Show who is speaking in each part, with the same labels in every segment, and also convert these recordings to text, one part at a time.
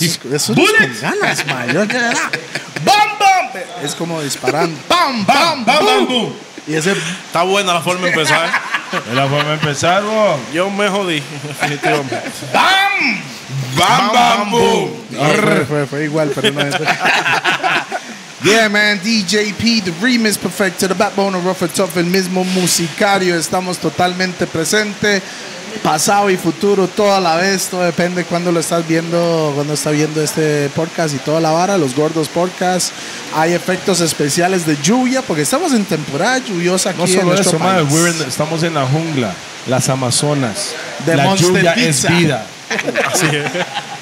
Speaker 1: Eso es con ganas, ma. Yo que era, ¡Bam, bam! Es como disparando. ¡Pam, pam, pam, bam!
Speaker 2: boom.
Speaker 1: Y ese.
Speaker 2: Está buena la forma de empezar.
Speaker 3: Es la forma de empezar, vos.
Speaker 2: Yo me jodí, definitivamente.
Speaker 1: ¡Bam!
Speaker 2: Bam, bam, boom.
Speaker 1: No, fue, fue, fue igual, pero no. Yeah, man, DJP, The Remix Perfecto, The Backbone of Rufford Top, el mismo musicario. Estamos totalmente presente, pasado y futuro, toda la vez. Todo depende cuando lo estás viendo, cuando estás viendo este podcast y toda la vara, los gordos podcasts. Hay efectos especiales de lluvia, porque estamos en temporada lluviosa aquí
Speaker 3: No
Speaker 1: en
Speaker 3: solo
Speaker 1: nuestro
Speaker 3: eso, madre,
Speaker 1: país.
Speaker 3: we're in- estamos en la jungla, las Amazonas.
Speaker 1: The
Speaker 3: la
Speaker 1: Monster
Speaker 3: lluvia
Speaker 1: Pizza.
Speaker 3: es vida.
Speaker 2: Así es.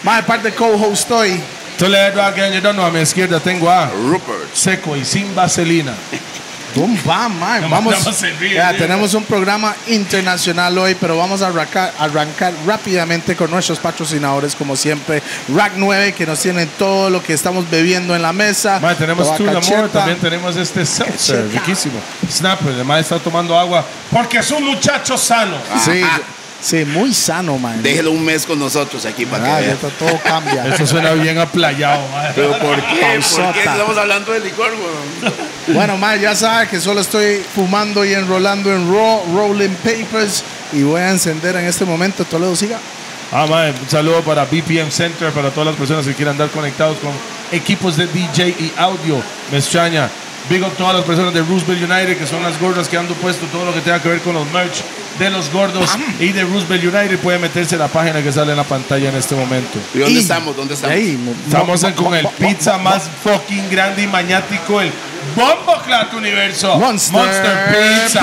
Speaker 1: Mae, parte de co-host hoy.
Speaker 3: Toledo again, yo dono a mi izquierda tengo a
Speaker 2: Rupert.
Speaker 3: Seco y sin vaselina.
Speaker 1: Boom, bam, mae,
Speaker 3: Nada más-
Speaker 1: Vamos.
Speaker 3: nada más se ríe,
Speaker 1: Ya,
Speaker 3: tío.
Speaker 1: tenemos un programa internacional hoy, pero vamos a arrancar, arrancar rápidamente con nuestros patrocinadores, como siempre. Rack 9, que nos tienen todo lo que estamos bebiendo en la mesa.
Speaker 3: Madre, tenemos Tuna
Speaker 1: Tabacacheta.
Speaker 3: More, también tenemos este seltzer, riquísimo. Snapper, el maestro está tomando agua porque es un muchacho sano.
Speaker 1: Ah. Sí,
Speaker 4: Ajá.
Speaker 1: sí, muy sano, man.
Speaker 4: Ah. Déjelo un mes con nosotros aquí para
Speaker 1: Ah,
Speaker 4: que
Speaker 1: ya
Speaker 4: vea.
Speaker 1: está, todo cambia.
Speaker 3: Eso suena bien aplayado, madre.
Speaker 4: Pero ¿por qué? ¿Por
Speaker 1: Pausota.
Speaker 4: qué estamos hablando de licor, weón?
Speaker 1: Bueno, ma, ya sabe que solo estoy fumando y enrolando en Raw, Rolling Papers, y voy a encender en este momento. Toledo, siga.
Speaker 3: Ah, madre, un saludo para BPM Center, para todas las personas que quieran andar conectados con equipos de DJ y audio. Me extraña. Big up todas las personas de Roosevelt United, que son las gordas que han puesto todo lo que tenga que ver con los merch de los gordos y de Roosevelt United. Puede meterse en la página que sale en la pantalla en este momento.
Speaker 4: ¿Y dónde
Speaker 1: Y-
Speaker 4: estamos? ¿Dónde estamos?
Speaker 1: Ahí, mo-
Speaker 3: Estamos
Speaker 1: mo-
Speaker 3: en- con el
Speaker 1: mo-
Speaker 3: pizza más fucking grande y mañático, el Bombo Clat Universo.
Speaker 1: Monster, Pizza.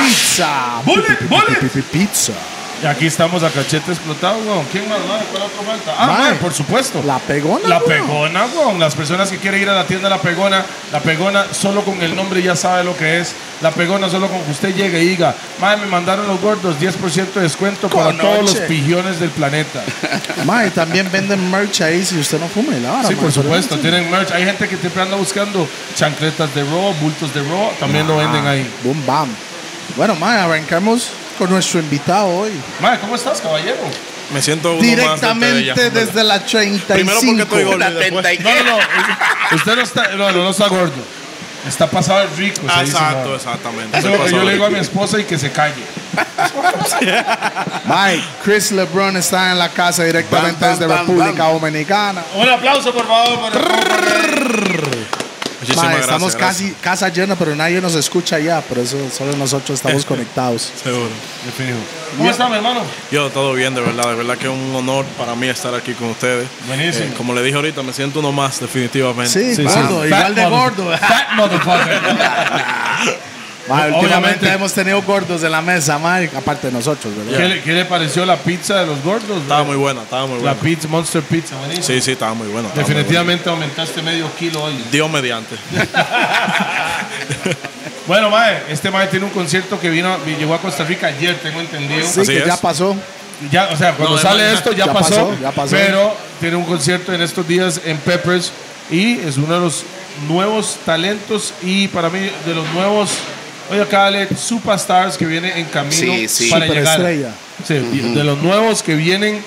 Speaker 3: Bullet, bullet.
Speaker 1: Pizza.
Speaker 3: Y aquí estamos a cachete explotado, weón. ¿Quién más? madre? ¿Cuál otro falta? Ah,
Speaker 1: Madre,
Speaker 3: madre, por supuesto.
Speaker 1: La pegona.
Speaker 3: La
Speaker 1: weón.
Speaker 3: Pegona, weón. Las personas que quieren ir a la tienda La Pegona, La Pegona solo con el nombre ya sabe lo que es. La Pegona solo con que usted llegue y diga, madre, me mandaron los gordos, 10% de descuento para
Speaker 1: Conoche.
Speaker 3: todos los pijones del planeta.
Speaker 1: Mae, también venden merch ahí si usted Ah, no fuma y la vara,
Speaker 3: sí,
Speaker 1: mae,
Speaker 3: por
Speaker 1: pero-
Speaker 3: supuesto, tienen merch. Hay gente que siempre anda buscando chancletas de Raw, bultos de Raw, también lo venden
Speaker 1: Ah.
Speaker 3: ahí.
Speaker 1: Boom, bam. Bueno, mae, arrancamos con nuestro invitado hoy.
Speaker 3: Madre, ¿cómo estás, caballero?
Speaker 2: Me siento uno
Speaker 1: Directamente
Speaker 2: más frente de ella.
Speaker 1: desde la 35.
Speaker 2: Primero porque estoy gordo.
Speaker 4: La tenta y
Speaker 3: No,
Speaker 4: qué.
Speaker 3: no, no. Usted no está, no, no, no está gordo. Está pasado de rico. se
Speaker 2: Ah,
Speaker 3: dice,
Speaker 2: Exacto,
Speaker 3: madre.
Speaker 2: exactamente.
Speaker 3: Eso
Speaker 2: Me
Speaker 3: es lo que
Speaker 2: pasó
Speaker 3: yo le digo a
Speaker 2: ahorita.
Speaker 3: mi esposa y que se calle.
Speaker 1: Mae, Chris LeBron está en la casa directamente
Speaker 4: Bam, bam,
Speaker 1: desde
Speaker 4: bam,
Speaker 1: República Dominicana.
Speaker 3: Un aplauso, por favor.
Speaker 2: Muchísimas
Speaker 1: Mae,
Speaker 2: gracias,
Speaker 1: estamos
Speaker 2: gracias.
Speaker 1: casi casa llena, pero nadie nos escucha allá. Por eso solo nosotros
Speaker 2: Eh,
Speaker 1: estamos conectados.
Speaker 2: Seguro.
Speaker 3: ¿Cómo está, mi hermano?
Speaker 2: Yo todo bien, de verdad. De verdad que es un honor para mí estar aquí con ustedes.
Speaker 3: Buenísimo.
Speaker 2: Eh, como le dije ahorita, me siento uno más, definitivamente.
Speaker 1: Sí,
Speaker 3: Sí,
Speaker 1: gordo,
Speaker 3: sí.
Speaker 1: igual
Speaker 3: Fat
Speaker 1: de
Speaker 3: mother-
Speaker 1: gordo.
Speaker 3: Fat motherfucker.
Speaker 1: Ma,
Speaker 3: Obviamente.
Speaker 1: últimamente hemos tenido gordos en la mesa, ma, y aparte de nosotros, ¿verdad?
Speaker 3: ¿Qué, le, qué le pareció la pizza de los gordos?
Speaker 2: Estaba
Speaker 3: bro?
Speaker 2: muy buena, estaba muy
Speaker 3: La
Speaker 2: buena.
Speaker 3: pizza, Monster Pizza, buenísimo.
Speaker 2: Sí, sí, estaba muy buena. estaba muy
Speaker 3: Definitivamente aumentaste medio kilo hoy.
Speaker 2: buena. Dios mediante.
Speaker 3: Bueno, Mae, este Mae tiene un concierto que vino, llegó a Costa Rica ayer, tengo entendido.
Speaker 1: Sí,
Speaker 2: Así
Speaker 1: que ya
Speaker 2: es.
Speaker 1: pasó.
Speaker 3: Ya, o sea, cuando
Speaker 2: No,
Speaker 3: sale
Speaker 2: además,
Speaker 3: esto ya,
Speaker 1: ya
Speaker 3: pasó,
Speaker 1: pasó, ya pasó.
Speaker 3: Pero tiene un concierto en estos días en Peppers y es uno de los nuevos talentos y para mí de los nuevos, oye acá dale, superstars que viene en camino
Speaker 4: Sí, sí.
Speaker 3: para llegar.
Speaker 1: Superestrella.
Speaker 3: Sí, De los nuevos que vienen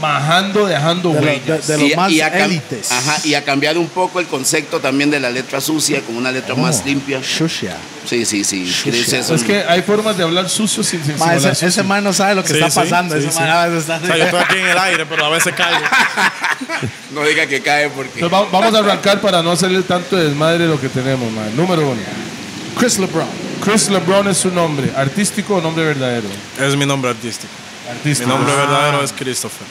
Speaker 3: bajando, dejando
Speaker 1: De lo-
Speaker 3: huellas.
Speaker 1: de- de lo- los más
Speaker 4: cam-
Speaker 1: élites.
Speaker 4: Ajá, y a cambiar un poco el concepto también de la letra sucia con una
Speaker 1: Oh.
Speaker 4: letra más limpia.
Speaker 1: Shusha.
Speaker 4: Sí, sí, sí. Chris es
Speaker 3: Es
Speaker 4: un-
Speaker 3: que hay formas de hablar sucio sin,
Speaker 1: Ma,
Speaker 3: sin sin
Speaker 1: ese,
Speaker 3: hablar sucio.
Speaker 1: ese man no sabe lo que
Speaker 2: Sí,
Speaker 1: está
Speaker 2: sí,
Speaker 1: pasando.
Speaker 2: sí,
Speaker 1: ese
Speaker 2: sí.
Speaker 1: man a veces está-
Speaker 2: O sea, yo estoy aquí en el aire, pero a veces caigo.
Speaker 4: No diga que cae porque...
Speaker 3: Entonces, va- vamos a arrancar para no hacerle tanto desmadre lo que tenemos, man. Número uno.
Speaker 1: Chris LeBron.
Speaker 3: Chris LeBron es su nombre, artístico o nombre verdadero.
Speaker 2: Es mi nombre artístico. Mi
Speaker 3: Artístico.
Speaker 2: nombre verdadero es Christopher.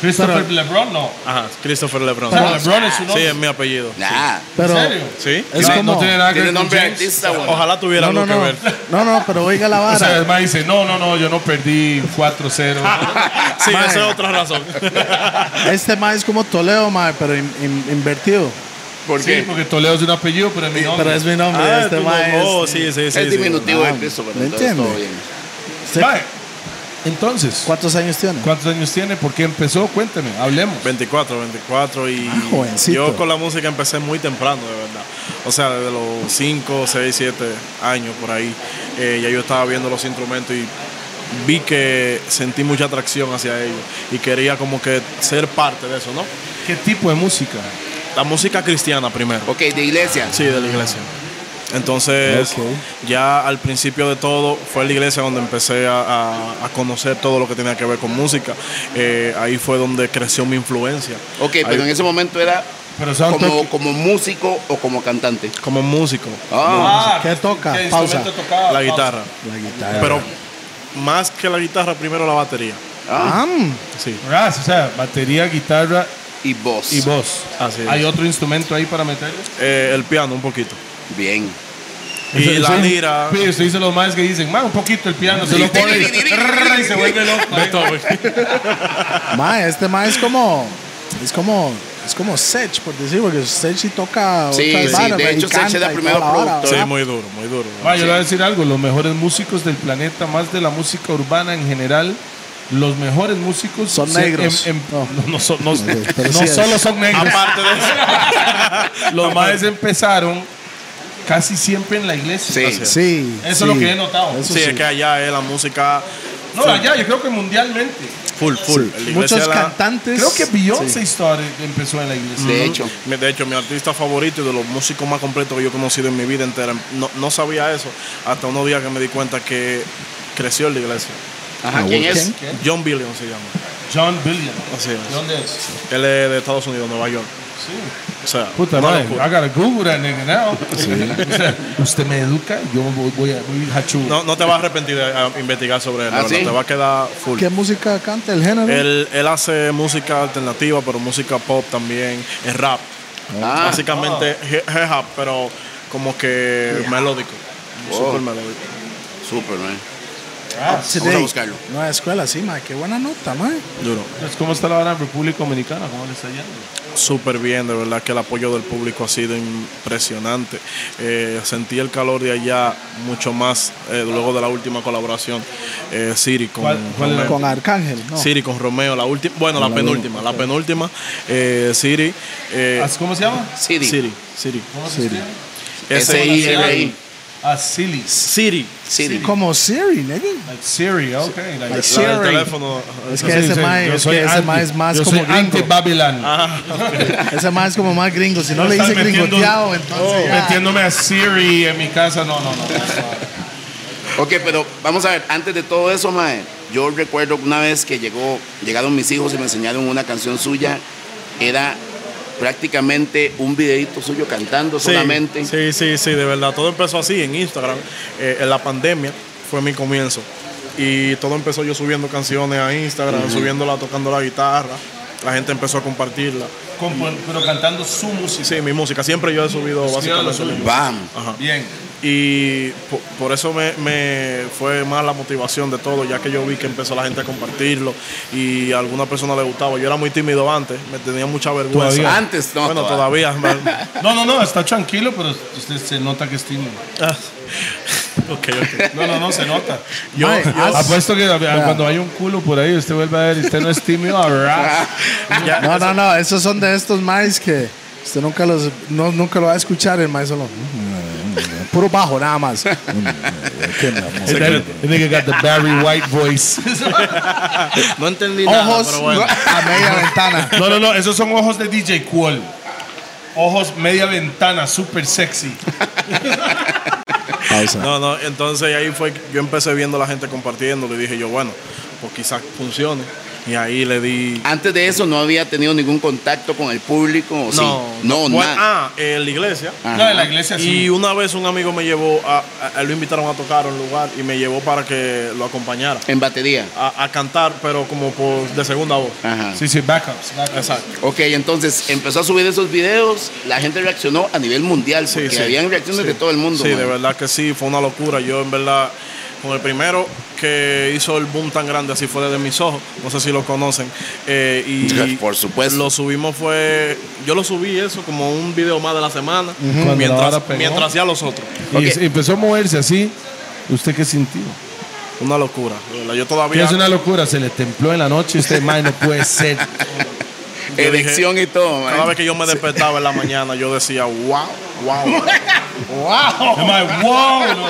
Speaker 3: Christopher LeBron, no.
Speaker 2: Ajá, Christopher LeBron.
Speaker 3: Pero LeBron es su
Speaker 2: Sí,
Speaker 3: nombre.
Speaker 2: es mi apellido.
Speaker 4: Nah,
Speaker 1: Pero,
Speaker 3: ¿En serio?
Speaker 2: ¿Sí?
Speaker 1: Es
Speaker 3: No,
Speaker 1: como-
Speaker 3: no tiene nada que
Speaker 4: tiene
Speaker 3: ver con
Speaker 4: nombre de
Speaker 3: James.
Speaker 4: artista, weón.
Speaker 2: Ojalá tuviera
Speaker 1: no, no,
Speaker 2: algo
Speaker 1: no.
Speaker 2: que ver.
Speaker 1: No, no, pero oiga la
Speaker 3: O sea,
Speaker 1: vara.
Speaker 3: el man dice, no, no, no, yo no perdí
Speaker 2: Ah,
Speaker 3: 4-0.
Speaker 2: Sí,
Speaker 1: Mae.
Speaker 2: esa es otra razón.
Speaker 1: Este man es como Toledo, ma, pero in- in- invertido.
Speaker 4: ¿Por
Speaker 3: sí,
Speaker 4: qué?
Speaker 3: porque Toledo es un apellido, pero es mi nombre.
Speaker 1: Pero es mi nombre.
Speaker 2: Ah,
Speaker 1: este
Speaker 2: tú
Speaker 1: man es.
Speaker 2: no- oh, sí, sí, sí.
Speaker 4: es
Speaker 2: sí.
Speaker 4: diminutivo
Speaker 1: no,
Speaker 4: de Christopher.
Speaker 1: no
Speaker 4: entonces
Speaker 1: entiendo.
Speaker 4: todo bien.
Speaker 1: Usted-
Speaker 3: Mae, Entonces,
Speaker 1: ¿Cuántos años tiene?
Speaker 3: ¿cuántos años tiene? ¿Por qué empezó? Cuénteme, hablemos.
Speaker 2: 24, 24 y
Speaker 1: Ah, jovencito.
Speaker 2: yo con la música empecé muy temprano, de verdad. O sea, desde los 5, 6, 7 años por ahí, eh, ya yo estaba viendo los instrumentos y vi que sentí mucha atracción hacia ellos y quería como que ser parte de eso, ¿no?
Speaker 3: ¿Qué tipo de música?
Speaker 2: La música cristiana primero.
Speaker 4: Ok, de iglesia.
Speaker 2: Sí, de la iglesia. Entonces,
Speaker 1: Ok.
Speaker 2: ya al principio de todo, fue la iglesia donde empecé a, a- a conocer todo lo que tenía que ver con música. Eh, ahí fue donde creció mi influencia.
Speaker 4: Ok,
Speaker 2: Ahí-
Speaker 4: pero en ese momento era
Speaker 3: Pero son
Speaker 4: como,
Speaker 3: toque-
Speaker 4: como músico o como cantante.
Speaker 2: Como músico,
Speaker 4: Ah,
Speaker 1: ¿Qué toca?
Speaker 3: ¿Qué
Speaker 1: Pausa.
Speaker 3: instrumento tocaba?
Speaker 2: la
Speaker 3: Pausa.
Speaker 2: guitarra.
Speaker 1: La guitarra.
Speaker 2: Pero más que la guitarra, primero la batería.
Speaker 4: ah,
Speaker 1: Ah, mm.
Speaker 2: Sí,
Speaker 3: Ah, o sea, batería, guitarra
Speaker 4: y voz.
Speaker 3: y voz.
Speaker 2: así es.
Speaker 3: ¿Hay otro instrumento ahí para meterlo?
Speaker 2: Eh, el piano un poquito.
Speaker 4: Bien.
Speaker 2: Y
Speaker 3: Eso-
Speaker 2: la
Speaker 3: eso-
Speaker 2: lira.
Speaker 3: Sí, usted dice los más que dicen, man, un poquito el piano, se lo pone y y se vuelve loco. ahí.
Speaker 1: Ma, este ma es como. Es como. Es como Sech, por decir, porque Sech sí toca.
Speaker 4: Sí,
Speaker 1: otras
Speaker 4: sí,
Speaker 1: varas,
Speaker 4: de
Speaker 1: ¿verdad?
Speaker 4: hecho,
Speaker 1: Y
Speaker 4: Sech
Speaker 1: canta
Speaker 4: era
Speaker 1: y
Speaker 4: primero
Speaker 1: toda la vara,
Speaker 4: productor.
Speaker 2: Sí,
Speaker 1: ¿verdad?
Speaker 2: muy duro, muy duro.
Speaker 3: Ma, yo le voy a decir algo, los mejores músicos del planeta, más de la música urbana en general, los mejores músicos
Speaker 1: Son
Speaker 3: se-
Speaker 1: negros.
Speaker 3: em- em-
Speaker 1: No.
Speaker 3: no. no son- no-
Speaker 1: pero
Speaker 3: no
Speaker 1: sí es.
Speaker 3: solo son negros.
Speaker 2: Aparte de eso.
Speaker 3: Los más empezaron casi siempre en la iglesia.
Speaker 4: Sí.
Speaker 3: Eso
Speaker 1: Sí.
Speaker 3: es
Speaker 1: sí.
Speaker 3: lo que he notado.
Speaker 1: Eso
Speaker 2: Sí,
Speaker 1: sí.
Speaker 2: es que allá es la música
Speaker 3: No, allá yo creo que mundialmente.
Speaker 2: full, full. La iglesia
Speaker 1: Muchos
Speaker 2: es la-
Speaker 1: cantantes.
Speaker 3: Creo que Beyoncé started- empezó en la iglesia.
Speaker 4: De hecho.
Speaker 2: Mi- De hecho, mi artista favorito y de los músicos más completos que yo he conocido en mi vida entera. No, no sabía eso hasta unos días que me di cuenta que creció en la iglesia.
Speaker 4: Ajá, ¿quién es?
Speaker 1: ¿Quién?
Speaker 2: John Billion se llama.
Speaker 3: John Billion.
Speaker 2: Así
Speaker 3: ¿De
Speaker 2: es.
Speaker 3: dónde es?
Speaker 2: Él es de Estados Unidos, Nueva York. O sea,
Speaker 3: Puta
Speaker 2: una
Speaker 3: madre,
Speaker 2: locura.
Speaker 3: I gotta Google that nigga now. O sea, usted me educa, yo voy, voy a voy a hachú.
Speaker 2: no, no te vas a arrepentir de a, investigar sobre él.
Speaker 4: ¿Ah,
Speaker 2: la verdad.
Speaker 4: sí?
Speaker 2: Te va a quedar full.
Speaker 1: ¿Qué música canta el género?
Speaker 2: Él, él hace música alternativa, pero música pop también, es rap.
Speaker 4: Ah,
Speaker 2: Básicamente es rap, pero como que melódico.
Speaker 4: Wow.
Speaker 2: Súper melódico.
Speaker 4: súper, man.
Speaker 1: Today.
Speaker 4: vamos a buscarlo.
Speaker 1: Nueva escuela, sí, ma. Qué buena nota, ma.
Speaker 2: Duro.
Speaker 3: Pues, ¿Cómo está la hora en República Dominicana? ¿Cómo le está yendo?
Speaker 2: Súper bien, de verdad que el apoyo del público ha sido impresionante. Eh, sentí el calor de allá mucho más eh, luego de la última colaboración. Eh, Siri con,
Speaker 3: ¿Cuál- cuál era?
Speaker 2: Romeo.
Speaker 1: Con Arcángel, ¿no?
Speaker 2: Siri con Romeo, la última, bueno, la, penúltima, la penúltima. Eh, Siri, eh,
Speaker 3: ¿Cómo se llama?
Speaker 4: Siri.
Speaker 2: Siri, Siri.
Speaker 3: ¿Cómo se llama?
Speaker 4: S-I-R-I.
Speaker 3: Ah, Silly.
Speaker 2: Siri.
Speaker 4: Siri.
Speaker 1: Como Siri, nigga.
Speaker 3: Like Siri, ok. Like,
Speaker 1: Like
Speaker 2: La del
Speaker 1: Siri.
Speaker 2: teléfono.
Speaker 1: Es que ese ma
Speaker 3: yo
Speaker 1: es
Speaker 3: soy
Speaker 1: que ese
Speaker 3: anti-
Speaker 1: ma es más
Speaker 3: yo
Speaker 1: como
Speaker 3: soy
Speaker 1: gringo.
Speaker 3: anti-Babylon.
Speaker 1: Ese ma es como más gringo. Si no le
Speaker 3: Están
Speaker 1: dice
Speaker 3: metiendo-
Speaker 1: gringoteado,
Speaker 2: Oh.
Speaker 1: entonces. ya.
Speaker 3: Metiéndome a Siri en mi casa, no, no, no.
Speaker 4: Ok, pero vamos a ver, antes de todo eso, Mae, yo recuerdo una vez que llegó, llegaron mis hijos y me enseñaron una canción suya, era prácticamente un videito suyo cantando
Speaker 2: Sí,
Speaker 4: solamente.
Speaker 2: Sí, sí, sí, de verdad. Todo empezó así en Instagram. Eh, en la pandemia fue mi comienzo. Y todo empezó yo subiendo canciones a Instagram, subiéndola, tocando la guitarra. La gente empezó a compartirla.
Speaker 3: Compo- pero cantando su música.
Speaker 2: Sí, mi música. Siempre yo he subido
Speaker 3: Escriba lo
Speaker 2: básicamente.
Speaker 3: suyo.
Speaker 2: mi-
Speaker 4: Bam.
Speaker 2: Ajá.
Speaker 3: Bien.
Speaker 2: Y po- por, eso me, me fue más la motivación de todo, ya que yo vi que empezó la gente a compartirlo y a alguna persona le gustaba. Yo era muy tímido antes, me tenía mucha vergüenza.
Speaker 3: Todavía.
Speaker 4: Antes, no.
Speaker 2: Bueno,
Speaker 4: todavía.
Speaker 2: todavía.
Speaker 3: No, no, no, está tranquilo, pero usted se nota que es tímido.
Speaker 2: Ah, ok, ok.
Speaker 3: No, no, no, se nota.
Speaker 2: Yo,
Speaker 1: Mae,
Speaker 2: yo-
Speaker 4: ah,
Speaker 1: haz-
Speaker 3: Apuesto que a- a- cuando hay un culo por ahí, usted vuelve a ver, usted no es tímido, ahora.
Speaker 2: ya-
Speaker 1: No, no, no, esos son de estos maes que usted nunca los no, nunca lo va a escuchar el maes solo. mm, Puro bajo nada más.
Speaker 3: And then- and then you got the Barry White voice.
Speaker 2: No entendí nada,
Speaker 1: Ojos
Speaker 2: pero bueno.
Speaker 1: a media ventana.
Speaker 3: No, no, no, esos son ojos de DJ Qual. Ojos media ventana, super sexy.
Speaker 2: No, no, entonces ahí fue, que yo empecé viendo a la gente compartiendo, le dije yo, bueno, pues quizás funcione. Y ahí le di...
Speaker 4: Antes de eso no había tenido ningún contacto con el público. ¿o sí? no,
Speaker 2: Bueno,
Speaker 4: nada.
Speaker 2: Ah, en la iglesia.
Speaker 3: No, de la iglesia
Speaker 2: Y
Speaker 3: sí.
Speaker 2: una vez un amigo me llevó, a, a- a- lo invitaron a tocar a un lugar y me llevó para que lo acompañara
Speaker 4: En batería.
Speaker 2: a, a cantar, pero como por, de segunda voz.
Speaker 4: Ajá.
Speaker 3: Sí, sí, backups. backups.
Speaker 2: Exacto.
Speaker 4: Ok, entonces empezó a subir esos videos, la gente reaccionó a nivel mundial,
Speaker 2: Sí,
Speaker 4: porque
Speaker 2: sí.
Speaker 4: habían reacciones de todo el mundo.
Speaker 2: Sí,
Speaker 4: man.
Speaker 2: de verdad que sí, fue una locura. Yo en verdad, con el primero que hizo el boom tan grande, así fue de mis ojos, no sé si lo conocen. eh, y
Speaker 4: Por supuesto.
Speaker 2: Lo subimos fue, yo lo subí eso como un video más de la semana,
Speaker 3: Cuando la
Speaker 2: mientras,
Speaker 3: vara pegó.
Speaker 2: mientras hacía los otros.
Speaker 3: Y
Speaker 4: Ok.
Speaker 3: es- empezó a moverse así. ¿Usted qué sintió?
Speaker 2: Una locura. de verdad. Yo
Speaker 3: Que
Speaker 2: todavía...
Speaker 3: es una locura, se le templó en la noche. Usted, man, no puede ser.
Speaker 2: yo dije,
Speaker 4: Erección y todo. man.
Speaker 2: Cada vez que yo me despertaba en la mañana, yo decía, wow, wow.
Speaker 3: Am I- wow, no.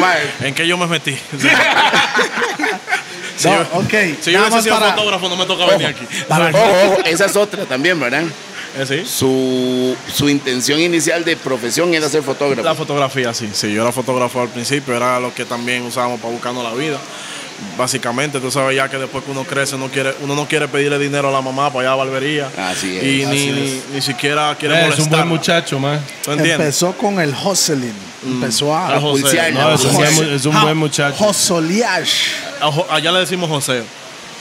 Speaker 4: Man,
Speaker 2: ¿En qué yo me metí?
Speaker 1: No,
Speaker 2: yo-
Speaker 1: ok.
Speaker 2: Si yo
Speaker 1: Nada
Speaker 2: hubiese
Speaker 1: más
Speaker 2: sido
Speaker 1: para-
Speaker 2: fotógrafo, no me toca venir aquí.
Speaker 1: para-
Speaker 4: Ojo, ojo, esa es otra también, ¿verdad?
Speaker 2: Eh, sí.
Speaker 4: Su, su intención inicial de profesión era ser fotógrafo.
Speaker 2: La fotografía, sí, sí, yo era fotógrafo al principio, era lo que también usábamos para buscando la vida. Básicamente, tú sabes ya que después que uno crece, uno, quiere, uno no quiere pedirle dinero a la mamá para allá a barbería.
Speaker 4: Así es,
Speaker 2: Y
Speaker 4: así
Speaker 2: ni, ni, ni siquiera quiere
Speaker 3: Eh, es un
Speaker 2: molestar.
Speaker 3: buen muchacho, man.
Speaker 2: ¿Tú entiendes?
Speaker 1: Empezó con el hustling.
Speaker 2: Mm.
Speaker 1: Empezó a.
Speaker 2: al hustle.
Speaker 4: Pulsear,
Speaker 3: No, es un,
Speaker 1: José-
Speaker 3: buen- es un
Speaker 1: Ja-
Speaker 3: buen muchacho.
Speaker 1: Josoleash.
Speaker 2: A jo- Allá le decimos joseo.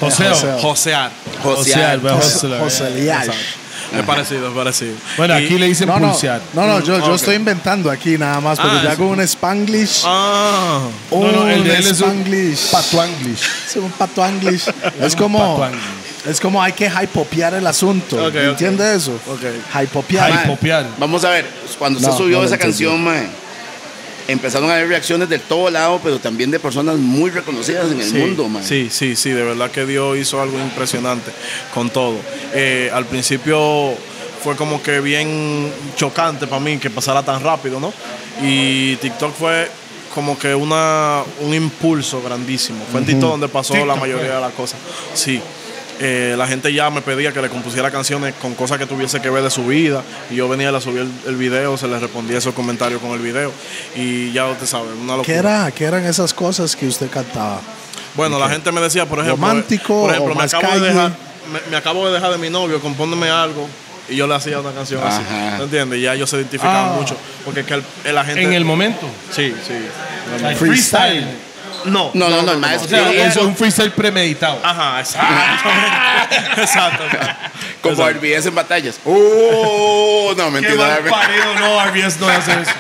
Speaker 3: Joseo.
Speaker 1: Joseo.
Speaker 2: Josear.
Speaker 4: Josear.
Speaker 3: Josear, weón. Hustler,
Speaker 1: Josoleash.
Speaker 2: Es parecido, es parecido.
Speaker 3: Bueno,
Speaker 2: Y-
Speaker 3: aquí le dicen
Speaker 1: No, no,
Speaker 3: pulsear.
Speaker 1: no, no, yo, yo
Speaker 2: ok.
Speaker 1: estoy inventando aquí nada más, porque
Speaker 2: Ah,
Speaker 1: ya
Speaker 2: es-
Speaker 1: con un Spanglish.
Speaker 2: Ah,
Speaker 3: No, no, el de él es un
Speaker 1: Spanglish.
Speaker 3: patuanglish.
Speaker 1: Es un pato English. es
Speaker 3: un
Speaker 1: como.
Speaker 3: pato English.
Speaker 1: Es como hay que hypopear el asunto.
Speaker 2: Ok, ok.
Speaker 1: ¿Entiende eso?
Speaker 2: Ok.
Speaker 1: Hypopear.
Speaker 4: Mae,
Speaker 3: Hipopear.
Speaker 4: Vamos a ver, cuando usted
Speaker 1: No,
Speaker 4: subió
Speaker 1: no lo
Speaker 4: esa
Speaker 1: entendí.
Speaker 4: canción, mae, empezaron a haber reacciones de todo lado, pero también de personas muy reconocidas en el
Speaker 2: Sí,
Speaker 4: mundo, mae.
Speaker 2: Sí, sí, sí, de verdad que Dios hizo algo impresionante con todo. Eh, al principio fue como que bien chocante para mí que pasara tan rápido, ¿no? Y TikTok fue como que una, un impulso grandísimo. Fue en TikTok donde pasó la
Speaker 3: TikTok,
Speaker 2: mayoría
Speaker 3: fue.
Speaker 2: de las cosas. Sí. Eh, la gente ya me pedía que le compusiera canciones con cosas que tuviese que ver de su vida. Y yo venía, le subía el, el video, se le respondía esos comentarios con el video. Y ya usted sabe, una locura.
Speaker 1: ¿Qué, era, ¿Qué eran esas cosas que usted cantaba?
Speaker 2: Bueno, la gente me decía, por ejemplo,
Speaker 1: Romántico
Speaker 2: por ejemplo,
Speaker 1: o
Speaker 2: me
Speaker 1: más
Speaker 2: acabo
Speaker 1: calle.
Speaker 2: de dejar, me, me acabo de dejar de mi novio, compóndeme algo. Y yo le hacía una canción así.
Speaker 4: Ajá.
Speaker 2: ¿Te entiendes? Y ya ellos se identificaban
Speaker 1: Ah.
Speaker 2: mucho. Porque es que el, el- la gente.
Speaker 3: En el momento.
Speaker 2: sí, sí.
Speaker 3: Like freestyle.
Speaker 2: No.
Speaker 4: No, no, no, el mae
Speaker 3: O sea,
Speaker 4: escribía
Speaker 3: es un freestyle premeditado.
Speaker 2: Ajá, exacto. exacto. exacto.
Speaker 4: como
Speaker 2: Exacto.
Speaker 4: RBS en batallas. ¡Oh! No,
Speaker 3: Qué
Speaker 4: mentira.
Speaker 3: mal parido, no, RBS no hace eso.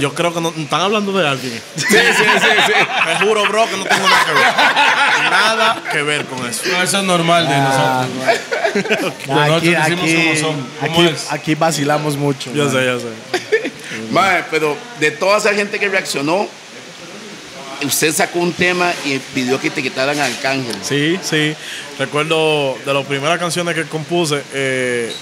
Speaker 2: Yo creo que no, están hablando de alguien.
Speaker 4: Sí, sí, sí, sí.
Speaker 2: Te juro, bro, que no tengo nada que ver. Nada que ver con eso.
Speaker 3: No, eso es normal de nosotros. nosotros
Speaker 1: Aquí,
Speaker 3: decimos
Speaker 1: aquí,
Speaker 3: cómo son, cómo
Speaker 1: aquí,
Speaker 3: es.
Speaker 1: aquí vacilamos mucho.
Speaker 2: Yo
Speaker 1: man.
Speaker 2: sé, yo sé.
Speaker 4: Mae, pero de toda esa gente que reaccionó, usted sacó un tema y pidió que te quitaran a Arcángel.
Speaker 2: Sí, sí. Recuerdo de las primeras canciones que compuse, eh,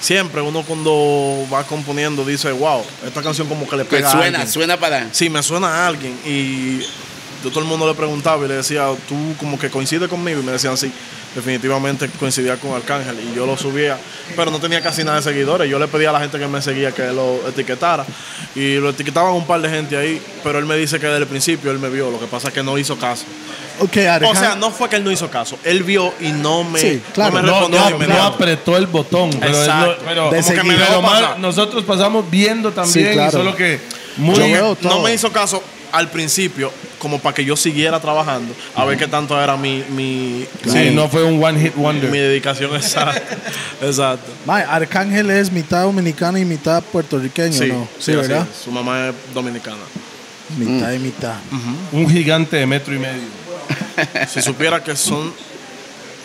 Speaker 2: siempre uno cuando va componiendo dice, wow, esta canción como que le
Speaker 4: Que
Speaker 2: pega. a
Speaker 4: suena,
Speaker 2: alguien".
Speaker 4: suena para.
Speaker 2: Sí, me suena a alguien. Y yo todo el mundo le preguntaba y le decía, tú como que coincides conmigo. Y me decían, sí, definitivamente coincidía con Arcángel. Y yo lo subía, pero no tenía casi nada de seguidores. Yo le pedía a la gente que me seguía que lo etiquetara. Y lo etiquetaban un par de gente ahí. Pero él me dice que desde el principio él me vio. Lo que pasa es que no hizo caso.
Speaker 1: Ok,
Speaker 2: O sea,
Speaker 1: Alejandro.
Speaker 2: no fue que él no hizo caso. Él vio y no me,
Speaker 1: Sí, claro.
Speaker 2: no me
Speaker 3: No,
Speaker 2: respondió
Speaker 3: no,
Speaker 2: de
Speaker 3: no
Speaker 2: inmediato.
Speaker 3: apretó el botón. Pero, es lo-
Speaker 2: Exacto.
Speaker 3: pero
Speaker 1: De
Speaker 2: Como que me
Speaker 1: seguido.
Speaker 2: dejó
Speaker 3: Pero mal,
Speaker 2: pasar.
Speaker 3: nosotros pasamos viendo también,
Speaker 1: Sí, claro.
Speaker 3: solo que
Speaker 1: Yo
Speaker 3: muy
Speaker 1: veo
Speaker 2: No
Speaker 1: todo.
Speaker 2: me hizo caso al principio, como para que yo siguiera trabajando, a ver qué tanto era mi, mi,
Speaker 3: Sí,
Speaker 2: mi-
Speaker 3: no fue un one hit wonder.
Speaker 2: mi dedicación exacta. Exacto.
Speaker 1: Mae, Arcángel es mitad dominicano y mitad puertorriqueño,
Speaker 2: Sí,
Speaker 1: ¿no? Sí,
Speaker 2: sí, así
Speaker 1: ¿verdad?
Speaker 2: es. Su mamá es dominicana.
Speaker 1: Mitad
Speaker 3: Mm.
Speaker 1: y mitad.
Speaker 3: Un gigante de metro y medio.
Speaker 2: Si supiera que son.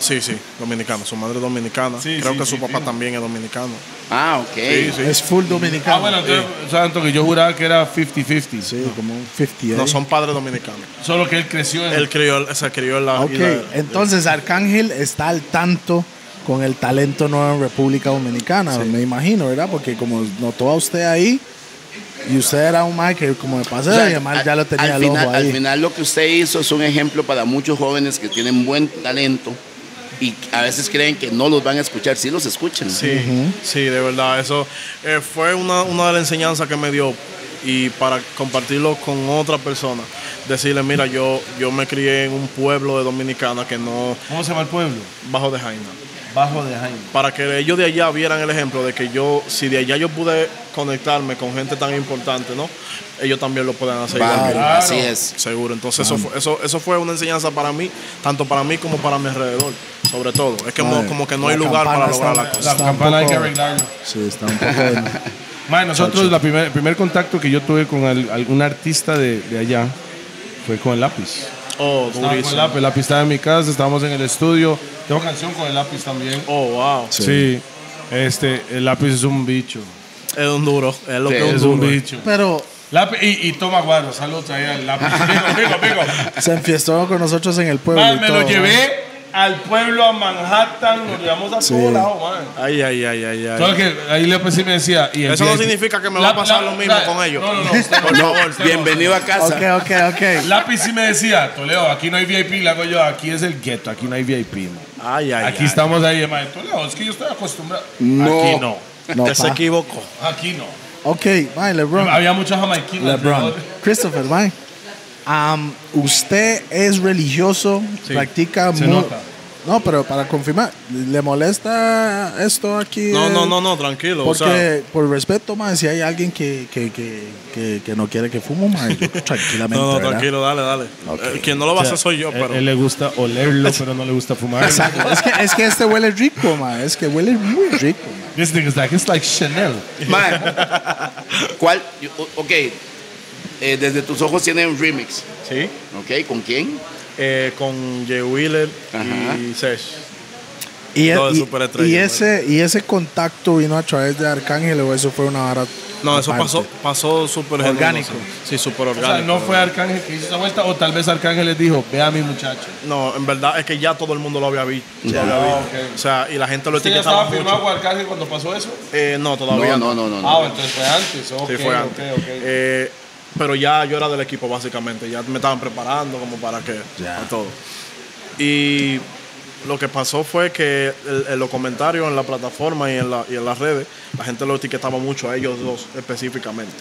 Speaker 2: Sí, sí, dominicano. Su madre es dominicana.
Speaker 3: Sí,
Speaker 2: Creo
Speaker 3: sí,
Speaker 2: que su
Speaker 3: sí,
Speaker 2: papá
Speaker 3: sí.
Speaker 2: también es dominicano.
Speaker 4: Ah, ok.
Speaker 2: Sí, sí.
Speaker 1: Es full
Speaker 3: Ah,
Speaker 1: dominicano.
Speaker 3: bueno, entonces, o sea, tanto que yo juraba que era 50-50.
Speaker 1: Sí, como un 50.
Speaker 2: No
Speaker 1: ahí.
Speaker 2: son padres dominicanos.
Speaker 3: Solo que él creció en
Speaker 2: Él crió, se crió en la.
Speaker 1: Ok,
Speaker 2: isla-
Speaker 1: entonces Arcángel está al tanto con el talento nuevo en República Dominicana, me imagino, ¿verdad? Porque como notó a usted ahí, y usted era un mae que como de paseo,
Speaker 4: O sea,
Speaker 1: y además
Speaker 4: al-
Speaker 1: ya lo tenía
Speaker 4: al
Speaker 1: el ojo
Speaker 4: final,
Speaker 1: ahí.
Speaker 4: Al final lo que usted hizo es un ejemplo para muchos jóvenes que tienen buen talento y a veces creen que no los van a escuchar, sí los escuchan.
Speaker 2: Sí, sí, de verdad. Eso eh, fue una, una de las enseñanzas que me dio y para compartirlo con otra persona. Decirle, mira, yo, yo me crié en un pueblo de Dominicana que no,
Speaker 3: ¿Cómo se llama el pueblo?
Speaker 2: bajo de Jaina.
Speaker 3: Bajo de Jaime.
Speaker 2: Para que ellos de allá vieran el ejemplo de que yo, si de allá yo pude conectarme con gente tan importante, ¿no? Ellos también lo pueden hacer.
Speaker 4: Vamos,
Speaker 2: igual que yo.
Speaker 4: Así es.
Speaker 2: Seguro, entonces eso fue, eso, eso fue una enseñanza para mí, tanto para mí como para mi alrededor, sobre todo. Es que no-
Speaker 1: Madre,
Speaker 2: como que no
Speaker 1: la
Speaker 2: hay lugar para
Speaker 1: campana
Speaker 2: lograr
Speaker 1: está-
Speaker 2: la cosa.
Speaker 3: La
Speaker 1: Está un
Speaker 3: campana hay que
Speaker 1: poco-
Speaker 3: arreglarlo.
Speaker 1: Sí, está un poco...
Speaker 3: Mae, nosotros, la primer- el primer contacto que yo tuve con al- algún artista de, de allá fue con el lápiz.
Speaker 2: Oh,
Speaker 3: Estaba con el
Speaker 2: durísimo.
Speaker 3: lápiz. El lápiz estaba en mi casa, estábamos en el estudio. Tengo canción con el lápiz también.
Speaker 2: Oh, wow.
Speaker 3: Sí. Este, el lápiz es un bicho.
Speaker 2: Es un duro, es lo
Speaker 4: Sí,
Speaker 2: que es un
Speaker 3: Es
Speaker 2: duro.
Speaker 3: un bicho.
Speaker 1: Pero
Speaker 3: Lápiz- y, y toma guaro, saludos ahí al lápiz. Pico, pico, pico.
Speaker 1: se enfiestó con nosotros en el pueblo.
Speaker 3: Mae,
Speaker 1: y
Speaker 3: me
Speaker 1: todo,
Speaker 3: lo
Speaker 1: ¿no?
Speaker 3: llevé al pueblo, a Manhattan, nos llevamos a
Speaker 1: Sí.
Speaker 3: todo lado, man.
Speaker 2: Ay, ay, ay, ay, ay.
Speaker 3: Solo que ahí López sí me decía. y el
Speaker 2: Eso no
Speaker 3: VIP.
Speaker 2: significa que me va a pasar lo mismo con ellos.
Speaker 3: No, no, no. usted no.
Speaker 4: No,
Speaker 3: favor,
Speaker 4: bienvenido a casa.
Speaker 1: Ok, ok, ok.
Speaker 3: Lápiz sí me decía, Toledo, aquí no hay VIP, le hago yo, aquí es el gueto, aquí no hay VIP. man.
Speaker 2: Ay, ay,
Speaker 3: Aquí
Speaker 2: ay.
Speaker 3: estamos ahí, mae, Toledo, es que yo estoy acostumbrado.
Speaker 4: No.
Speaker 3: Aquí no,
Speaker 1: No,
Speaker 2: Él se
Speaker 1: pa.
Speaker 2: equivocó.
Speaker 3: aquí no.
Speaker 1: Ok, mae, LeBron.
Speaker 3: Había muchos jamaiquinos.
Speaker 1: LeBron.
Speaker 3: pero-
Speaker 1: Christopher, mae. Am, Um, usted es religioso,
Speaker 3: Sí,
Speaker 1: practica
Speaker 3: se
Speaker 1: mu-
Speaker 3: nota.
Speaker 1: No, pero para confirmar, ¿le molesta esto aquí?
Speaker 2: No,
Speaker 1: eh?
Speaker 2: no, no, no, tranquilo.
Speaker 1: Porque,
Speaker 2: o sea,
Speaker 1: por respeto, mae, si hay alguien que, que, que, que, que no quiere que fumo, mae, yo tranquilamente.
Speaker 2: no, no,
Speaker 1: ¿verdad?
Speaker 2: tranquilo, dale, dale. Eh, Quien no lo va a hacer soy yo,
Speaker 3: Él-
Speaker 2: pero.
Speaker 3: Él le gusta olerlo, pero no le gusta fumar.
Speaker 1: Exacto. es, que, es que este huele rico, mae. Es que huele muy rico, mae.
Speaker 3: This thing is like, it's like Chanel.
Speaker 4: Mae, ¿cuál? yo- o- Ok, eh, desde tus ojos tiene un remix.
Speaker 2: Sí.
Speaker 4: Ok, ¿con quién?
Speaker 2: Eh, con Jay Wheeler
Speaker 4: Ajá.
Speaker 2: y Sesh.
Speaker 1: Y, e-
Speaker 2: No,
Speaker 1: y-
Speaker 2: es superestrella,
Speaker 1: y
Speaker 2: mae.
Speaker 1: ese, y ese contacto vino a través de Arcángel o eso fue una vara.
Speaker 2: No, eso
Speaker 1: aparte?
Speaker 2: pasó, pasó súper
Speaker 1: Orgánico.
Speaker 2: genuino, Sí, Sí, súper
Speaker 3: O sea,
Speaker 2: orgánico.
Speaker 3: no fue Arcángel que hizo esa vuelta, o tal vez Arcángel les dijo, ve a mi muchacho.
Speaker 2: No, en verdad es que ya todo el mundo lo había visto.
Speaker 3: Ah,
Speaker 2: O
Speaker 3: ok.
Speaker 2: sea, y la gente lo
Speaker 3: ¿Usted ya estaba
Speaker 2: etiquetaba
Speaker 3: firmado
Speaker 2: mucho.
Speaker 3: con Arcángel cuando pasó eso?
Speaker 2: Eh, no, todavía
Speaker 4: No,
Speaker 2: no.
Speaker 4: no, no, no. no.
Speaker 3: Ah, entonces fue antes. Ok,
Speaker 2: Sí, fue
Speaker 3: ok,
Speaker 2: antes.
Speaker 3: ok.
Speaker 2: Eh, pero ya yo era del equipo, básicamente. Ya me estaban preparando como para que... para todo. Y lo que pasó fue que el- en los comentarios en la plataforma y en, la- y en las redes, la gente lo etiquetaba mucho a ellos dos específicamente.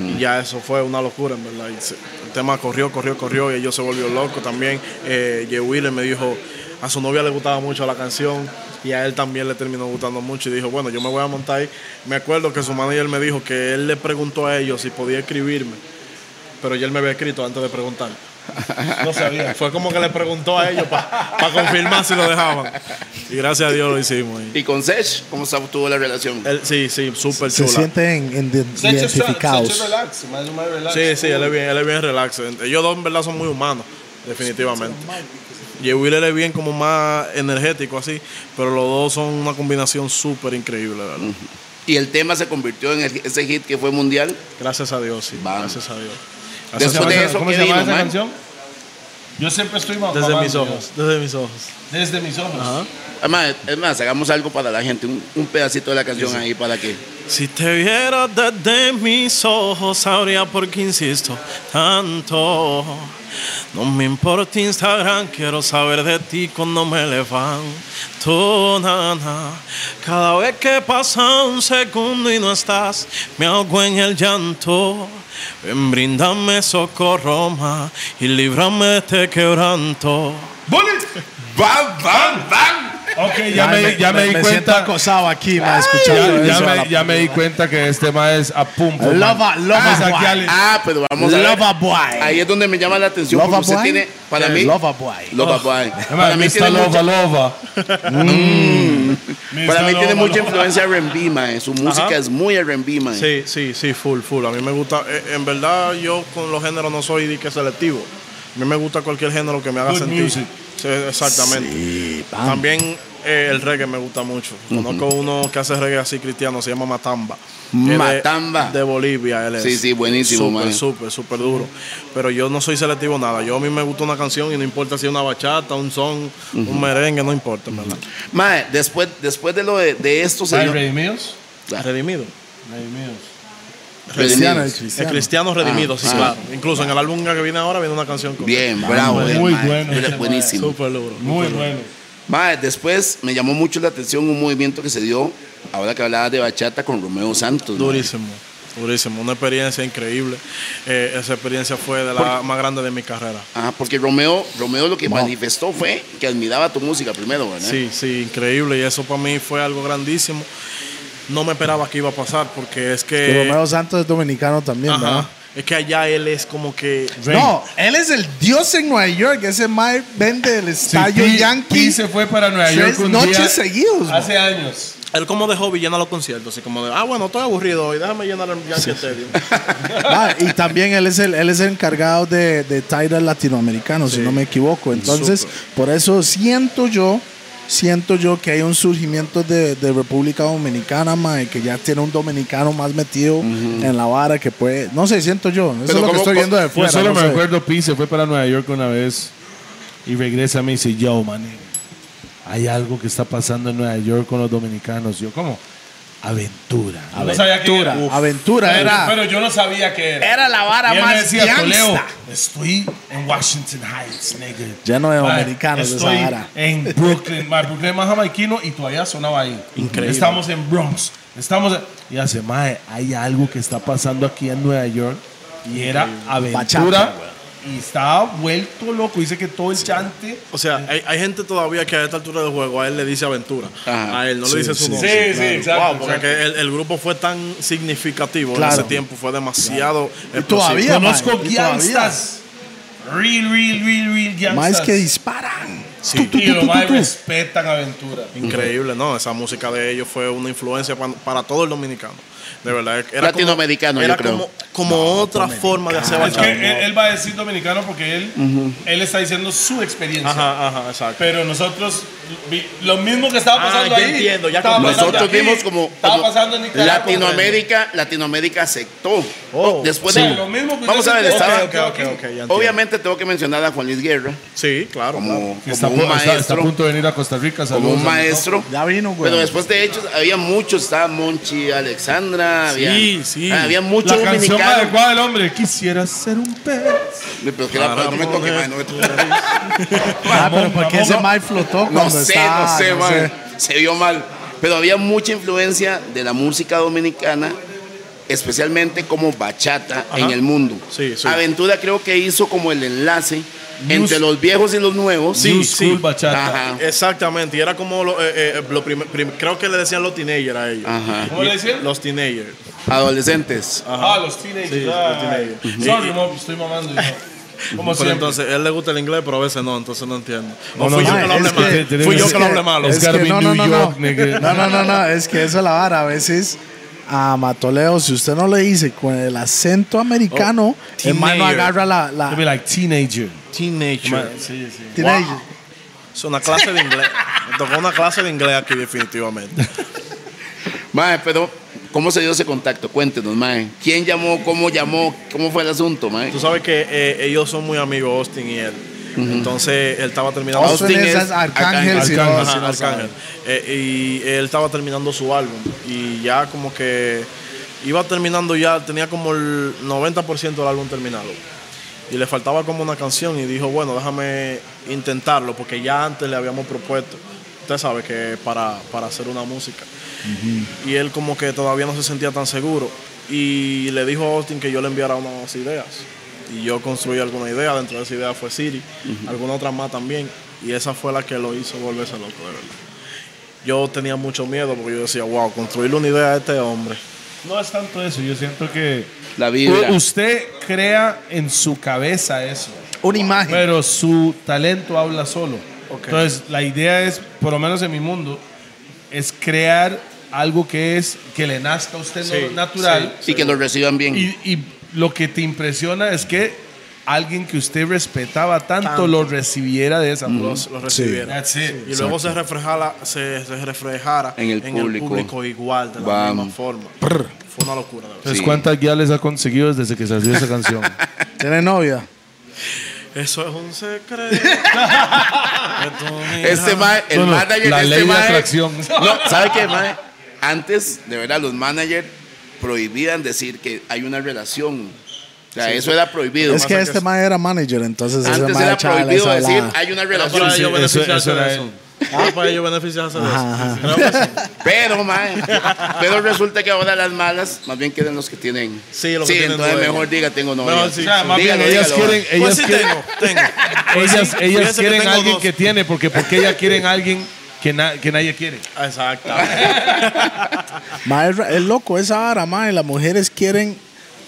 Speaker 2: Y ya eso fue una locura, en verdad. Y se- el tema corrió, corrió, corrió y ellos se volvió loco también. Eh, Jay Wheeler me dijo, a su novia le gustaba mucho la canción y a él también le terminó gustando mucho y dijo, bueno, yo me voy a montar ahí. Me acuerdo que su manager me dijo que él le preguntó a ellos si podía escribirme, pero ya él me había escrito antes de preguntar. No sabía. Fue como que le preguntó a ellos para confirmar si lo dejaban. Y gracias a Dios lo hicimos. Y
Speaker 4: ¿Y con Sesh? ¿Cómo estuvo la relación?
Speaker 1: Eh.
Speaker 2: él- sí, sí, súper
Speaker 1: Se
Speaker 2: chula.
Speaker 1: sienten en- en-
Speaker 3: Se echa- se echa
Speaker 1: identificados.
Speaker 3: relax, más o más relax.
Speaker 2: Sí, sí, él es bien, él es bien relax. Ellos dos en verdad son muy humanos, definitivamente. Y Wheeler es bien como más energético así, pero los dos son una combinación súper increíble, ¿verdad?
Speaker 4: Mm. Y el tema se convirtió en el- ese hit que fue mundial.
Speaker 2: Gracias a Dios, sí.
Speaker 4: Vamos.
Speaker 2: Gracias a Dios.
Speaker 3: ¿Cómo se
Speaker 4: Después
Speaker 3: llama
Speaker 4: de
Speaker 3: esa-
Speaker 4: eso,
Speaker 3: ¿Cómo
Speaker 4: ¿qué
Speaker 3: se llama
Speaker 4: vino,
Speaker 3: esa
Speaker 4: man?
Speaker 3: canción? Yo siempre estoy ma-
Speaker 2: Desde
Speaker 3: mamando,
Speaker 2: mis ojos, desde mis ojos.
Speaker 3: yo. Desde mis ojos.
Speaker 4: Es más, es más, hagamos algo para la gente, un, un pedacito de la canción ahí para que.
Speaker 2: Si te viera desde mis ojos, sabría por qué insisto tanto. No me importa Instagram, quiero saber de ti cuando me levanto, nana. Cada vez que pasa un segundo y no estás, me ahogo en el llanto. Ven, brindame socorro, ma, y líbrame de este quebranto.
Speaker 4: ¡Bam, bam, bam!
Speaker 3: Ok, ya
Speaker 1: Ay,
Speaker 3: me, ya me, di
Speaker 1: siento
Speaker 3: cuenta. Ah,
Speaker 1: acosado aquí, ma, escuchando
Speaker 3: Ya, ya
Speaker 1: eso.
Speaker 3: me, ya me di cuenta que este ma es a pum. pum,
Speaker 1: Lova,
Speaker 3: man.
Speaker 1: lova,
Speaker 3: Es aquí
Speaker 1: guay.
Speaker 3: al-
Speaker 4: Ah, pero vamos a ver.
Speaker 1: Lova boy.
Speaker 4: Ahí es donde me llama la atención.
Speaker 1: Lova
Speaker 4: porque usted
Speaker 1: Boy.
Speaker 4: tiene, para mí,
Speaker 1: Lova boy.
Speaker 3: Eh.
Speaker 4: Lova Boy.
Speaker 3: Ma,
Speaker 4: Para mí
Speaker 3: Mr.
Speaker 4: tiene
Speaker 3: Lova,
Speaker 4: mucha-
Speaker 3: lova. Mm.
Speaker 4: Para
Speaker 3: Mr.
Speaker 4: mí tiene
Speaker 3: Lova,
Speaker 4: mucha
Speaker 3: lova.
Speaker 4: influencia R&B, mae. Su música
Speaker 2: Ajá.
Speaker 4: es muy R&B, mae.
Speaker 2: Sí, sí, sí, full, full. A mí me gusta, eh, en verdad yo con los géneros no soy de que selectivo. A mí me gusta cualquier género que me haga
Speaker 3: Good
Speaker 2: sentir.
Speaker 3: music.
Speaker 2: Sí, exactamente. También eh, el reggae me gusta mucho. Conozco uno que hace reggae así cristiano, se llama Matamba. Él es
Speaker 4: Matamba.
Speaker 2: De, Bolivia, él es.
Speaker 4: Sí, sí, buenísimo, man.
Speaker 2: Súper, súper, súper duro. Pero yo no soy selectivo nada. Yo a mí me gusta una canción y no importa si es una bachata, un son, un merengue, no importa, en ¿verdad?
Speaker 4: Mae, después, después de lo de, de esto,
Speaker 3: Ay,
Speaker 4: señor.
Speaker 3: Redimidos.
Speaker 2: Redimido.
Speaker 3: Redimidos.
Speaker 1: Cristiano,
Speaker 4: Redimidos.
Speaker 2: El
Speaker 1: cristiano.
Speaker 2: cristiano redimido, sí,
Speaker 4: ah.
Speaker 2: claro. Incluso en el álbum que viene ahora viene una canción con
Speaker 4: Bien, bravo.
Speaker 3: Muy
Speaker 4: eh, mae.
Speaker 3: bueno
Speaker 4: Era
Speaker 3: ese, mae.
Speaker 4: Buenísimo.
Speaker 2: Súper duro.
Speaker 3: Muy bueno.
Speaker 4: Mae, después me llamó mucho la atención un movimiento que se dio, ahora que hablabas de bachata, con Romeo Santos. mae.
Speaker 2: Durísimo, durísimo. Una experiencia increíble. Eh, esa experiencia fue de la más grande de mi carrera.
Speaker 4: Ah, porque Romeo, Romeo lo que manifestó fue que admiraba tu música primero, ¿verdad?
Speaker 2: Sí, sí, increíble. Y eso para mí fue algo grandísimo. No me esperaba que iba a pasar porque es
Speaker 1: Y
Speaker 2: que.
Speaker 1: Romeo Santos es dominicano también,
Speaker 2: Ajá.
Speaker 1: ¿verdad?
Speaker 2: es que allá él es como que.
Speaker 1: No, él es el dios en Nueva York. Ese Mike vende el
Speaker 3: Sí,
Speaker 1: estadio
Speaker 3: P- P
Speaker 1: Yankee
Speaker 3: se fue para Nueva
Speaker 1: tres
Speaker 3: York un
Speaker 1: noches
Speaker 3: día
Speaker 1: seguidos. man.
Speaker 3: hace años.
Speaker 2: Él como de hobby llena los conciertos. Así como de, ah, bueno, estoy aburrido hoy, déjame llenar el Yankee Stadium.
Speaker 1: Ah, y también él es el, él es el encargado de, de Tidal latinoamericano, si no me equivoco. Entonces, por eso siento yo, siento yo que hay un surgimiento de, de República Dominicana, mae, que ya tiene un dominicano más metido en la vara que puede. No sé, siento yo. Eso
Speaker 4: Pero
Speaker 1: es lo que
Speaker 4: ¿cómo-
Speaker 1: estoy viendo de
Speaker 3: Yo
Speaker 1: fuera.
Speaker 3: solo
Speaker 1: no
Speaker 3: me
Speaker 1: sé.
Speaker 3: recuerdo Pi se fue para Nueva York una vez y regresa a mí y dice, yo, man. hay algo que está pasando en Nueva York con los dominicanos. Yo, ¿cómo? Aventura.
Speaker 5: No sabía quién era.
Speaker 3: Uf.
Speaker 1: Aventura era.
Speaker 5: Pero yo no sabía que era.
Speaker 4: Era la vara
Speaker 3: Y él me
Speaker 4: más
Speaker 3: decía, Toleo,
Speaker 4: gangsta.
Speaker 3: estoy en Washington Heights, nigga.
Speaker 1: Ya no es
Speaker 3: Mae,
Speaker 1: americano de esa
Speaker 3: estoy
Speaker 1: vara.
Speaker 3: en Brooklyn. mae, Brooklyn es más jamaiquino y todavía sonaba ahí. Increíble. Estamos en Bronx. Estamos en- Y hace, mae, hay algo que está pasando aquí en Nueva York. Y era aventura.
Speaker 1: Bachata,
Speaker 3: Y estaba vuelto loco. Dice que todo el chante...
Speaker 2: O sea, hay, hay gente todavía que a esta altura del juego a él le dice aventura.
Speaker 4: Ajá.
Speaker 2: A él no le dice su nombre.
Speaker 5: Sí, sí, exacto.
Speaker 2: Wow, porque que el, el grupo fue tan significativo
Speaker 1: Claro.
Speaker 2: en ese tiempo, fue demasiado. explosivo.
Speaker 1: todavía,
Speaker 3: Conozco
Speaker 1: mae, y todavía.
Speaker 3: gangsters. Real, real, real, real gangsters.
Speaker 1: Más que disparan.
Speaker 2: Sí.
Speaker 3: Y los más respetan aventura.
Speaker 2: Increíble, ¿no? Esa música de ellos fue una influencia pa- para, todo el dominicano. De verdad. Era
Speaker 4: Latinoamericano,
Speaker 2: como,
Speaker 4: yo
Speaker 2: era
Speaker 4: creo.
Speaker 2: Como, como otra forma de hacer
Speaker 3: Es que
Speaker 2: bachata.
Speaker 3: él, él va a decir dominicano porque él, él está diciendo su experiencia.
Speaker 2: Ajá, ajá, exacto.
Speaker 3: Pero nosotros, vi- lo mismo que estaba pasando
Speaker 2: Ah, ya
Speaker 3: ahí.
Speaker 2: entiendo, ya
Speaker 3: estaba
Speaker 2: comprendo.
Speaker 3: pasando
Speaker 4: Nosotros
Speaker 3: aquí,
Speaker 4: vimos como,
Speaker 3: Estaba
Speaker 4: como
Speaker 3: pasando en Nicaragua.
Speaker 4: Latinoamérica, Latinoamérica aceptó.
Speaker 2: Oh,
Speaker 4: Después
Speaker 3: Sí.
Speaker 4: de-
Speaker 3: Lo mismo que
Speaker 4: vamos a ver,
Speaker 3: ustedes
Speaker 4: estaba-
Speaker 3: dicen.
Speaker 2: Ok, ok, ok, ya entiendo.
Speaker 4: obviamente tengo que mencionar a Juan Luis Guerra
Speaker 2: Sí, claro.
Speaker 4: como,
Speaker 3: Que Está,
Speaker 4: como un
Speaker 3: pu- está- está a
Speaker 4: maestro,
Speaker 3: punto de venir a Costa Rica.
Speaker 4: como
Speaker 3: saludos
Speaker 4: un
Speaker 3: a-
Speaker 4: maestro.
Speaker 1: Ya vino, güey. Ah,
Speaker 4: Pero después de hecho había muchos, estaba Monchi, Alexandra, había,
Speaker 2: Sí, sí.
Speaker 4: había
Speaker 3: La
Speaker 4: muchos
Speaker 3: canción más
Speaker 4: dominicanos.
Speaker 3: adecuada del hombre. Quisiera ser un pez.
Speaker 4: Pero que la- no me toque, man, no me toque.
Speaker 1: Ah, pero ¿por qué
Speaker 3: Ramón,
Speaker 1: ese
Speaker 3: no-
Speaker 1: Mike flotó
Speaker 4: No
Speaker 1: cuando
Speaker 4: sé,
Speaker 1: estaba?
Speaker 4: no sé,
Speaker 1: No
Speaker 4: man.
Speaker 1: sé.
Speaker 4: Se vio mal. Pero había mucha influencia de la música dominicana, especialmente como bachata en el mundo.
Speaker 2: Sí, sí.
Speaker 4: Aventura creo que hizo como el enlace entre los viejos y los nuevos.
Speaker 2: Sí,
Speaker 3: New
Speaker 2: sí.
Speaker 3: School Bachata.
Speaker 4: Ajá.
Speaker 2: Exactamente, y era como lo, eh, eh, lo prim- prim- creo que le decían los teenagers a ellos.
Speaker 4: Ajá.
Speaker 3: ¿Cómo le decían?
Speaker 2: Los teenagers.
Speaker 4: Adolescentes.
Speaker 3: Ah, los teenagers.
Speaker 2: Sí, los
Speaker 3: ay.
Speaker 2: teenagers.
Speaker 3: Sorry,
Speaker 2: Y-
Speaker 3: no, estoy mamando. yo. Como
Speaker 2: Pero
Speaker 3: siempre.
Speaker 2: entonces, él le gusta el inglés, pero a veces no, entonces no entiendo. O
Speaker 3: No,
Speaker 2: fui
Speaker 3: no, no,
Speaker 2: yo que lo
Speaker 1: es
Speaker 2: hablé
Speaker 1: que-
Speaker 2: mal.
Speaker 3: es
Speaker 2: Fui yo
Speaker 1: Es
Speaker 2: que lo hablé malo.
Speaker 1: Es que
Speaker 3: Garvey,
Speaker 1: no, no,
Speaker 3: New
Speaker 1: no,
Speaker 3: York,
Speaker 1: no.
Speaker 3: nigga.
Speaker 1: No, no, no, no, es que eso es la vara. A veces a Matoleo, si usted no le dice con el acento americano, el man no
Speaker 2: teenager.
Speaker 1: agarra la. la
Speaker 3: Be like teenager.
Speaker 2: Teenager.
Speaker 3: Sí, sí.
Speaker 1: teenager.
Speaker 2: Es una clase de inglés. Me tocó una clase de inglés aquí, definitivamente.
Speaker 4: Mae, pero ¿cómo se dio ese contacto? Cuéntenos, mae. ¿Quién llamó? ¿Cómo llamó? ¿Cómo fue el asunto, mae?
Speaker 2: Tú sabes que eh, ellos son muy amigos, Austin y él. Entonces, él estaba terminando.
Speaker 1: Austin
Speaker 4: Austin
Speaker 1: es
Speaker 4: es
Speaker 1: Arcángel,
Speaker 4: Arcángel,
Speaker 1: si no-
Speaker 2: Arcángel,
Speaker 1: si
Speaker 2: ajá,
Speaker 1: no
Speaker 2: Arcángel.
Speaker 1: sabe.
Speaker 2: Eh, y él estaba terminando su álbum y ya como que iba terminando ya, tenía como el 90% del álbum terminado. Y le faltaba como una canción y dijo, bueno, déjame intentarlo porque ya antes le habíamos propuesto. Usted sabe que para, para hacer una música. Y él como que todavía no se sentía tan seguro. Y le dijo a Austin que yo le enviara unas ideas. Y yo construí alguna idea, dentro de esa idea fue Siri, alguna otra más también. Y esa fue la que lo hizo volverse loco, de verdad. Yo tenía mucho miedo porque yo decía, wow, construirle una idea a este hombre.
Speaker 3: No es tanto eso. Yo siento que
Speaker 4: La vibra.
Speaker 3: u- usted crea en su cabeza eso,
Speaker 1: Una imagen.
Speaker 3: pero su talento habla solo.
Speaker 2: Ok.
Speaker 3: Entonces, la idea es, por lo menos en mi mundo, es crear algo que es que le nazca a usted
Speaker 2: Sí,
Speaker 3: no- natural
Speaker 4: y que lo reciban bien.
Speaker 3: y, y lo que te impresiona es que alguien que usted respetaba tanto, lo recibiera de esa forma.
Speaker 2: Los, los recibiera.
Speaker 3: That's it.
Speaker 2: Y luego se reflejara, se, se reflejara
Speaker 4: En el público.
Speaker 2: igual, de la
Speaker 4: Bam.
Speaker 2: misma forma. Fue una locura, de verdad.
Speaker 3: Entonces,
Speaker 4: Sí.
Speaker 3: pues, ¿cuántas guiales ha conseguido desde que salió esa canción?
Speaker 1: Tiene novia.
Speaker 2: Eso es un secreto.
Speaker 4: Este mae, el
Speaker 3: No, no,
Speaker 4: manager
Speaker 3: la
Speaker 4: de este
Speaker 3: ley de
Speaker 4: mae-
Speaker 3: atracción.
Speaker 4: No, ¿sabe qué, mae? Antes, de verdad, los managers prohibían decir que hay una relación. O sea, eso era prohibido.
Speaker 1: Es que este man era manager, entonces ese
Speaker 4: Antes
Speaker 1: man
Speaker 4: era
Speaker 1: echaba la-
Speaker 4: prohibido
Speaker 1: esa
Speaker 4: decir
Speaker 1: velada.
Speaker 4: hay una
Speaker 2: Era
Speaker 4: relación.
Speaker 2: para ellos
Speaker 3: eso-
Speaker 2: beneficiarse
Speaker 3: eso era
Speaker 2: de eso.
Speaker 3: él.
Speaker 2: Era para ellos beneficiarse de
Speaker 1: Ajá,
Speaker 2: eso. Creo que sí.
Speaker 4: Pero, mae, pero resulta que ahora las malas más bien quieren los que tienen.
Speaker 2: Sí, los que tienen
Speaker 4: entonces
Speaker 2: dueño.
Speaker 4: mejor diga tengo novia.
Speaker 2: Mejor sí. O sea,
Speaker 3: más bien,
Speaker 4: Dígalo,
Speaker 3: ellas
Speaker 4: dígalo.
Speaker 3: quieren-
Speaker 2: Pues
Speaker 3: ellas
Speaker 2: sí,
Speaker 3: quieren-
Speaker 2: tengo, tengo.
Speaker 3: ellas ellas
Speaker 2: Fíjese que
Speaker 3: quieren
Speaker 2: tengo
Speaker 3: a alguien
Speaker 2: dos.
Speaker 3: que tiene, porque porque ellas quieren a alguien que, na- que nadie quiere.
Speaker 2: Exacto.
Speaker 1: Ma, es, ra- es loco esa vara, ma. y Las mujeres quieren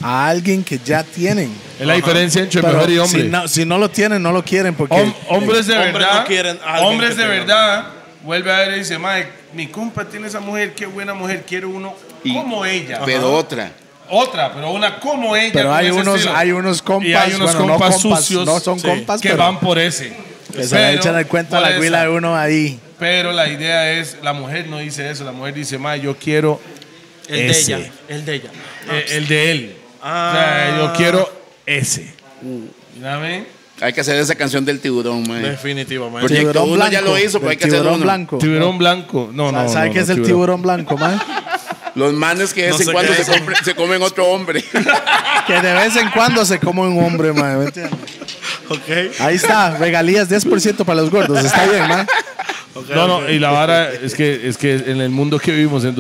Speaker 1: a alguien que ya tienen.
Speaker 3: Es la diferencia entre
Speaker 1: Pero
Speaker 3: mujer y hombre.
Speaker 1: Si, no, si no lo tienen, no lo quieren porque.
Speaker 3: Hom- hombres de
Speaker 2: Hombres no
Speaker 3: verdad,
Speaker 2: quieren a alguien
Speaker 3: hombres
Speaker 2: que
Speaker 3: de
Speaker 2: tenga-
Speaker 3: verdad, vuelve a ver y dice, "Mae, mi compa tiene esa mujer, qué buena mujer, quiero uno
Speaker 4: Y-
Speaker 3: como ella."
Speaker 4: Pero
Speaker 3: Ajá.
Speaker 4: otra.
Speaker 3: otra, pero una como ella.
Speaker 1: eh, Pero
Speaker 3: con
Speaker 1: hay
Speaker 3: ese
Speaker 1: unos,
Speaker 3: estilo.
Speaker 1: hay unos compas,
Speaker 3: Y hay unos
Speaker 1: bueno, no
Speaker 3: compas,
Speaker 1: compas,
Speaker 3: sucios
Speaker 1: no son
Speaker 2: sí,
Speaker 1: compas,
Speaker 3: que
Speaker 1: pero
Speaker 3: van por ese.
Speaker 1: que se le
Speaker 3: Pero
Speaker 1: echan el cuento a
Speaker 3: por
Speaker 1: la huila
Speaker 3: esa.
Speaker 1: de uno ahí.
Speaker 3: Pero la idea es, la mujer no dice eso, la mujer dice, "Mae, yo quiero
Speaker 2: El
Speaker 3: Ese. Ah,
Speaker 2: de ella. El de ella.
Speaker 1: pues
Speaker 3: eh, el de él."
Speaker 2: Ah.
Speaker 3: O sea, yo quiero ese. ¿Ya ven?
Speaker 4: hay que hacer esa canción del tiburón, mae.
Speaker 2: eh, Definitivamente.
Speaker 4: Proyecto
Speaker 1: Tiburón
Speaker 4: uno ya lo
Speaker 1: blanco,
Speaker 4: hizo, pero
Speaker 3: pues
Speaker 1: del
Speaker 4: hay que hacer
Speaker 1: tiburón
Speaker 4: uno.
Speaker 1: blanco.
Speaker 3: Tiburón blanco. No, no.
Speaker 1: ¿Sabes
Speaker 3: no,
Speaker 1: qué
Speaker 3: no,
Speaker 1: es el tiburón blanco, man?
Speaker 4: Los manes que de
Speaker 2: No
Speaker 4: vez
Speaker 2: sé
Speaker 4: en cuando
Speaker 2: qué
Speaker 4: se,
Speaker 2: es.
Speaker 4: compre- se comen otro hombre.
Speaker 1: Que de vez en cuando se come un hombre, man. ¿me entiendes?
Speaker 2: Ok,
Speaker 1: Ahí está, regalías 10% para los gordos. Está bien, man.
Speaker 2: ok,
Speaker 3: No, no,
Speaker 2: ok.
Speaker 3: y la vara es que, es que en el mundo que vivimos en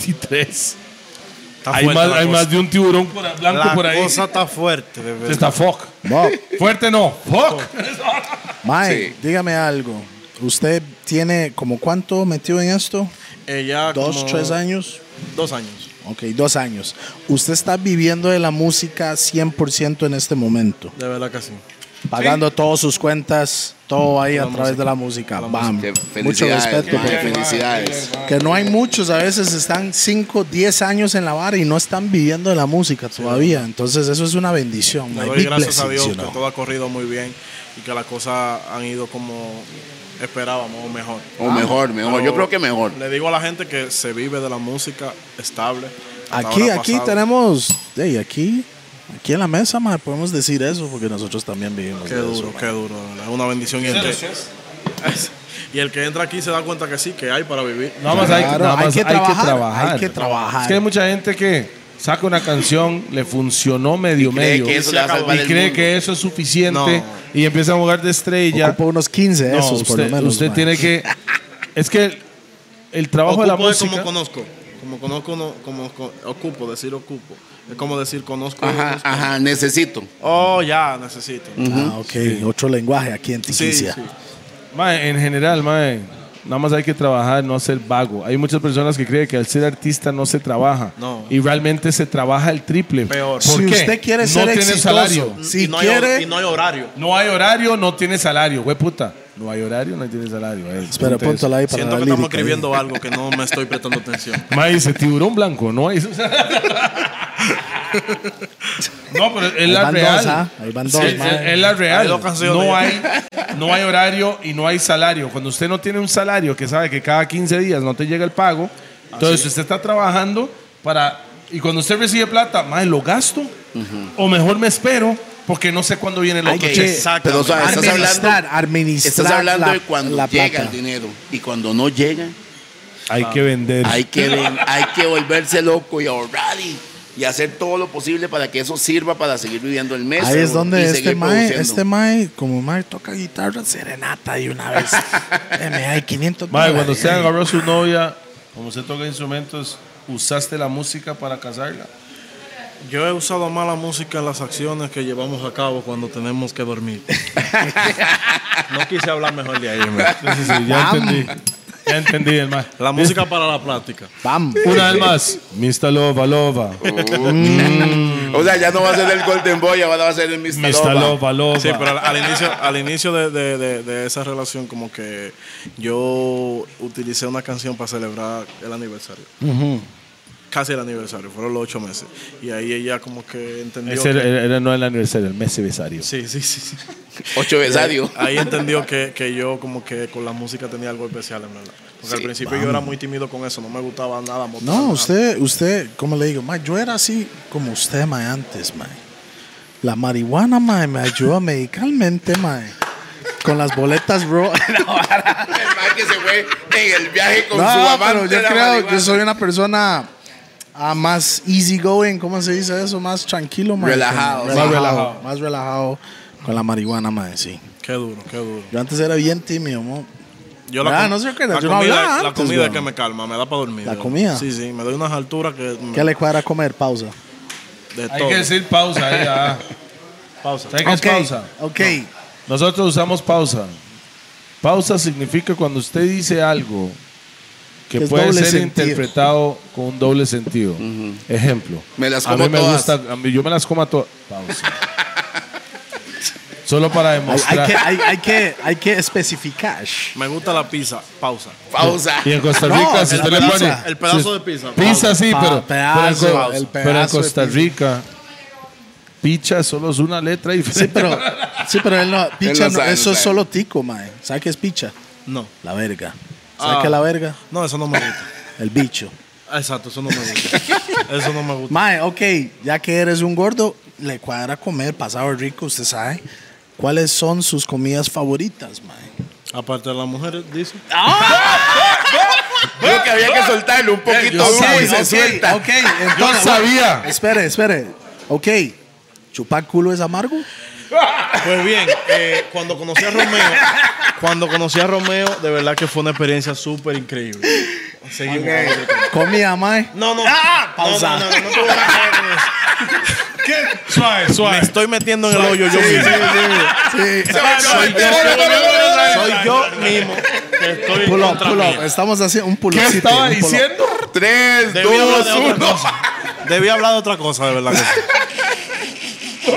Speaker 3: 2023
Speaker 2: Está
Speaker 3: hay,
Speaker 2: fuerte
Speaker 3: más,
Speaker 2: la
Speaker 3: hay
Speaker 2: cosa.
Speaker 3: más de un tiburón por- blanco
Speaker 2: La
Speaker 3: por ahí.
Speaker 2: cosa está fuerte, bebé.
Speaker 3: Está fuck.
Speaker 1: No,
Speaker 3: Fuerte no, fuck.
Speaker 1: Mike,
Speaker 4: Sí.
Speaker 1: dígame algo. ¿Usted tiene como cuánto metido en esto?
Speaker 2: Eh, ya
Speaker 1: ¿Dos,
Speaker 2: como-
Speaker 1: tres años?
Speaker 2: Dos años.
Speaker 1: Ok, dos años. ¿Usted está viviendo de la música 100% en este momento?
Speaker 2: De verdad que sí.
Speaker 1: Pagando todas sus cuentas, todo ahí a través de la música. Bam.
Speaker 4: Qué
Speaker 1: Mucho
Speaker 4: felicidades,
Speaker 1: respeto.
Speaker 4: mae,
Speaker 1: porque
Speaker 4: felicidades.
Speaker 1: Que no hay muchos, a veces están 5, 10 años en la vara y no están viviendo de la música todavía. Entonces eso es una bendición.
Speaker 2: Le
Speaker 1: my
Speaker 2: doy
Speaker 1: big
Speaker 2: gracias a
Speaker 1: blessings,
Speaker 2: Dios
Speaker 1: you
Speaker 2: que
Speaker 1: know.
Speaker 2: todo ha corrido muy bien y que las cosas han ido como esperábamos o mejor.
Speaker 4: O mejor, mejor. Yo creo que mejor.
Speaker 2: Le digo a la gente que se vive de la música estable. Hasta
Speaker 1: Aquí,
Speaker 2: ahora
Speaker 1: aquí
Speaker 2: pasado.
Speaker 1: tenemos, hey, aquí, aquí en la mesa, mae, podemos decir eso porque nosotros también vivimos
Speaker 2: Qué
Speaker 1: de
Speaker 2: duro,
Speaker 1: eso.
Speaker 2: qué duro. de verdad. Es una bendición. Y el, que, y el que entra aquí se da cuenta que sí, que hay para vivir.
Speaker 3: Nada más, hay,
Speaker 1: Claro,
Speaker 3: nada
Speaker 1: hay
Speaker 3: más
Speaker 1: que
Speaker 3: hay que
Speaker 1: trabajar,
Speaker 3: trabajar.
Speaker 1: hay que trabajar.
Speaker 3: Es que hay mucha gente que saca una canción, le funcionó medio
Speaker 4: cree
Speaker 3: medio
Speaker 4: que eso le va a
Speaker 3: y
Speaker 4: salvar el
Speaker 3: cree
Speaker 4: mundo.
Speaker 3: que eso es suficiente
Speaker 2: No.
Speaker 3: y empieza a jugar de estrella.
Speaker 1: Ocupa unos 15 de
Speaker 3: No,
Speaker 1: esos,
Speaker 3: usted,
Speaker 1: por lo menos.
Speaker 3: usted
Speaker 1: mae.
Speaker 3: tiene que. Es que el, el trabajo
Speaker 2: Ocupo
Speaker 3: de la
Speaker 2: es como
Speaker 3: música.
Speaker 2: conozco. Como conozco, no- como, co- ocupo, decir ocupo. Es como decir conozco.
Speaker 4: Ajá,
Speaker 2: conozco.
Speaker 4: ajá, necesito.
Speaker 2: Oh, ya, necesito.
Speaker 1: Ah, ok, otro lenguaje aquí en
Speaker 2: Sí,
Speaker 1: Tiquicia.
Speaker 2: sí.
Speaker 3: Mae, en general, mae, nada más hay que trabajar, no ser vago. Hay muchas personas que creen que al ser artista no se trabaja.
Speaker 2: No.
Speaker 3: Y realmente se trabaja el triple.
Speaker 2: Peor.
Speaker 3: ¿Por
Speaker 1: Si
Speaker 3: qué?
Speaker 1: usted quiere
Speaker 3: no
Speaker 1: ser
Speaker 3: tiene
Speaker 1: exitoso.
Speaker 3: salario.
Speaker 1: Si
Speaker 2: y, no
Speaker 1: quiere-
Speaker 2: hay, hor- y no hay horario.
Speaker 3: No hay horario, no tiene salario, güey puta. No hay horario, no tiene salario. eh,
Speaker 1: Espera,
Speaker 3: ponte eso.
Speaker 1: póntala ahí para
Speaker 2: Siento
Speaker 1: la eh.
Speaker 2: que estamos
Speaker 1: lírica ahí.
Speaker 2: escribiendo algo que no me estoy prestando atención.
Speaker 3: Mae dice tiburón blanco, no hay. no, pero es
Speaker 1: Ahí
Speaker 3: la
Speaker 1: van
Speaker 3: real.
Speaker 1: dos, ¿ah? Ahí van dos,
Speaker 3: Sí, es,
Speaker 1: mae.
Speaker 3: es la real.
Speaker 2: Hay dos canciones
Speaker 3: No
Speaker 2: ya.
Speaker 3: hay, no hay horario y no hay salario. Cuando usted no tiene un salario que sabe que cada 15 días no te llega el pago, entonces usted está trabajando para. Y cuando usted recibe plata, mae, lo gasto. O mejor me espero porque no sé cuándo viene el
Speaker 1: Hay
Speaker 3: otro
Speaker 1: que-
Speaker 3: cheque.
Speaker 4: Pero, o sea, estás hablando,
Speaker 1: Administrar, administrar
Speaker 4: estás hablando
Speaker 1: la-
Speaker 4: de cuando
Speaker 1: la
Speaker 4: llega
Speaker 1: plata.
Speaker 4: el dinero. Y cuando no llega,
Speaker 3: Hay que vender.
Speaker 4: hay que, ven- hay que volverse loco y ahorrar y, y hacer todo lo posible para que eso sirva para seguir viviendo el mes.
Speaker 1: Ahí es
Speaker 4: y
Speaker 1: donde
Speaker 4: seguir
Speaker 1: este mae,
Speaker 4: produciendo.
Speaker 1: este mae, como mae toca guitarra, serenata y una vez. me hay 500
Speaker 3: Mae,
Speaker 1: dólares.
Speaker 3: cuando usted agarró a su novia, como usted toca instrumentos, ¿usaste la música para casarla?
Speaker 2: Yo he usado más la música en las acciones que llevamos a cabo cuando tenemos que dormir. no quise hablar mejor de ahí. man.
Speaker 3: Sí, sí, sí, ya entendí. Ya entendí, el mae.
Speaker 2: La música para la práctica.
Speaker 1: Bam.
Speaker 3: Una vez más, Mista Lova Lova.
Speaker 4: O sea, ya no va a ser el Golden Boy, ahora va a ser el Mr. Loba.
Speaker 3: Mista Lova Lova.
Speaker 2: Sí, pero al, al inicio, al inicio de, de- de- de esa relación, como que yo utilicé una canción para celebrar el aniversario. Casi el aniversario, fueron los ocho meses. Y ahí ella como que entendió.
Speaker 3: Ese
Speaker 2: que-
Speaker 3: era, era- no el aniversario, el mes besario.
Speaker 2: sí, sí, sí. sí.
Speaker 4: Ocho besario.
Speaker 2: Ahí entendió que, que yo como que con la música tenía algo especial, en verdad. Porque al
Speaker 4: Sí,
Speaker 2: principio yo era muy tímido con eso, no me gustaba nada. montar
Speaker 1: No,
Speaker 2: nada.
Speaker 1: usted, usted, ¿cómo le digo? Mae, yo era así como usted, mae, antes, mae. La marihuana, mae, me ayuda medicalmente, mae. Con las boletas rojas.
Speaker 4: El mae que se fue en el viaje con su
Speaker 1: No,
Speaker 4: amante.
Speaker 1: pero yo
Speaker 4: era
Speaker 1: creo,
Speaker 4: marihuana.
Speaker 1: yo soy una persona ah, más easy going, ¿cómo se dice eso? Más tranquilo, mae.
Speaker 4: Relajado.
Speaker 1: Más
Speaker 4: Más
Speaker 1: relajado. Más relajado con la marihuana, mae, sí.
Speaker 2: Qué duro, qué duro.
Speaker 1: Yo antes era bien tímido, mo.
Speaker 2: Yo
Speaker 1: Ah,
Speaker 2: com-
Speaker 1: no se acuerda,
Speaker 2: la
Speaker 1: yo no
Speaker 2: comida,
Speaker 1: hablaba
Speaker 2: la
Speaker 1: antes,
Speaker 2: comida es
Speaker 1: weón.
Speaker 2: que me calma, me da para dormir.
Speaker 1: ¿La
Speaker 2: weón.
Speaker 1: comida?
Speaker 2: Sí, sí, me doy unas alturas que me-
Speaker 1: ¿Qué le cuadra comer? Pausa.
Speaker 2: de
Speaker 3: Hay
Speaker 2: todo.
Speaker 3: que decir pausa ahí, ah.
Speaker 2: Pausa.
Speaker 3: ¿Sabe qué es pausa?
Speaker 1: ok.
Speaker 3: Nosotros usamos pausa. Pausa significa cuando usted dice algo que
Speaker 1: Que es
Speaker 3: puede
Speaker 1: doble
Speaker 3: ser
Speaker 1: sentido.
Speaker 3: interpretado con un doble sentido. Ejemplo.
Speaker 4: Me las
Speaker 3: a
Speaker 4: como
Speaker 3: mí me
Speaker 4: todas.
Speaker 3: gusta, a mí- yo me las como a todas. Pausa. Solo para
Speaker 1: Hay, hay
Speaker 3: demostrar.
Speaker 1: que, hay, hay que, hay que especificar.
Speaker 2: Me gusta la pizza, pausa.
Speaker 4: Pausa.
Speaker 3: Y en Costa
Speaker 1: No,
Speaker 3: Rica, si
Speaker 1: el
Speaker 3: usted le
Speaker 1: pedazo-
Speaker 3: pone.
Speaker 2: el pedazo
Speaker 3: si-
Speaker 2: de pizza,
Speaker 3: Pizza sí,
Speaker 1: Pa-
Speaker 3: pero.
Speaker 1: pedazo,
Speaker 3: pero, en,
Speaker 1: el
Speaker 3: pero en
Speaker 1: pedazo de
Speaker 3: Costa
Speaker 1: pizza.
Speaker 3: Rica, picha solo es una letra diferente.
Speaker 1: Sí, pero, sí, pero él no, picha,
Speaker 4: Él no
Speaker 1: no-
Speaker 4: sabe, no
Speaker 1: eso es
Speaker 4: sabe.
Speaker 1: solo tico, mae. ¿Sabe qué es picha?
Speaker 2: No,
Speaker 1: La verga. ¿Sabe
Speaker 2: Ah.
Speaker 1: qué es la verga?
Speaker 2: no, eso no me gusta.
Speaker 1: El bicho.
Speaker 2: Exacto, eso no me gusta. Eso no me gusta.
Speaker 1: Mae, ok, ya que eres un gordo, le cuadra comer pasado rico, usted sabe. ¿Cuáles son sus comidas favoritas, mae?
Speaker 2: Aparte de las mujeres, dice.
Speaker 4: Creo que había que soltarlo un poquito
Speaker 1: Ok,
Speaker 4: duro y se
Speaker 1: ok,
Speaker 4: suelta.
Speaker 1: ok, entonces-
Speaker 3: Yo sabía.
Speaker 1: Espere, espere. Ok. ¿Chupar culo es amargo?
Speaker 2: Pues bien, eh, cuando conocí a Romeo, cuando conocí a Romeo, de verdad que fue una experiencia súper increíble. Seguimos. vamos a ver.
Speaker 1: Comida, mae.
Speaker 2: No, no.
Speaker 1: Pausa.
Speaker 2: No, no, no, no, no tuvo nada que ver con eso.
Speaker 3: Suave,
Speaker 2: Me
Speaker 3: suave.
Speaker 2: estoy metiendo en el hoyo yo
Speaker 1: Sí,
Speaker 2: mismo.
Speaker 1: sí, sí.
Speaker 2: Soy yo, soy yo mismo. que Estoy
Speaker 1: Pull up,
Speaker 2: contra
Speaker 1: pull
Speaker 2: mí.
Speaker 1: up. Estamos haciendo un pull
Speaker 3: ¿Qué
Speaker 1: upcito,
Speaker 3: estaba
Speaker 1: un pull up.
Speaker 3: diciendo?
Speaker 4: Tres,
Speaker 2: Debí hablar
Speaker 4: dos,
Speaker 2: de otra
Speaker 4: uno.
Speaker 2: cosa. Debí hablar de otra cosa, de verdad. que sí.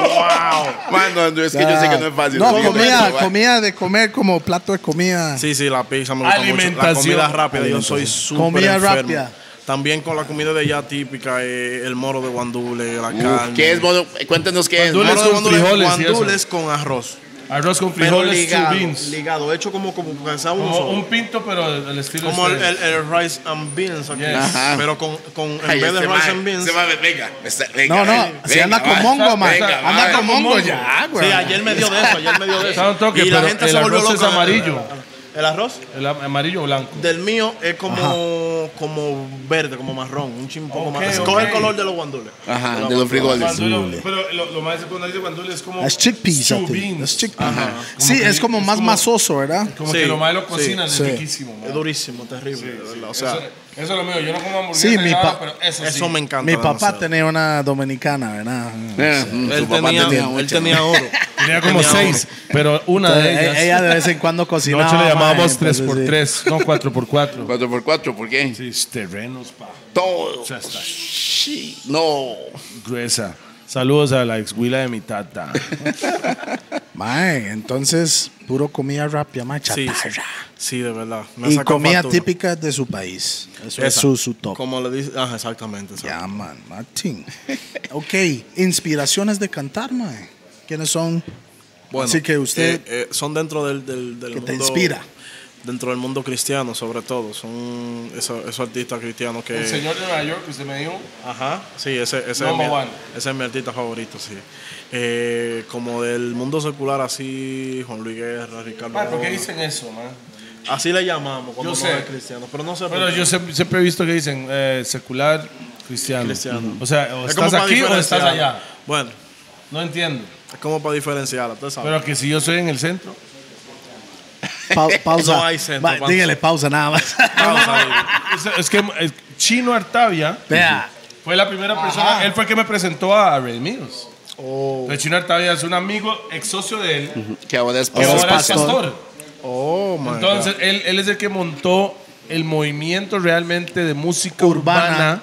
Speaker 4: Mano, Andrew, es que yo sé que no es fácil.
Speaker 1: No,
Speaker 4: Sigue
Speaker 1: comida,
Speaker 4: tratando, va.
Speaker 1: comida de comer como plato de comida.
Speaker 2: Sí, sí, la pizza me gusta mucho. La
Speaker 3: Alimentación.
Speaker 2: comida rápida, yo soy súper
Speaker 1: Comida
Speaker 2: enfermo.
Speaker 1: rápida.
Speaker 2: También con la comida de allá típica, eh, el moro de guandule, la carne.
Speaker 4: Uf, ¿Qué es mono? Cuéntenos qué es.
Speaker 2: El moro
Speaker 3: Guandules
Speaker 2: de
Speaker 3: con
Speaker 2: guandule,
Speaker 3: frijoles y eso.
Speaker 2: guandules con arroz.
Speaker 3: Arroz con
Speaker 2: Pero
Speaker 3: frijoles, two
Speaker 2: ligado,
Speaker 3: beans.
Speaker 2: ligado, hecho como, como que sea uno
Speaker 3: Como
Speaker 2: solo.
Speaker 3: un pinto, pero del estilo este,
Speaker 2: Como el,
Speaker 3: ustedes.
Speaker 2: el- el rice and beans aquí.
Speaker 3: Yes.
Speaker 4: Ajá.
Speaker 2: Pero con, con en
Speaker 4: Ay,
Speaker 2: vez de
Speaker 4: este
Speaker 2: rice
Speaker 4: mae,
Speaker 2: and beans.
Speaker 4: este mae, venga, está- venga,
Speaker 1: No, no,
Speaker 4: ven,
Speaker 1: si
Speaker 4: venga,
Speaker 1: anda
Speaker 4: va.
Speaker 1: con mongo, mae.
Speaker 4: Venga,
Speaker 1: Anda
Speaker 4: va.
Speaker 1: con mongo ya, güey.
Speaker 2: Sí, ayer me dio de eso, ayer me dio de
Speaker 3: Está
Speaker 2: eso.
Speaker 3: un toque,
Speaker 2: y la
Speaker 3: pero
Speaker 2: gente
Speaker 3: el
Speaker 2: se volvió
Speaker 3: arroz es
Speaker 2: loca.
Speaker 3: amarillo.
Speaker 2: El arroz
Speaker 3: El am- amarillo o blanco.
Speaker 2: del mío es como, como verde, como marrón, un chimpón
Speaker 3: Ok,
Speaker 2: marrón.
Speaker 3: ok.
Speaker 2: Coge el color de los guandules.
Speaker 4: Ajá, de los frijoles.
Speaker 3: Guandulo, pero lo, lo más cuando dice guandule es como.
Speaker 1: Las chickpeas,
Speaker 3: stew
Speaker 1: I think.
Speaker 3: beans.
Speaker 1: Las chickpeas.
Speaker 3: Ajá.
Speaker 1: Sí,
Speaker 3: Como
Speaker 1: es como
Speaker 3: que-
Speaker 1: más
Speaker 3: como-
Speaker 1: masoso, ¿verdad?
Speaker 3: Como
Speaker 2: Sí,
Speaker 3: que lo más lo
Speaker 2: sí,
Speaker 3: cocinan, es
Speaker 1: sí.
Speaker 3: riquísimo. man.
Speaker 2: Es durísimo, terrible. de verdad, O sea,
Speaker 3: eso, eso es lo mío. Yo no como hamburguesa,
Speaker 1: Sí,
Speaker 3: ni
Speaker 1: mi
Speaker 3: nada,
Speaker 1: pa-
Speaker 3: pero eso,
Speaker 2: eso
Speaker 3: sí.
Speaker 2: me encanta.
Speaker 1: Mi papá
Speaker 2: demasiado.
Speaker 1: tenía una dominicana, ¿verdad?
Speaker 4: Eh, mm, su
Speaker 2: Él
Speaker 4: papá
Speaker 2: tenía, él
Speaker 4: mucha.
Speaker 2: tenía oro.
Speaker 3: Tenía como
Speaker 2: Tenía
Speaker 3: seis, pero una
Speaker 1: Entonces,
Speaker 3: de
Speaker 1: e-
Speaker 3: ellas.
Speaker 1: ella de vez en cuando cocinaba.
Speaker 3: Noche le llamábamos
Speaker 1: mae, entonces,
Speaker 3: 3x3, no 4x4.
Speaker 4: Cuatro por cuatro, ¿por qué?
Speaker 3: Terrenos, pa.
Speaker 4: Todo.
Speaker 3: Chasta.
Speaker 4: Sí. No.
Speaker 3: Gruesa. Saludos a la exhuila de mi tata.
Speaker 1: sí. Mae, entonces, puro comida rápida, mae,
Speaker 2: Sí,
Speaker 1: chatarra.
Speaker 2: sí, sí, de verdad. Me
Speaker 1: Y
Speaker 2: sacan
Speaker 1: comida
Speaker 2: factura.
Speaker 1: típica de su país. Eso es
Speaker 2: Esa.
Speaker 1: su, su top.
Speaker 2: Como le dice, ajá, exactamente. exacto.
Speaker 1: Ya, man, Martín. ok, inspiraciones de cantar, mae. ¿Quiénes son?
Speaker 2: Bueno,
Speaker 1: Así que usted-
Speaker 2: eh, eh, son dentro del, del, del
Speaker 1: Que
Speaker 2: mundo.
Speaker 1: te inspira.
Speaker 2: Dentro del mundo cristiano, sobre todo. Son esos, esos artistas cristianos que.
Speaker 3: El señor de Nueva York, que usted me dijo.
Speaker 2: Ajá, sí, ese, ese, es, mi,
Speaker 3: Number one.
Speaker 2: ese es mi artista favorito, sí. Eh, como del mundo secular, así, Juan Luis Guerra, Ricardo.
Speaker 3: Man, ¿por qué
Speaker 2: Arjona.
Speaker 3: dicen eso, man?
Speaker 2: Así le llamamos cuando
Speaker 3: Yo
Speaker 2: no
Speaker 3: sé.
Speaker 2: es cristiano, pero no sé por
Speaker 3: Bueno,
Speaker 2: qué.
Speaker 3: yo siempre, siempre he visto que dicen eh, secular, cristiano.
Speaker 2: Cristiano.
Speaker 3: O sea, o
Speaker 2: Es como
Speaker 3: estás
Speaker 2: para
Speaker 3: aquí o estás
Speaker 2: diferenciar.
Speaker 3: allá.
Speaker 2: Bueno,
Speaker 3: No entiendo.
Speaker 2: es como para diferenciar, usted sabe.
Speaker 3: Pero que si yo soy en el centro.
Speaker 1: Pa- pausa.
Speaker 2: No hay centro,
Speaker 1: Ma-
Speaker 2: pausa.
Speaker 1: dígale pausa nada más.
Speaker 2: Vamos a ver.
Speaker 3: Es, es que eh, Chino Artavia
Speaker 1: Vea.
Speaker 3: fue la primera persona. Él fue el que me presentó a Red Mills.
Speaker 2: Oh,
Speaker 3: Pero Chino Artavia es un amigo, ex socio de él,
Speaker 4: Que ahora es
Speaker 3: que
Speaker 1: Ahora
Speaker 4: pastor.
Speaker 3: ahora es
Speaker 1: pastor.
Speaker 3: pastor.
Speaker 2: oh, my
Speaker 3: Entonces, él, él es el que montó el movimiento realmente de música urbana,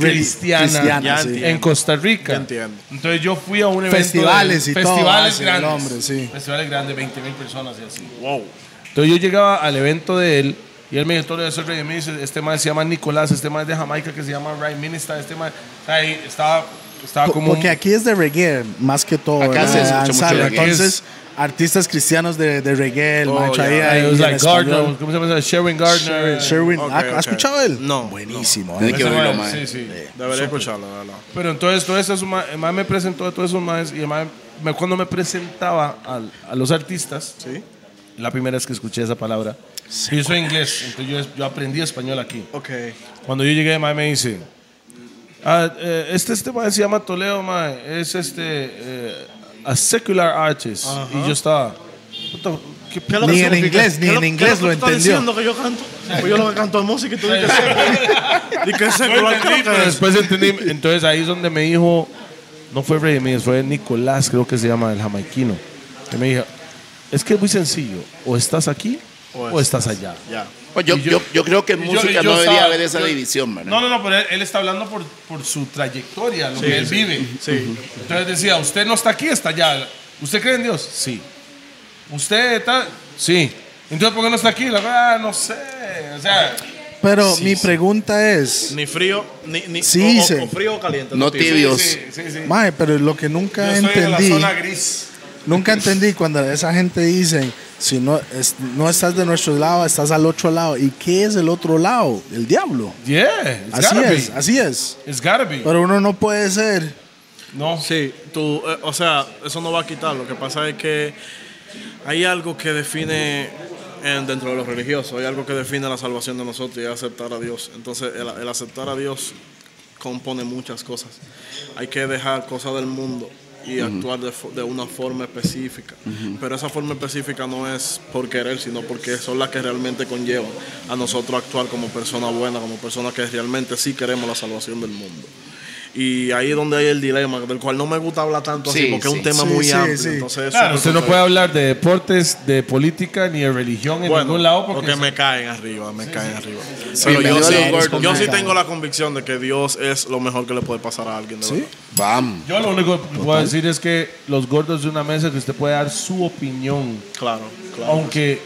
Speaker 1: re-
Speaker 3: cristiana,
Speaker 1: cristiana,
Speaker 2: Ya
Speaker 1: sí.
Speaker 2: entiendo.
Speaker 3: en Costa Rica.
Speaker 2: Ya entiendo.
Speaker 3: Entonces, yo fui a un evento.
Speaker 1: Festivales
Speaker 3: de-
Speaker 1: y todo,
Speaker 3: Festivales
Speaker 1: hace el
Speaker 3: grandes.
Speaker 1: hombre, sí.
Speaker 3: Festivales grandes, 20 mil personas y así.
Speaker 2: God. Wow.
Speaker 3: Entonces, yo llegaba al evento de él. Y él me dijo, "Toro, yo soy rey", y me dice, este man se llama Nicolás, este man es de Jamaica que se llama Ryan Minister, este man, o sea, ahí estaba, estaba
Speaker 1: Po-
Speaker 3: Ah, como... un-
Speaker 1: Porque aquí es de reggae, más que todo.
Speaker 4: Acá
Speaker 1: ¿verdad?
Speaker 4: se escucha mucho
Speaker 1: Danzar,
Speaker 4: reggae.
Speaker 1: Entonces, artistas cristianos de, de reggae, el
Speaker 2: Oh,
Speaker 1: mae,
Speaker 2: ya.
Speaker 1: traía
Speaker 3: Ahí
Speaker 1: ahí
Speaker 3: was
Speaker 1: en
Speaker 3: like Gardner,
Speaker 1: español.
Speaker 3: ¿cómo se llama? Sherwin Gardner.
Speaker 1: Sherwin,
Speaker 2: Ok,
Speaker 1: ¿ha-
Speaker 2: ok.
Speaker 1: ¿has escuchado él?
Speaker 2: No, no.
Speaker 1: Buenísimo.
Speaker 4: Tiene
Speaker 1: ¿eh?
Speaker 4: que
Speaker 3: Ese
Speaker 4: oírlo,
Speaker 3: man,
Speaker 4: mae.
Speaker 3: Sí, sí.
Speaker 2: Debería escucharlo, de verdad.
Speaker 3: Pero entonces todo eso, el man me presentó a todos esos maes y el mae me- cuando me presentaba al- a, los artistas,
Speaker 2: Sí.
Speaker 3: la primera vez que escuché esa palabra, yo soy inglés, entonces yo, es- yo aprendí español aquí.
Speaker 2: Ok.
Speaker 3: Cuando yo llegué, el mae me dice, "Ah, eh, este, este mae se llama Toledo, mae, es este, eh, a secular artist. Y yo estaba, "What the- ¿qué p-
Speaker 1: Ni en inglés, ni en inglés lo entendió.
Speaker 2: diciendo que yo canto? Pues yo lo que canto es música y tú dices que Dices que sé, pero creo
Speaker 3: Pero
Speaker 2: que es.
Speaker 3: después entendí, entonces ahí es donde me dijo, no fue Freddy Míguez, fue Nicolás, creo que se llama, el jamaiquino. Que me dijo, es que es muy sencillo, o estás aquí o, estás allá.
Speaker 2: Ya.
Speaker 4: Pues yo,
Speaker 3: Y yo-
Speaker 4: yo, yo creo que en
Speaker 3: y yo-
Speaker 4: música
Speaker 3: y yo
Speaker 4: no debería
Speaker 3: estaba-
Speaker 4: haber esa
Speaker 3: yo-
Speaker 4: división, ¿verdad?
Speaker 3: No, no, no, pero él, él está hablando por, por su trayectoria, lo que él vive.
Speaker 2: Sí.
Speaker 3: Entonces decía, usted no está aquí, está allá. ¿Usted cree en Dios? Sí. ¿Usted está? Sí. Entonces, ¿por qué no está aquí? La verdad, ah, no sé. O sea,
Speaker 1: Pero mi pregunta es,
Speaker 2: Ni frío, ni, ni
Speaker 1: Sí,
Speaker 2: o- o-
Speaker 1: sí.
Speaker 2: o, frío o caliente.
Speaker 4: No tibios.
Speaker 3: sí, sí, sí.
Speaker 1: mae, pero lo que
Speaker 3: Yo
Speaker 1: nunca
Speaker 3: estoy en la
Speaker 1: entendí.
Speaker 3: zona gris.
Speaker 1: Nunca entendí cuando esa gente dice, si no, es- no estás de nuestro lado, estás al otro lado. ¿Y qué es el otro lado? El diablo.
Speaker 3: Yeah, it's
Speaker 1: Así
Speaker 3: gotta
Speaker 1: es,
Speaker 3: be.
Speaker 1: así es.
Speaker 3: It's gotta be.
Speaker 1: Pero uno no puede ser
Speaker 3: No.
Speaker 2: Sí, tú, eh, o sea, eso no va a quitar. Lo que pasa es que hay algo que define eh, dentro de los religiosos, hay algo que define la salvación de nosotros y es aceptar a Dios. Entonces, el, el aceptar a Dios compone muchas cosas. Hay que dejar cosas del mundo y actuar de, fo- de una forma específica. Pero esa forma específica no es por querer, sino porque son las que realmente conllevan a nosotros actuar como personas buenas, como personas que realmente sí queremos la salvación del mundo. Y ahí es donde hay el dilema, del cual no me gusta hablar tanto
Speaker 4: Sí,
Speaker 2: así, porque
Speaker 4: sí.
Speaker 2: es un tema
Speaker 1: Sí,
Speaker 2: muy
Speaker 1: sí,
Speaker 2: amplio.
Speaker 1: sí.
Speaker 2: Entonces, eso
Speaker 3: Claro,
Speaker 2: es
Speaker 3: usted
Speaker 2: lo
Speaker 3: no
Speaker 2: que-
Speaker 3: puede hablar de deportes, de política, ni de religión en
Speaker 2: bueno,
Speaker 3: ningún lado
Speaker 2: porque,
Speaker 3: porque
Speaker 2: me caen arriba, me caen arriba.
Speaker 4: Sí,
Speaker 2: Pero yo,
Speaker 4: bienvenido a
Speaker 2: sí,
Speaker 4: los gordos.
Speaker 2: yo sí tengo la convicción de que Dios es lo mejor que le puede pasar a alguien. de verdad.
Speaker 4: Vamos.
Speaker 3: Yo lo único que puedo decir es que los gordos de una mesa que usted puede dar su opinión,
Speaker 2: Claro, claro.
Speaker 3: aunque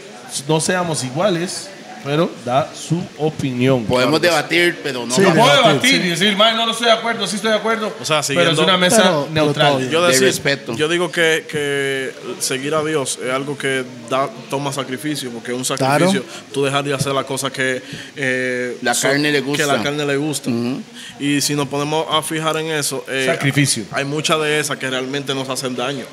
Speaker 3: no seamos iguales, pero da su opinión.
Speaker 4: Podemos debatir, pero no
Speaker 1: Sí,
Speaker 4: vamos
Speaker 3: Puedo
Speaker 1: debatir,
Speaker 3: debatir
Speaker 1: sí.
Speaker 3: y decir, "Mae, no, no estoy de acuerdo, sí estoy de acuerdo.
Speaker 2: O
Speaker 3: pero
Speaker 2: sea,
Speaker 3: es
Speaker 2: siguiendo-
Speaker 3: una mesa
Speaker 1: Pero- pero todo
Speaker 3: neutral.
Speaker 1: bien.
Speaker 2: Yo
Speaker 4: de
Speaker 2: decir,
Speaker 4: respeto.
Speaker 2: Yo digo que, que seguir a Dios es algo que da, toma sacrificio, porque es un sacrificio. Tú dejar de hacer las cosas que eh,
Speaker 4: La carne le gusta.
Speaker 2: Que la carne le gusta. Y si nos ponemos a fijar en eso, eh,
Speaker 3: Sacrificio.
Speaker 2: Hay muchas de esas que realmente nos hacen daño.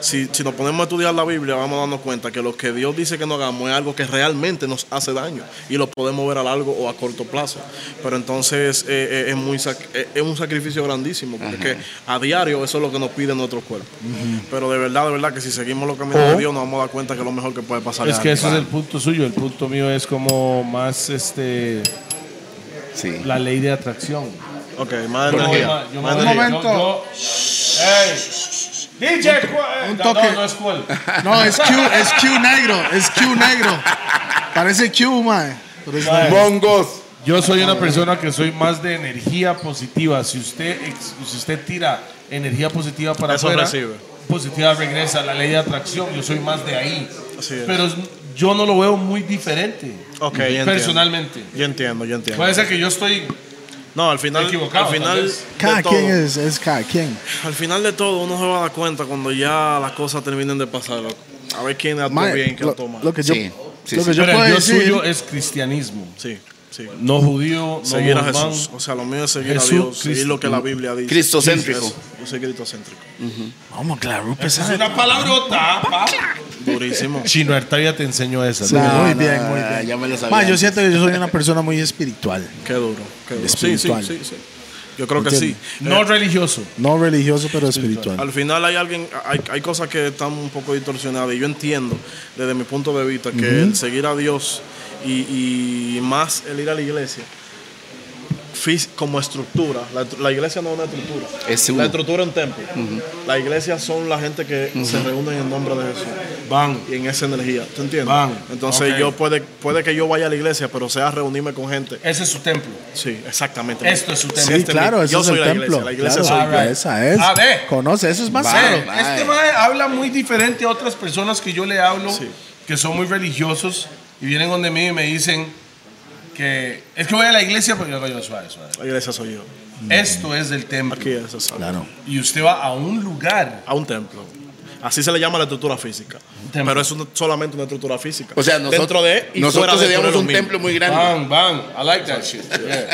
Speaker 2: Si, si nos ponemos a estudiar la Biblia, vamos dando cuenta que lo que Dios dice que no hagamos es algo que realmente nos hace daño y lo podemos ver a largo o a corto plazo. Pero entonces eh, eh, es, muy sac- eh, es un sacrificio grandísimo, porque a diario eso es lo que nos pide nuestro cuerpo. Pero de verdad, de verdad, que si seguimos los caminos de Dios, nos vamos a dar cuenta que es lo mejor que puede pasar.
Speaker 3: Es que
Speaker 2: a
Speaker 3: ese es
Speaker 2: alguien.
Speaker 3: el punto suyo, el punto mío es como más este
Speaker 4: Sí.
Speaker 3: la ley de atracción.
Speaker 2: Ok, más
Speaker 3: Yo-
Speaker 2: energía.
Speaker 3: yo-
Speaker 1: Un
Speaker 3: yo-
Speaker 1: momento.
Speaker 3: yo- ¡Ey! DJ
Speaker 2: eh,
Speaker 3: Cuál.
Speaker 1: un
Speaker 3: No,
Speaker 1: toque.
Speaker 3: No, no es Cuál.
Speaker 1: No, es Q, es Q negro, es Q negro. Parece Q, mae. Pero es negro.
Speaker 6: Bongos.
Speaker 3: Yo soy una persona que soy más de energía positiva. Si usted, ex- si usted tira energía positiva para
Speaker 2: Eso
Speaker 3: afuera,
Speaker 2: recibe.
Speaker 3: positiva regresa. La ley de atracción, yo soy más de ahí.
Speaker 2: Así es.
Speaker 3: Pero es- yo no lo veo muy diferente
Speaker 2: Ok, ya entiendo.
Speaker 3: personalmente.
Speaker 2: Yo entiendo, yo entiendo.
Speaker 3: Puede ser que yo estoy...
Speaker 2: no, al final,
Speaker 3: equivocado,
Speaker 2: al
Speaker 3: tal
Speaker 2: final,
Speaker 3: vez.
Speaker 2: de
Speaker 1: Cada quien
Speaker 2: todo-
Speaker 1: es, es cada quien.
Speaker 2: Al final de todo, uno se va a dar cuenta cuando ya las cosas terminen de pasar. loco. A ver quién actuó
Speaker 1: Mae,
Speaker 2: bien, quién
Speaker 1: lo,
Speaker 2: actuó mal.
Speaker 1: lo que yo,
Speaker 4: Sí, sí,
Speaker 1: lo que
Speaker 4: sí.
Speaker 1: yo
Speaker 3: pero
Speaker 1: puedo
Speaker 3: el yo
Speaker 1: decir,
Speaker 3: suyo es cristianismo.
Speaker 2: Sí, sí.
Speaker 3: No judío, no
Speaker 2: Seguir a
Speaker 3: musulmán.
Speaker 2: Jesús. O sea, lo mío es seguir
Speaker 3: Jesús
Speaker 2: a Dios, seguir
Speaker 3: Cristo.
Speaker 2: lo que la Biblia dice.
Speaker 4: Cristocéntrico.
Speaker 2: Eso, Yo soy cristocéntrico.
Speaker 1: vamos, claro,
Speaker 3: Es una palabrota, pa.
Speaker 2: Durísimo.
Speaker 3: Chino Artavia te enseñó esa.
Speaker 1: Sí,
Speaker 3: ¿no?
Speaker 1: muy bien, muy
Speaker 4: Ah,
Speaker 1: bien.
Speaker 4: ya me lo sabía.
Speaker 1: Mae, yo siento que yo soy una persona muy espiritual,
Speaker 2: qué duro. Qué duro. Sí, sí,
Speaker 1: Espiritual.
Speaker 2: sí, sí. Yo creo que
Speaker 1: Entiendo.
Speaker 2: sí. Eh,
Speaker 3: No religioso.
Speaker 1: no religioso, pero espiritual.
Speaker 2: Al final hay alguien, hay, hay cosas que están un poco distorsionadas y yo entiendo desde mi punto de vista que el seguir a Dios y, y más el ir a la iglesia fis- como estructura, la, estru- la iglesia no es una estructura,
Speaker 4: Es uno.
Speaker 2: la estructura es un templo.
Speaker 1: Mm.
Speaker 2: La iglesia son la gente que se reúnen en nombre de Jesús
Speaker 3: Van.
Speaker 2: y en esa energía, ¿te entiendes?
Speaker 3: Van.
Speaker 2: Entonces
Speaker 3: Ok.
Speaker 2: yo puede, puede que yo vaya a la iglesia, pero sea reunirme con gente.
Speaker 3: Ese es su templo.
Speaker 2: Sí, exactamente.
Speaker 3: Esto es su templo.
Speaker 2: este
Speaker 1: Sí,
Speaker 2: es mi-
Speaker 1: claro, ese
Speaker 2: yo
Speaker 1: es
Speaker 2: soy
Speaker 1: el
Speaker 2: la
Speaker 1: templo.
Speaker 2: iglesia, la iglesia
Speaker 1: claro,
Speaker 2: soy yo.
Speaker 1: Esa es.
Speaker 3: A ver.
Speaker 1: Conoce, eso es más
Speaker 4: Vale.
Speaker 1: claro.
Speaker 3: Mae, este mae habla muy diferente a otras personas que yo le hablo,
Speaker 2: Sí.
Speaker 3: que son muy religiosos y vienen donde mí y me dicen que es que voy a la iglesia porque yo digo, yo suave, suave.
Speaker 2: La iglesia soy yo.
Speaker 1: Mm.
Speaker 3: Esto es del templo
Speaker 2: Aquí es exacto.
Speaker 1: Claro.
Speaker 3: y usted va a un lugar.
Speaker 2: a un templo. Así se le llama la estructura física.
Speaker 3: templo.
Speaker 2: Pero es una- solamente una estructura física.
Speaker 4: O sea, nosotros,
Speaker 2: dentro de y fuera
Speaker 4: nosotros
Speaker 2: de
Speaker 4: seríamos
Speaker 2: pero es lo
Speaker 4: un
Speaker 2: mismo.
Speaker 4: templo muy grande.
Speaker 3: Bang, bang. I like that shit. Yeah.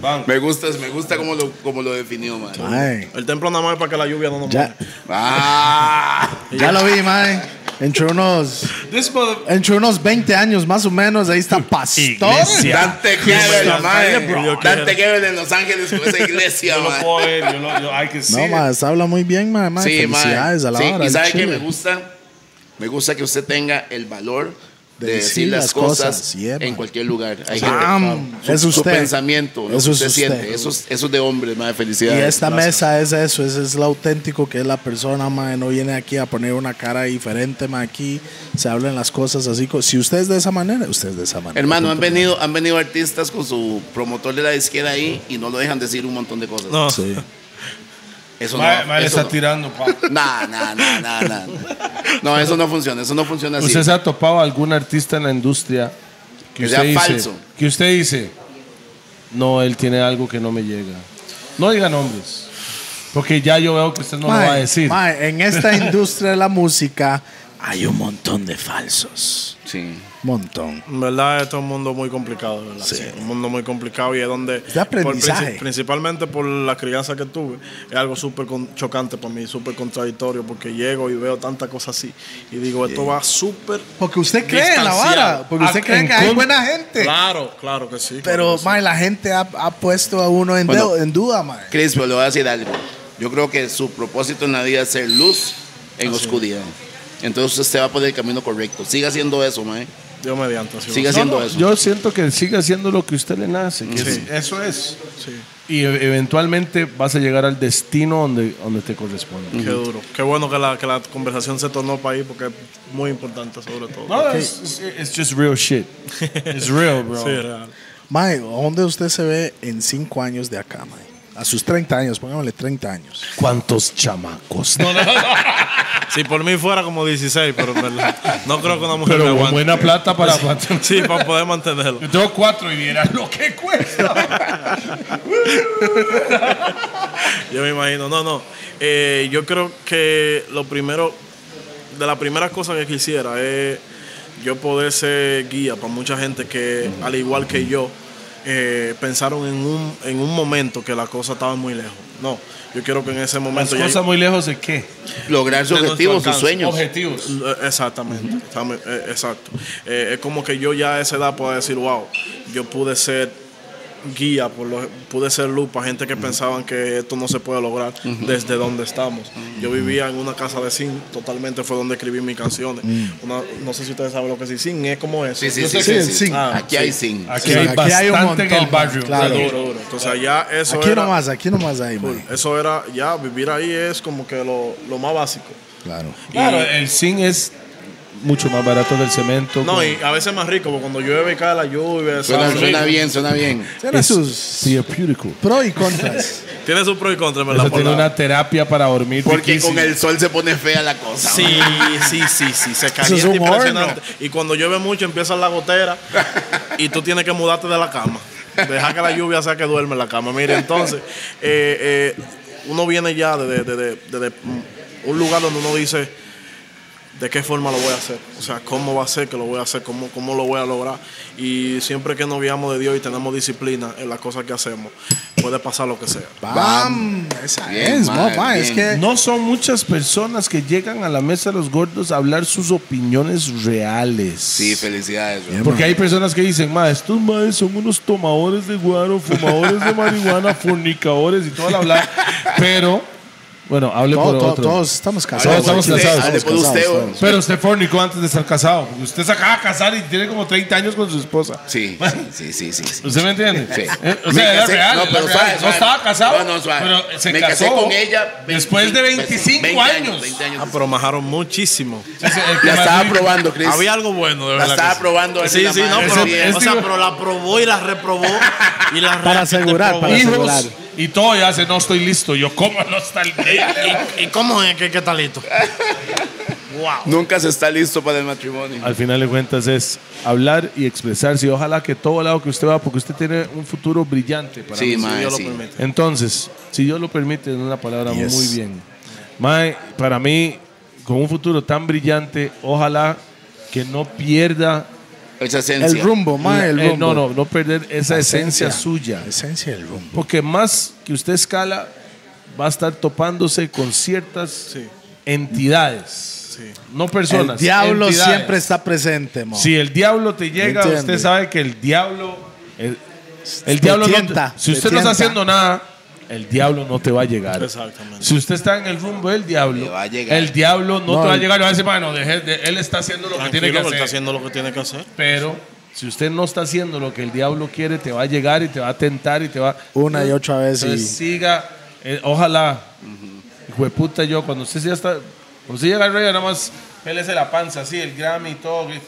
Speaker 3: Bang.
Speaker 4: Me gusta, me gusta cómo lo, cómo lo definió, man.
Speaker 1: Mae,
Speaker 2: El templo nada más es para que la lluvia no nos
Speaker 1: Ya,
Speaker 2: moje.
Speaker 4: Ah,
Speaker 1: ya lo vi, mae. Entre unos,
Speaker 3: This mother-
Speaker 1: entre unos 20 años más o menos, ahí está pastor.
Speaker 4: Dante Gebel, mae.
Speaker 2: Yo
Speaker 4: Dante Gebel en Los Ángeles con esa iglesia,
Speaker 3: yo lo
Speaker 4: mae.
Speaker 3: puedo ver, yo lo- yo- I can see
Speaker 1: No,
Speaker 3: it.
Speaker 1: mae, se habla muy bien, mae. mae.
Speaker 4: Sí, mae.
Speaker 1: Felicidades a la
Speaker 4: Sí,
Speaker 1: hora.
Speaker 4: y
Speaker 1: al
Speaker 4: sabe que
Speaker 1: chile.
Speaker 4: me gusta, me gusta que usted tenga el valor de,
Speaker 1: De
Speaker 4: decir las cosas,
Speaker 1: yeah,
Speaker 4: en
Speaker 1: man.
Speaker 4: cualquier lugar. Hay
Speaker 1: Bam,
Speaker 4: su,
Speaker 1: es
Speaker 4: su
Speaker 1: usted.
Speaker 4: pensamiento, lo que
Speaker 1: Eso es
Speaker 4: usted,
Speaker 1: usted.
Speaker 4: siente, eso es, eso es de hombre, mae,
Speaker 1: Y
Speaker 4: felicidades.
Speaker 1: esta
Speaker 4: Gracias.
Speaker 1: mesa es eso, ese es lo auténtico que es la persona, mae. No viene aquí a poner una cara diferente, mae. Aquí se hablan las cosas así. co- Si usted es de esa manera, usted es de esa manera.
Speaker 4: Hermano, han
Speaker 1: Punto.
Speaker 4: venido, han venido artistas con su promotor de la izquierda ahí y no lo dejan decir un montón de cosas.
Speaker 2: No,
Speaker 1: Sí.
Speaker 4: Eso no.
Speaker 3: Mae, mae, le
Speaker 4: eso
Speaker 3: está
Speaker 4: no.
Speaker 3: tirando, pa.
Speaker 4: Nah, nah, nah, nah, nah. No, eso no funciona, eso no funciona así.
Speaker 3: ¿Usted se ha topado a algún artista en la industria que,
Speaker 4: Que
Speaker 3: usted
Speaker 4: sea
Speaker 3: dice,
Speaker 4: falso.
Speaker 3: Que usted dice, no, él tiene algo que no me llega. No diga nombres, porque ya yo veo que usted no lo va a
Speaker 1: Mae,
Speaker 3: decir.
Speaker 1: mae, en esta industria de la música
Speaker 6: hay un montón de falsos.
Speaker 4: Sí.
Speaker 1: Montón.
Speaker 2: En verdad, esto es un mundo muy complicado, de ¿verdad?
Speaker 6: Sí.
Speaker 2: Un mundo muy complicado y es donde.
Speaker 1: Es de aprendizaje.
Speaker 2: por princi- principalmente por la crianza que tuve. Es algo súper con- chocante para mí, súper contradictorio, porque llego y veo tantas cosas así. Y digo, esto va súper.
Speaker 1: Porque usted cree en la
Speaker 2: Distanciado.
Speaker 1: vara. Porque usted
Speaker 2: Ah,
Speaker 1: cree
Speaker 2: en
Speaker 1: que hay
Speaker 2: con-
Speaker 1: buena gente.
Speaker 2: Claro, claro que sí.
Speaker 1: Pero, mae, la gente ha, ha puesto a uno en,
Speaker 4: Bueno.
Speaker 1: deu- en duda, mae.
Speaker 4: Cris, pero le voy a decir algo. Yo creo que su propósito en la vida es ser luz
Speaker 2: Ah,
Speaker 4: en oscuridad. Entonces usted va por el camino correcto. Siga haciendo eso, mae.
Speaker 2: Dios mediante. así
Speaker 4: Siga
Speaker 2: va.
Speaker 4: haciendo eso.
Speaker 3: Yo siento que siga haciendo lo que usted le nace. que
Speaker 2: Sí.
Speaker 3: es- eso es.
Speaker 2: Sí.
Speaker 3: Y e- eventualmente vas a llegar al destino donde, donde te corresponde.
Speaker 2: Qué duro. Qué bueno que la, que la conversación se tornó para ahí porque es muy importante sobre todo.
Speaker 3: No, eh. it's, it's- it's just real shit. It's real, bro.
Speaker 2: Sí, real.
Speaker 1: Mae, ¿a ¿dónde usted se ve en cinco años de acá, mae? A sus 30 años, pongámosle 30 años.
Speaker 3: ¿Cuántos chamacos?
Speaker 2: Si por mí fuera como 16, pero en verdad, no creo que una mujer me
Speaker 3: Pero con
Speaker 2: aguante.
Speaker 3: buena plata para mantener.
Speaker 2: Sí, para poder mantenerlo.
Speaker 3: Yo tengo cuatro y viera lo que cuesta.
Speaker 2: Yo me imagino, no, no. Eh, yo creo que lo primero, de las primeras cosas que quisiera es yo poder ser guía para mucha gente que, al igual que yo, eh, pensaron en un, en un momento que la cosa estaba muy lejos. No, yo quiero que en ese momento... ya-
Speaker 3: Cosa muy lejos de qué?
Speaker 4: Lograr su
Speaker 2: De nuestro
Speaker 4: objetivo, sus
Speaker 2: alcance.
Speaker 4: sueños.
Speaker 5: Objetivos.
Speaker 2: Eh, Exactamente, Estamos- eh, exacto. Eh, es como que yo ya a esa edad puedo decir, wow, yo pude ser guía, por lo- pude ser luz para gente que pensaban que esto no se puede lograr desde donde estamos. Yo vivía en una casa de zinc, totalmente fue donde escribí mis canciones. Una- no sé si ustedes saben lo que es zinc, es como eso.
Speaker 4: Sí, sí,
Speaker 2: Yo
Speaker 4: sí,
Speaker 2: sé
Speaker 1: sí,
Speaker 2: que-
Speaker 1: el zinc.
Speaker 2: Ah,
Speaker 4: Aquí hay zinc.
Speaker 3: Aquí
Speaker 1: Sí,
Speaker 3: hay
Speaker 1: aquí
Speaker 3: bastante
Speaker 1: hay un
Speaker 3: en el
Speaker 1: montón,
Speaker 3: barrio.
Speaker 1: claro.
Speaker 2: duro, duro. Entonces allá eso
Speaker 1: Aquí
Speaker 2: era...
Speaker 1: nomás, aquí nomás hay, mae.
Speaker 2: Eso era, ya, vivir ahí es como que lo, lo más básico.
Speaker 1: Claro.
Speaker 3: Claro, el zinc es mucho más barato del cemento.
Speaker 2: No,
Speaker 3: como-
Speaker 2: y a veces más rico, porque cuando llueve cae la lluvia.
Speaker 4: Suena,
Speaker 2: ¿sabes?
Speaker 4: suena bien, suena bien.
Speaker 1: Tiene
Speaker 3: es
Speaker 1: sus
Speaker 3: therapeutic.
Speaker 1: pros y contras.
Speaker 2: Tiene sus pros y contras, ¿verdad?
Speaker 3: Eso
Speaker 2: Por
Speaker 3: tiene
Speaker 2: la-
Speaker 3: una terapia para dormir.
Speaker 4: Porque con
Speaker 3: riquísima.
Speaker 4: el sol se pone fea la cosa. mae.
Speaker 2: Sí, sí, sí, sí,
Speaker 1: Eso
Speaker 2: se
Speaker 1: es
Speaker 2: calienta
Speaker 1: un
Speaker 2: impresionante. Y cuando llueve mucho empieza la gotera y tú tienes que mudarte de la cama. Deja que la lluvia sea que duerme en la cama. Mire, entonces, eh, eh, uno viene ya desde de, de- de- de un lugar donde uno dice, ¿de qué forma lo voy a hacer? O sea, ¿cómo va a ser que lo voy a hacer? ¿Cómo, cómo lo voy a lograr? Y siempre que nos viamos de Dios y tenemos disciplina en las cosas que hacemos, puede pasar lo que sea.
Speaker 1: ¡Bam! Esa
Speaker 4: Bien,
Speaker 1: es,
Speaker 4: mae,
Speaker 1: mae, mae, Es
Speaker 4: bien.
Speaker 1: que
Speaker 3: No son muchas personas que llegan a la mesa de los gordos a hablar sus opiniones reales.
Speaker 4: Sí, felicidades. bro.
Speaker 3: Porque hay personas que dicen, ma, estos madres son unos tomadores de guaro, fumadores de marihuana, fornicadores y toda la bla. Pero, bueno, hable
Speaker 1: todo-
Speaker 3: por
Speaker 1: todo-
Speaker 3: otro.
Speaker 1: todos estamos
Speaker 4: Hable
Speaker 1: casados.
Speaker 3: Todos estamos
Speaker 4: por usted,
Speaker 3: casados,
Speaker 4: hable por
Speaker 1: estamos
Speaker 4: usted,
Speaker 1: casados,
Speaker 4: bro.
Speaker 1: todos.
Speaker 3: Pero usted fornicó antes de estar casado. porque Usted se acaba de casar y tiene como 30 años con su esposa.
Speaker 4: Sí, sí, sí, sí. sí.
Speaker 3: ¿Usted me entiende?
Speaker 4: Sí.
Speaker 3: Eh, O
Speaker 4: Me
Speaker 3: sea, era
Speaker 4: casé-
Speaker 3: real.
Speaker 4: no,
Speaker 3: era
Speaker 4: pero
Speaker 3: real.
Speaker 4: suave,
Speaker 3: No
Speaker 4: suave.
Speaker 3: estaba casado.
Speaker 4: No, no, suave.
Speaker 3: Pero se
Speaker 4: Me casé
Speaker 3: casó
Speaker 4: con ella
Speaker 3: después de 25 años.
Speaker 4: 20 años
Speaker 2: Ah, pero majaron muchísimo.
Speaker 3: Ese- el que
Speaker 4: La
Speaker 3: más
Speaker 4: estaba
Speaker 3: rico.
Speaker 4: probando, Chris.
Speaker 2: Había algo bueno, de verdad.
Speaker 4: estaba
Speaker 2: que sí.
Speaker 4: probando él
Speaker 2: Sí,
Speaker 4: en la
Speaker 2: sí, no,
Speaker 4: madre.
Speaker 2: pero,
Speaker 4: Ese-
Speaker 2: o sea, pero la probó y la reprobó. y la
Speaker 1: Para
Speaker 2: re-
Speaker 1: asegurar,
Speaker 2: reprobó.
Speaker 1: para
Speaker 2: Y-
Speaker 1: asegurar.
Speaker 3: hijos y todo ya hace no estoy listo yo cómo no está el
Speaker 2: ¿Y, y, cómo es que, que está listo? wow.
Speaker 4: Nunca se está listo para el matrimonio.
Speaker 3: al final de cuentas es hablar y expresarse y ojalá que todo lado que usted va porque usted tiene un futuro brillante para
Speaker 4: Sí,
Speaker 3: mí.
Speaker 4: mae,
Speaker 2: Dios lo
Speaker 4: sí.
Speaker 2: permite.
Speaker 3: entonces si Dios lo permite en una palabra
Speaker 1: Yes.
Speaker 3: muy bien Mae, para mí con un futuro tan brillante ojalá que no pierda
Speaker 4: Esa esencia.
Speaker 1: El rumbo, mae, el
Speaker 3: eh,
Speaker 1: rumbo.
Speaker 3: no no no perder esa
Speaker 1: La
Speaker 3: esencia, suya
Speaker 1: La esencia del rumbo.
Speaker 3: porque más que usted escala va a estar topándose con ciertas entidades
Speaker 2: Sí.
Speaker 3: No
Speaker 1: El
Speaker 3: personas.
Speaker 1: diablo
Speaker 3: entidades.
Speaker 1: siempre está presente, mo.
Speaker 3: Si el diablo te llega,
Speaker 1: Entiende.
Speaker 3: usted sabe que el diablo. El, el
Speaker 1: Te
Speaker 3: diablo no te-
Speaker 1: tienta,
Speaker 3: si
Speaker 1: te
Speaker 3: usted no
Speaker 1: tienta.
Speaker 3: está haciendo nada, el diablo no te va a llegar.
Speaker 2: Exactamente.
Speaker 3: Si usted está en el rumbo del diablo,
Speaker 4: Te va a llegar.
Speaker 3: el diablo no,
Speaker 1: No,
Speaker 3: te va a
Speaker 1: el-
Speaker 3: llegar. Y va a decir, bueno, deje de- él está haciendo lo que tiene que
Speaker 2: Tranquilo, él
Speaker 3: hacer.
Speaker 2: está haciendo lo que tiene que hacer.
Speaker 3: Pero si usted no está haciendo lo que el diablo quiere, te va a llegar y te va a tentar y te va.
Speaker 1: Una y otra vez.
Speaker 3: Entonces
Speaker 1: Y...
Speaker 3: siga, eh, ojalá, hijo de puta yo, cuando usted ya está, cuando usted llega al rey, nada más pélese la panza, así, el Grammy y todo, que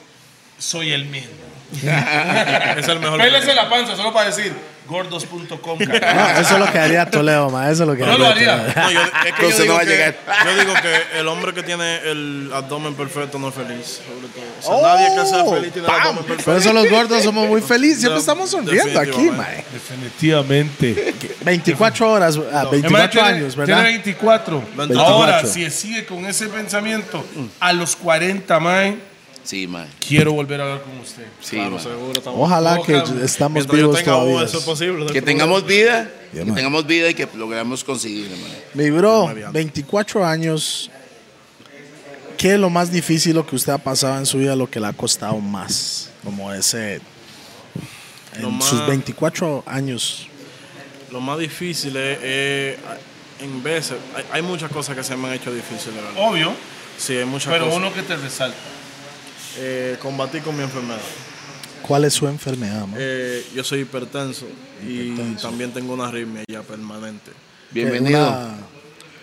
Speaker 3: soy el mismo.
Speaker 2: es el mejor.
Speaker 3: Pélese la panza, solo para decir, gordos.com.
Speaker 1: No,
Speaker 3: carajo.
Speaker 1: eso es lo que haría Toledo, ma. Eso es lo que
Speaker 3: No lo haría.
Speaker 2: No, yo, es que
Speaker 4: Entonces
Speaker 2: yo digo
Speaker 4: no va a
Speaker 2: que-
Speaker 4: llegar.
Speaker 2: Yo digo que el hombre que tiene el abdomen perfecto no es feliz, sobre todo. O
Speaker 4: Oh,
Speaker 2: sea, nadie que sea
Speaker 1: Oh,
Speaker 2: feliz tiene el abdomen perfecto.
Speaker 1: Por eso los gordos somos muy felices. Siempre
Speaker 2: No,
Speaker 1: estamos sonriendo aquí, ma.
Speaker 2: definitivamente.
Speaker 3: Definitivamente.
Speaker 1: 24 horas, ah, 24
Speaker 3: Hermano, tiene-
Speaker 1: años, ¿verdad?
Speaker 3: Tiene 24.
Speaker 1: 24.
Speaker 3: Ahora, si sigue con ese pensamiento, a los 40, mae,
Speaker 4: Sí, mae.
Speaker 3: quiero volver a hablar con usted.
Speaker 4: Sí, mae.
Speaker 2: seguro. estamos-
Speaker 1: Ojalá que
Speaker 3: Ojalá.
Speaker 1: estamos
Speaker 2: Mientras yo
Speaker 1: vivos
Speaker 2: tenga voz,
Speaker 1: todavía.
Speaker 2: eso pues, es posible.
Speaker 4: Que tengamos vida,
Speaker 1: Ya,
Speaker 4: que
Speaker 1: mae.
Speaker 4: tengamos vida y que logramos conseguir, mae.
Speaker 1: Mi bro, 24 años. ¿Qué es lo más difícil lo que usted ha pasado en su vida, lo que le ha costado más? Como ese. En
Speaker 2: Lo más-
Speaker 1: sus 24 años.
Speaker 2: Lo más difícil es, es, en veces, hay, hay muchas cosas que se me han hecho difíciles, de ¿verdad?
Speaker 3: Obvio,
Speaker 2: Sí, hay muchas
Speaker 3: pero
Speaker 2: cosas.
Speaker 3: uno que te resalta.
Speaker 2: Eh, combatí con mi enfermedad.
Speaker 1: ¿Cuál es su enfermedad, man?
Speaker 2: Eh, yo soy hipertenso, y también tengo una arritmia ya permanente.
Speaker 4: Bienvenido.
Speaker 1: Una-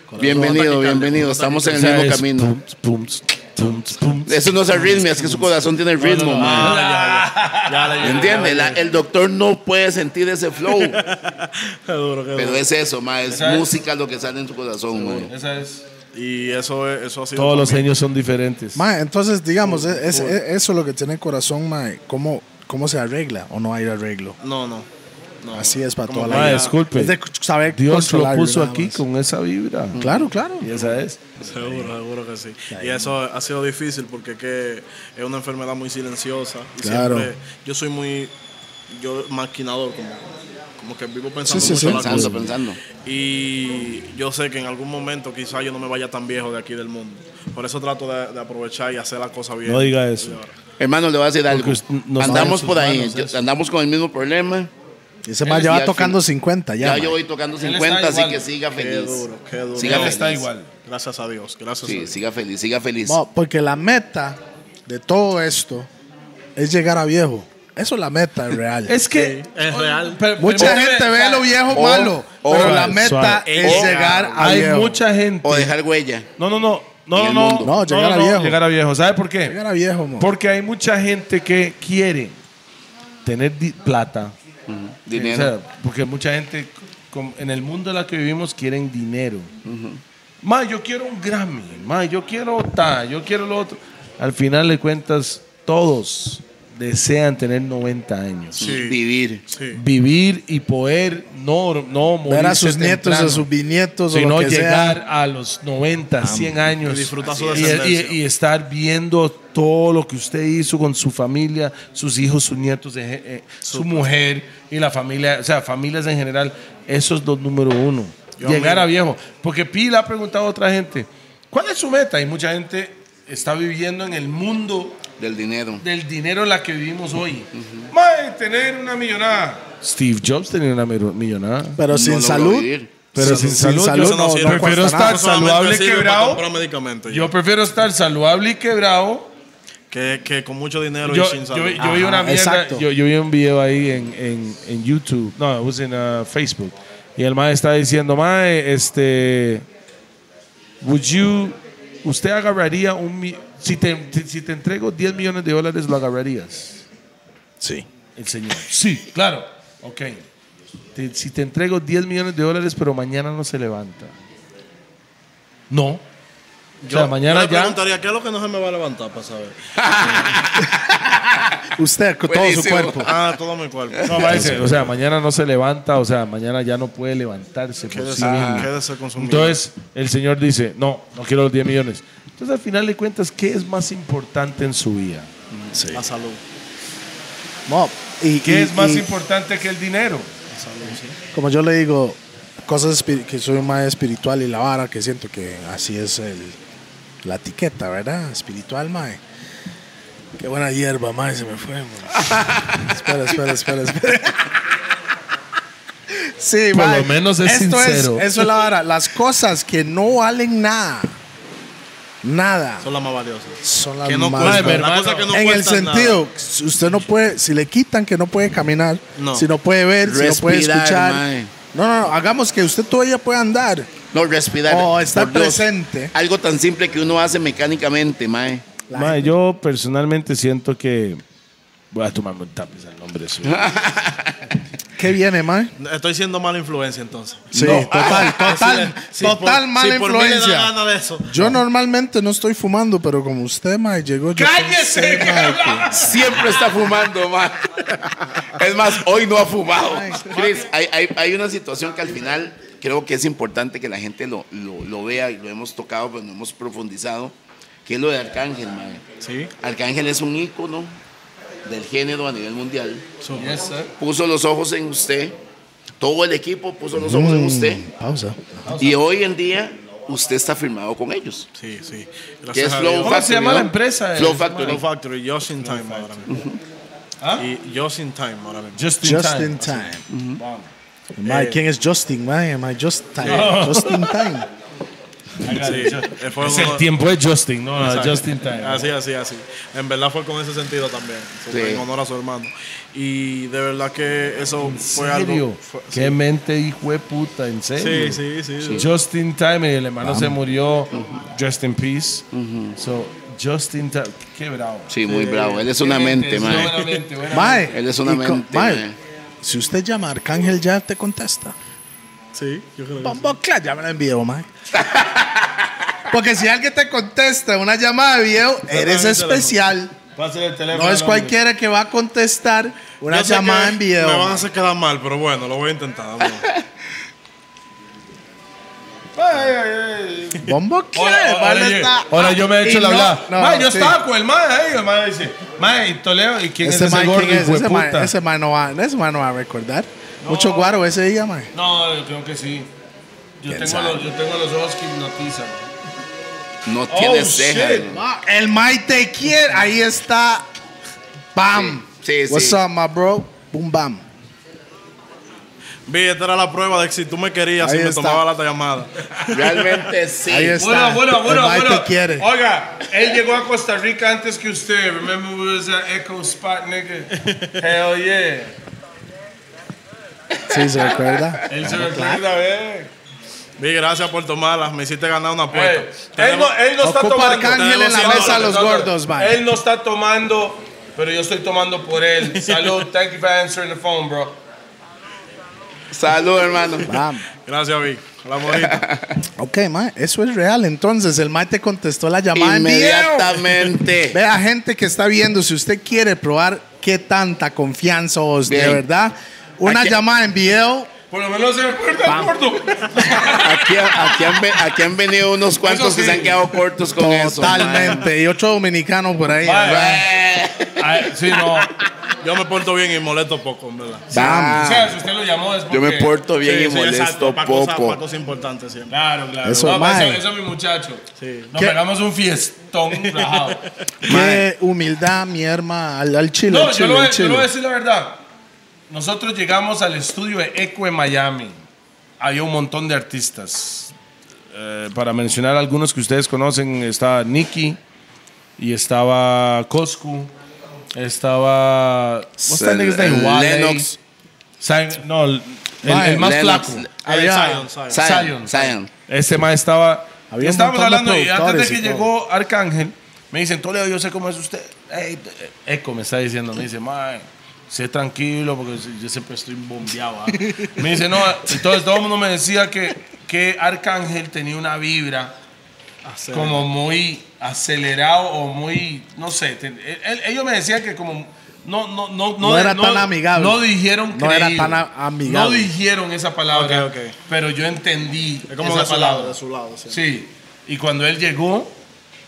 Speaker 1: corazón.
Speaker 4: Bienvenido,
Speaker 2: taquicardia,
Speaker 4: bienvenido.
Speaker 2: una
Speaker 4: Estamos en el
Speaker 3: O sea,
Speaker 4: mismo
Speaker 3: es
Speaker 4: camino.
Speaker 3: pums, pums, pums, pums.
Speaker 4: Eso no es arritmia, es que su corazón tiene ritmo, mae.
Speaker 2: Ah, ya, ya, ya, ya, ya,
Speaker 4: ¿Entiendes?
Speaker 2: ya,
Speaker 4: La-
Speaker 2: ya.
Speaker 4: el doctor no puede sentir ese flow.
Speaker 2: Qué duro, qué
Speaker 4: Pero
Speaker 2: duro.
Speaker 4: es eso, mae. Es
Speaker 3: Esa es-
Speaker 4: música lo que sale en tu corazón, mae.
Speaker 3: Esa es.
Speaker 2: Y eso, es- eso ha sido.
Speaker 3: Todos los
Speaker 2: para mí.
Speaker 3: sueños son diferentes.
Speaker 1: Ma, entonces, digamos, es- es- es- eso es lo que tiene el corazón, ma. ¿Cómo, ¿Cómo se arregla o no hay arreglo?
Speaker 2: No, no. no.
Speaker 1: Así es para
Speaker 2: Como
Speaker 1: toda la
Speaker 2: para
Speaker 1: vida.
Speaker 2: ya-
Speaker 3: "Ah, disculpe.
Speaker 1: Es de saber
Speaker 3: Dios lo
Speaker 1: controlar,
Speaker 3: puso
Speaker 1: nada
Speaker 3: aquí
Speaker 1: más.
Speaker 3: con esa vibra.
Speaker 1: Claro, claro.
Speaker 3: Y esa es.
Speaker 2: Seguro, seguro que sí. Y eso ha sido difícil porque que es una enfermedad muy silenciosa. Y
Speaker 1: Claro.
Speaker 2: siempre yo soy muy yo maquinador, como, como que vivo pensando
Speaker 1: Sí, sí,
Speaker 2: mucho
Speaker 1: sí.
Speaker 2: en la
Speaker 4: Pensando,
Speaker 2: cosa.
Speaker 4: pensando.
Speaker 2: Y yo sé que en algún momento quizás yo no me vaya tan viejo de aquí del mundo. Por eso trato de, de aprovechar y hacer la cosa bien.
Speaker 3: No diga eso.
Speaker 4: Hermano, le voy a decir algo.
Speaker 3: us- nos va en
Speaker 4: Andamos
Speaker 3: sus
Speaker 4: por ahí,
Speaker 3: manos
Speaker 4: yo-
Speaker 3: eso.
Speaker 4: andamos con el mismo problema.
Speaker 1: Ese ma
Speaker 4: Él
Speaker 1: ya
Speaker 4: es-
Speaker 1: va
Speaker 4: ya
Speaker 1: tocando
Speaker 4: fin-
Speaker 1: 50 ya.
Speaker 4: Ya
Speaker 1: ma.
Speaker 4: yo voy tocando
Speaker 3: Él está
Speaker 4: 50, así
Speaker 3: igual.
Speaker 4: que siga
Speaker 2: Qué
Speaker 4: feliz.
Speaker 2: duro, qué duro.
Speaker 4: Siga
Speaker 3: Él
Speaker 4: feliz.
Speaker 3: está igual.
Speaker 2: Gracias a Dios, gracias a
Speaker 4: Sí,
Speaker 2: Dios.
Speaker 4: siga feliz, siga feliz.
Speaker 1: Ma, porque la meta de todo esto es llegar a viejo. Eso es la meta real.
Speaker 3: Es que.
Speaker 2: Es real.
Speaker 1: Mucha gente ve lo viejo
Speaker 4: o-
Speaker 1: malo,
Speaker 4: o-
Speaker 1: pero la
Speaker 3: suave,
Speaker 1: meta
Speaker 3: suave.
Speaker 1: es
Speaker 4: O-
Speaker 1: llegar a
Speaker 3: Hay
Speaker 1: viejo.
Speaker 3: mucha gente.
Speaker 4: O dejar huella.
Speaker 3: No, no, no.
Speaker 4: En
Speaker 3: No, no,
Speaker 4: el
Speaker 3: no.
Speaker 4: mundo.
Speaker 1: No, llegar a viejo.
Speaker 3: Llegar a viejo. ¿Sabe por
Speaker 1: Llegar
Speaker 3: qué?
Speaker 1: a viejo, mo.
Speaker 3: Porque hay mucha gente que quiere tener di- plata.
Speaker 4: Dinero.
Speaker 3: O sea, porque mucha gente com- en el mundo en la que vivimos quieren dinero. Ma, yo quiero un Grammy. Ma, yo quiero ta, yo quiero lo otro. Al final de cuentas, todos desean tener 90 años.
Speaker 2: Sí.
Speaker 4: Vivir.
Speaker 2: Sí.
Speaker 3: Vivir y poder no, no morir.
Speaker 1: Ver a sus nietos, a sus bisnietos, o
Speaker 3: sino
Speaker 1: lo que sea.
Speaker 3: llegar a los 90, 100 años
Speaker 2: Y disfrutar su
Speaker 3: y,
Speaker 2: descendencia.
Speaker 3: y- y estar viendo todo lo que usted hizo con su familia, sus hijos, sus nietos, eh, eh, su mujer y la familia, o sea, familias en general, eso es lo número uno.
Speaker 2: Yo,
Speaker 3: llegar
Speaker 2: amigo.
Speaker 3: a viejo. Porque Pi le ha preguntado a otra gente, ¿cuál es su meta? Y mucha gente está viviendo en el mundo
Speaker 4: Del dinero.
Speaker 3: del dinero en la que vivimos hoy. Mae, tener una millonada. Steve Jobs tenía una mero- millonada.
Speaker 1: Pero
Speaker 4: No
Speaker 1: sin
Speaker 4: logró
Speaker 1: salud.
Speaker 4: vivir.
Speaker 1: Pero sin, salud,
Speaker 2: Eso
Speaker 1: no,
Speaker 2: sirve.
Speaker 1: no
Speaker 3: Prefiero
Speaker 1: cuesta nada.
Speaker 3: estar
Speaker 2: Eso solamente
Speaker 3: saludable y
Speaker 2: sirve para
Speaker 3: quebrado.
Speaker 2: comprar medicamentos.
Speaker 3: Yo prefiero estar saludable y quebrado
Speaker 2: Que, que con mucho dinero
Speaker 3: yo,
Speaker 2: y sin salud.
Speaker 3: yo- yo vi una
Speaker 1: Ajá,
Speaker 3: mierda,
Speaker 1: exacto.
Speaker 3: yo, yo vi un video ahí en, en, en YouTube, no, it was en Facebook, y el mae está diciendo, mae, este, would you, usted agarraría un, mi- si te, te- si te entrego 10 millones de dólares, lo agarrarías.
Speaker 1: Sí.
Speaker 3: El señor. Sí, claro. Ok. Te- si te entrego 10 millones de dólares, pero mañana no se levanta. No. o sea, mañana
Speaker 2: yo le
Speaker 3: ya.
Speaker 2: preguntaría qué es lo que no se me va a levantar para saber.
Speaker 1: Usted con todo su
Speaker 4: Buenísimo.
Speaker 1: cuerpo.
Speaker 2: Ah, todo mi cuerpo.
Speaker 3: No, mae, se- o sea, mañana no se levanta, o sea, mañana ya no puede levantarse. por sí
Speaker 2: Quédese,
Speaker 3: mismo.
Speaker 2: quédese con su
Speaker 3: Entonces, el señor dice, no, no quiero los 10 millones. Entonces, al final de cuentas, ¿qué es más importante en su vida?
Speaker 2: mierda. la salud.
Speaker 1: No, y,
Speaker 3: ¿Qué
Speaker 1: y-
Speaker 3: es más
Speaker 1: y
Speaker 3: importante que el dinero?
Speaker 2: La salud, sí.
Speaker 1: como yo le digo, cosas espiri- que soy más espiritual y la vara que siento que así es el, la etiqueta, ¿verdad? Espiritual, mae. Qué buena hierba, mae, se me fue. mae. espera, espera, espera, espera. Sí,
Speaker 3: Por
Speaker 1: mae,
Speaker 3: lo menos es
Speaker 1: esto
Speaker 3: sincero.
Speaker 1: Es, eso es la vara. Las cosas que no valen nada, nada,
Speaker 2: Son las más valiosas.
Speaker 1: son las
Speaker 2: que no
Speaker 1: más
Speaker 2: cuestan.
Speaker 1: valiosas.
Speaker 2: La
Speaker 3: hermano.
Speaker 2: cosa que no
Speaker 1: en el
Speaker 2: cuestan nada.
Speaker 1: sentido, si usted no puede, si le quitan que no puede caminar,
Speaker 2: No.
Speaker 1: si no puede ver, si no puede
Speaker 4: Respirar,
Speaker 1: escuchar.
Speaker 4: mae.
Speaker 1: No, no, no, hagamos que usted todavía pueda andar.
Speaker 4: No, respirar.
Speaker 1: O estar
Speaker 4: Por Dios.
Speaker 1: presente.
Speaker 4: Algo tan simple que uno hace mecánicamente, mae.
Speaker 1: La
Speaker 3: Mae,
Speaker 1: gente-
Speaker 3: yo personalmente siento que... Voy a tomarme un tapiz al nombre suyo.
Speaker 1: ¿Qué viene, man?
Speaker 2: Estoy siendo mala influencia entonces. Ah,
Speaker 1: Sí, total, total,
Speaker 2: Si por-
Speaker 1: total mala
Speaker 2: si por mí le da
Speaker 1: influencia.
Speaker 2: gana de eso.
Speaker 1: Yo normalmente no estoy fumando, pero como usted, mae, llegó yo.
Speaker 5: ¡Cállese!
Speaker 1: pensé, mae, que-
Speaker 4: Siempre está fumando, man. Es más, hoy no ha fumado. Chris, hay, hay- hay una situación que al final creo que es importante que la gente lo, lo- lo vea y lo hemos tocado, pero no hemos profundizado, que es lo de Arcángel, man.
Speaker 2: Sí.
Speaker 4: Arcángel es un ícono del género a nivel mundial.
Speaker 3: Yes, sir.
Speaker 4: Puso los ojos en usted. Todo el equipo puso los ojos en usted.
Speaker 1: Pausa.
Speaker 4: Y hoy en día usted está firmado con ellos.
Speaker 2: Sí, sí.
Speaker 4: Que es
Speaker 2: Gracias a
Speaker 4: Flow Factory.
Speaker 2: Dios.
Speaker 3: ¿Cómo se llama
Speaker 4: ¿no?
Speaker 3: la empresa?
Speaker 4: Flow
Speaker 3: Es-
Speaker 4: Factory.
Speaker 2: Flow Factory, Just in Time ahora mismo.
Speaker 3: ¿Ah?
Speaker 2: Y Just in Time ahora mismo.
Speaker 3: Just in
Speaker 1: Just
Speaker 3: time.
Speaker 1: in time. Mae,
Speaker 2: Eh.
Speaker 1: ¿quién es Justin, mae? Am I just time? Just in time.
Speaker 2: Sí, eh, fue
Speaker 3: Es
Speaker 2: uno-
Speaker 3: el tiempo de Justin, no,
Speaker 2: Exacto.
Speaker 3: Just in time.
Speaker 2: Así, así, así. En verdad fue con ese sentido también. So,
Speaker 4: Sí.
Speaker 2: En honor a su hermano. Y de verdad que eso fue
Speaker 3: ¿En serio?
Speaker 2: algo. fue-
Speaker 3: Qué mente hijo de puta, en serio.
Speaker 2: sí, sí, sí. sí.
Speaker 3: Just in time, el hermano se murió. Just in peace. So, just in time. Qué bravo.
Speaker 4: Sí, muy bravo. Él es una mente, man.
Speaker 3: Buena mente, buena mente.
Speaker 1: Mae.
Speaker 4: Él es una
Speaker 1: y co-
Speaker 4: mente, mae.
Speaker 1: Mae, si usted llama a Arcángel, ya te contesta.
Speaker 2: Sí, yo creo que sí.
Speaker 1: Bombo Clan, llámala en video, mae. Porque si alguien te contesta una llamada de video, eres
Speaker 2: el teléfono.
Speaker 1: especial.
Speaker 3: Pásale el teléfono.
Speaker 1: No es
Speaker 3: al hombre.
Speaker 1: cualquiera que va a contestar una
Speaker 2: Yo sé
Speaker 1: llamada
Speaker 2: que
Speaker 1: en video.
Speaker 2: Me van a
Speaker 1: mae.
Speaker 2: hacer quedar mal, pero bueno, lo voy a intentar. vamos.
Speaker 1: Bombo
Speaker 3: Ahora,
Speaker 1: Clan,
Speaker 3: ahora
Speaker 1: vale,
Speaker 3: yo-
Speaker 1: está- Ah,
Speaker 3: ahora yo me he hecho
Speaker 1: Y
Speaker 3: la
Speaker 1: no-
Speaker 3: hablada.
Speaker 1: no,
Speaker 3: Mae, yo
Speaker 1: sí.
Speaker 3: estaba con el mae ahí. El mae dice, mae, y Toledo, ¿y quién
Speaker 1: Ese
Speaker 3: es ese
Speaker 1: mae,
Speaker 3: gordo
Speaker 1: ¿quién es?
Speaker 3: hijo de
Speaker 1: Ese mae-
Speaker 3: puta?
Speaker 1: ese mae no va, ese mae no va a recordar. Mucho guaro ese día, mae.
Speaker 3: No, yo creo que sí. Yo
Speaker 1: ¿Quién
Speaker 3: tengo,
Speaker 1: sabe?
Speaker 3: los, yo tengo los ojos que hipnotizan.
Speaker 4: No tiene cejas.
Speaker 3: shit.
Speaker 4: ¿no?
Speaker 1: Ma, El Mike te quiere. Ahí está. Bam.
Speaker 4: Sí, sí,
Speaker 1: What's
Speaker 4: sí.
Speaker 1: up, my bro? Boom, bam.
Speaker 2: Vi, esta era la prueba de que si tú me querías,
Speaker 1: Ahí
Speaker 2: si me
Speaker 1: está.
Speaker 2: tomaba la llamada.
Speaker 4: Realmente sí.
Speaker 1: Ahí está.
Speaker 3: Bueno, bueno, bueno,
Speaker 1: el Mike
Speaker 3: bueno.
Speaker 1: te quiere.
Speaker 3: Oiga, él llegó a Costa Rica antes que usted. Remember we was at Echo Spot, nigga. Hell yeah.
Speaker 1: Sí, se recuerda.
Speaker 3: Él se recuerda, eh.
Speaker 2: Vi, gracias por tomarlas. Me hiciste ganar una apuesta.
Speaker 3: Ey, Él no, él no está
Speaker 1: Ocupa
Speaker 3: tomando.
Speaker 1: Arcángel en la
Speaker 3: Tenemos
Speaker 1: mesa a los
Speaker 3: dólares.
Speaker 1: gordos, man.
Speaker 3: Él no está tomando, pero yo estoy tomando por él. Salud, thank you for answering the phone, bro.
Speaker 4: Salud, hermano. Ah,
Speaker 1: Bam.
Speaker 2: Gracias, Vi. La morita.
Speaker 1: Ok, ma, eso es real. Entonces, el Mike te contestó la llamada en video.
Speaker 4: Inmediatamente.
Speaker 1: Vea, gente que está viendo, si usted quiere probar qué tanta confianza os de
Speaker 4: Bien.
Speaker 1: verdad, una
Speaker 4: Aquí-
Speaker 1: llamada en video.
Speaker 3: Por lo menos se recuerda el gordo.
Speaker 4: Aquí, aquí han, ve- aquí han venido unos cuantos
Speaker 3: sí.
Speaker 4: que se han quedado cortos con eso. man.
Speaker 1: Totalmente. y otro dominicano por ahí.
Speaker 3: Mae.
Speaker 1: ¿verdad?
Speaker 3: Ay, Ah, sí, no.
Speaker 2: Yo me porto bien y molesto poco, en verdad.
Speaker 1: Bam.
Speaker 3: O sea, si usted lo llamó es
Speaker 4: Yo me
Speaker 3: porque-
Speaker 4: porto bien
Speaker 2: Sí,
Speaker 4: y
Speaker 2: sí,
Speaker 4: molesto
Speaker 2: exacto, para
Speaker 4: poco.
Speaker 2: Cosas, para cosas importantes siempre.
Speaker 3: Claro, claro.
Speaker 1: Eso,
Speaker 3: No, pues,
Speaker 1: mae.
Speaker 3: eso, eso es mi muchacho.
Speaker 2: Sí.
Speaker 3: Nos
Speaker 1: ¿Qué?
Speaker 3: pegamos un fiestón rajado.
Speaker 1: Qué humildad, mi hermana. Al, al chile,
Speaker 3: No,
Speaker 1: al
Speaker 3: yo,
Speaker 1: chile,
Speaker 3: lo voy,
Speaker 1: al
Speaker 3: yo le
Speaker 1: chile.
Speaker 3: voy a decir la verdad. Nosotros llegamos al estudio de Eco en Miami. Había un montón de artistas. Eh, para mencionar algunos que ustedes conocen, estaba Nicky y estaba Coscu. Estaba. What's that nigga's name? Wale.
Speaker 4: Lennox.
Speaker 3: Zion- no, el, el-
Speaker 1: Mae,
Speaker 3: el más
Speaker 4: Lennox.
Speaker 3: flaco.
Speaker 1: Había-
Speaker 2: Zion, Zion.
Speaker 4: Zion.
Speaker 3: Zion.
Speaker 4: Zion.
Speaker 3: Este mae estaba.
Speaker 1: Había un
Speaker 3: ya estábamos
Speaker 1: montón de
Speaker 3: hablando y antes de
Speaker 1: productores
Speaker 3: que
Speaker 1: y todo.
Speaker 3: llegó Arcángel, me dicen, Toledo, yo sé cómo es usted. Ey, Eco me está diciendo, me dice, mae, sé tranquilo porque yo siempre estoy bombeado. ah". me dice, no, entonces todo el mundo me decía que, que Arcángel tenía una vibra
Speaker 2: Hacer-
Speaker 3: como muy acelerado o muy, no sé, te- él- ellos me decían que como no, no, no,
Speaker 1: No era tan amigable.
Speaker 3: No dijeron
Speaker 1: No era
Speaker 3: creíble.
Speaker 1: tan a- amigable.
Speaker 3: No dijeron esa palabra,
Speaker 2: Ok, ok.
Speaker 3: pero yo entendí
Speaker 2: Es como
Speaker 3: esa
Speaker 2: de su
Speaker 3: palabra.
Speaker 2: lado, de su lado, sí.
Speaker 3: Sí, y cuando él llegó,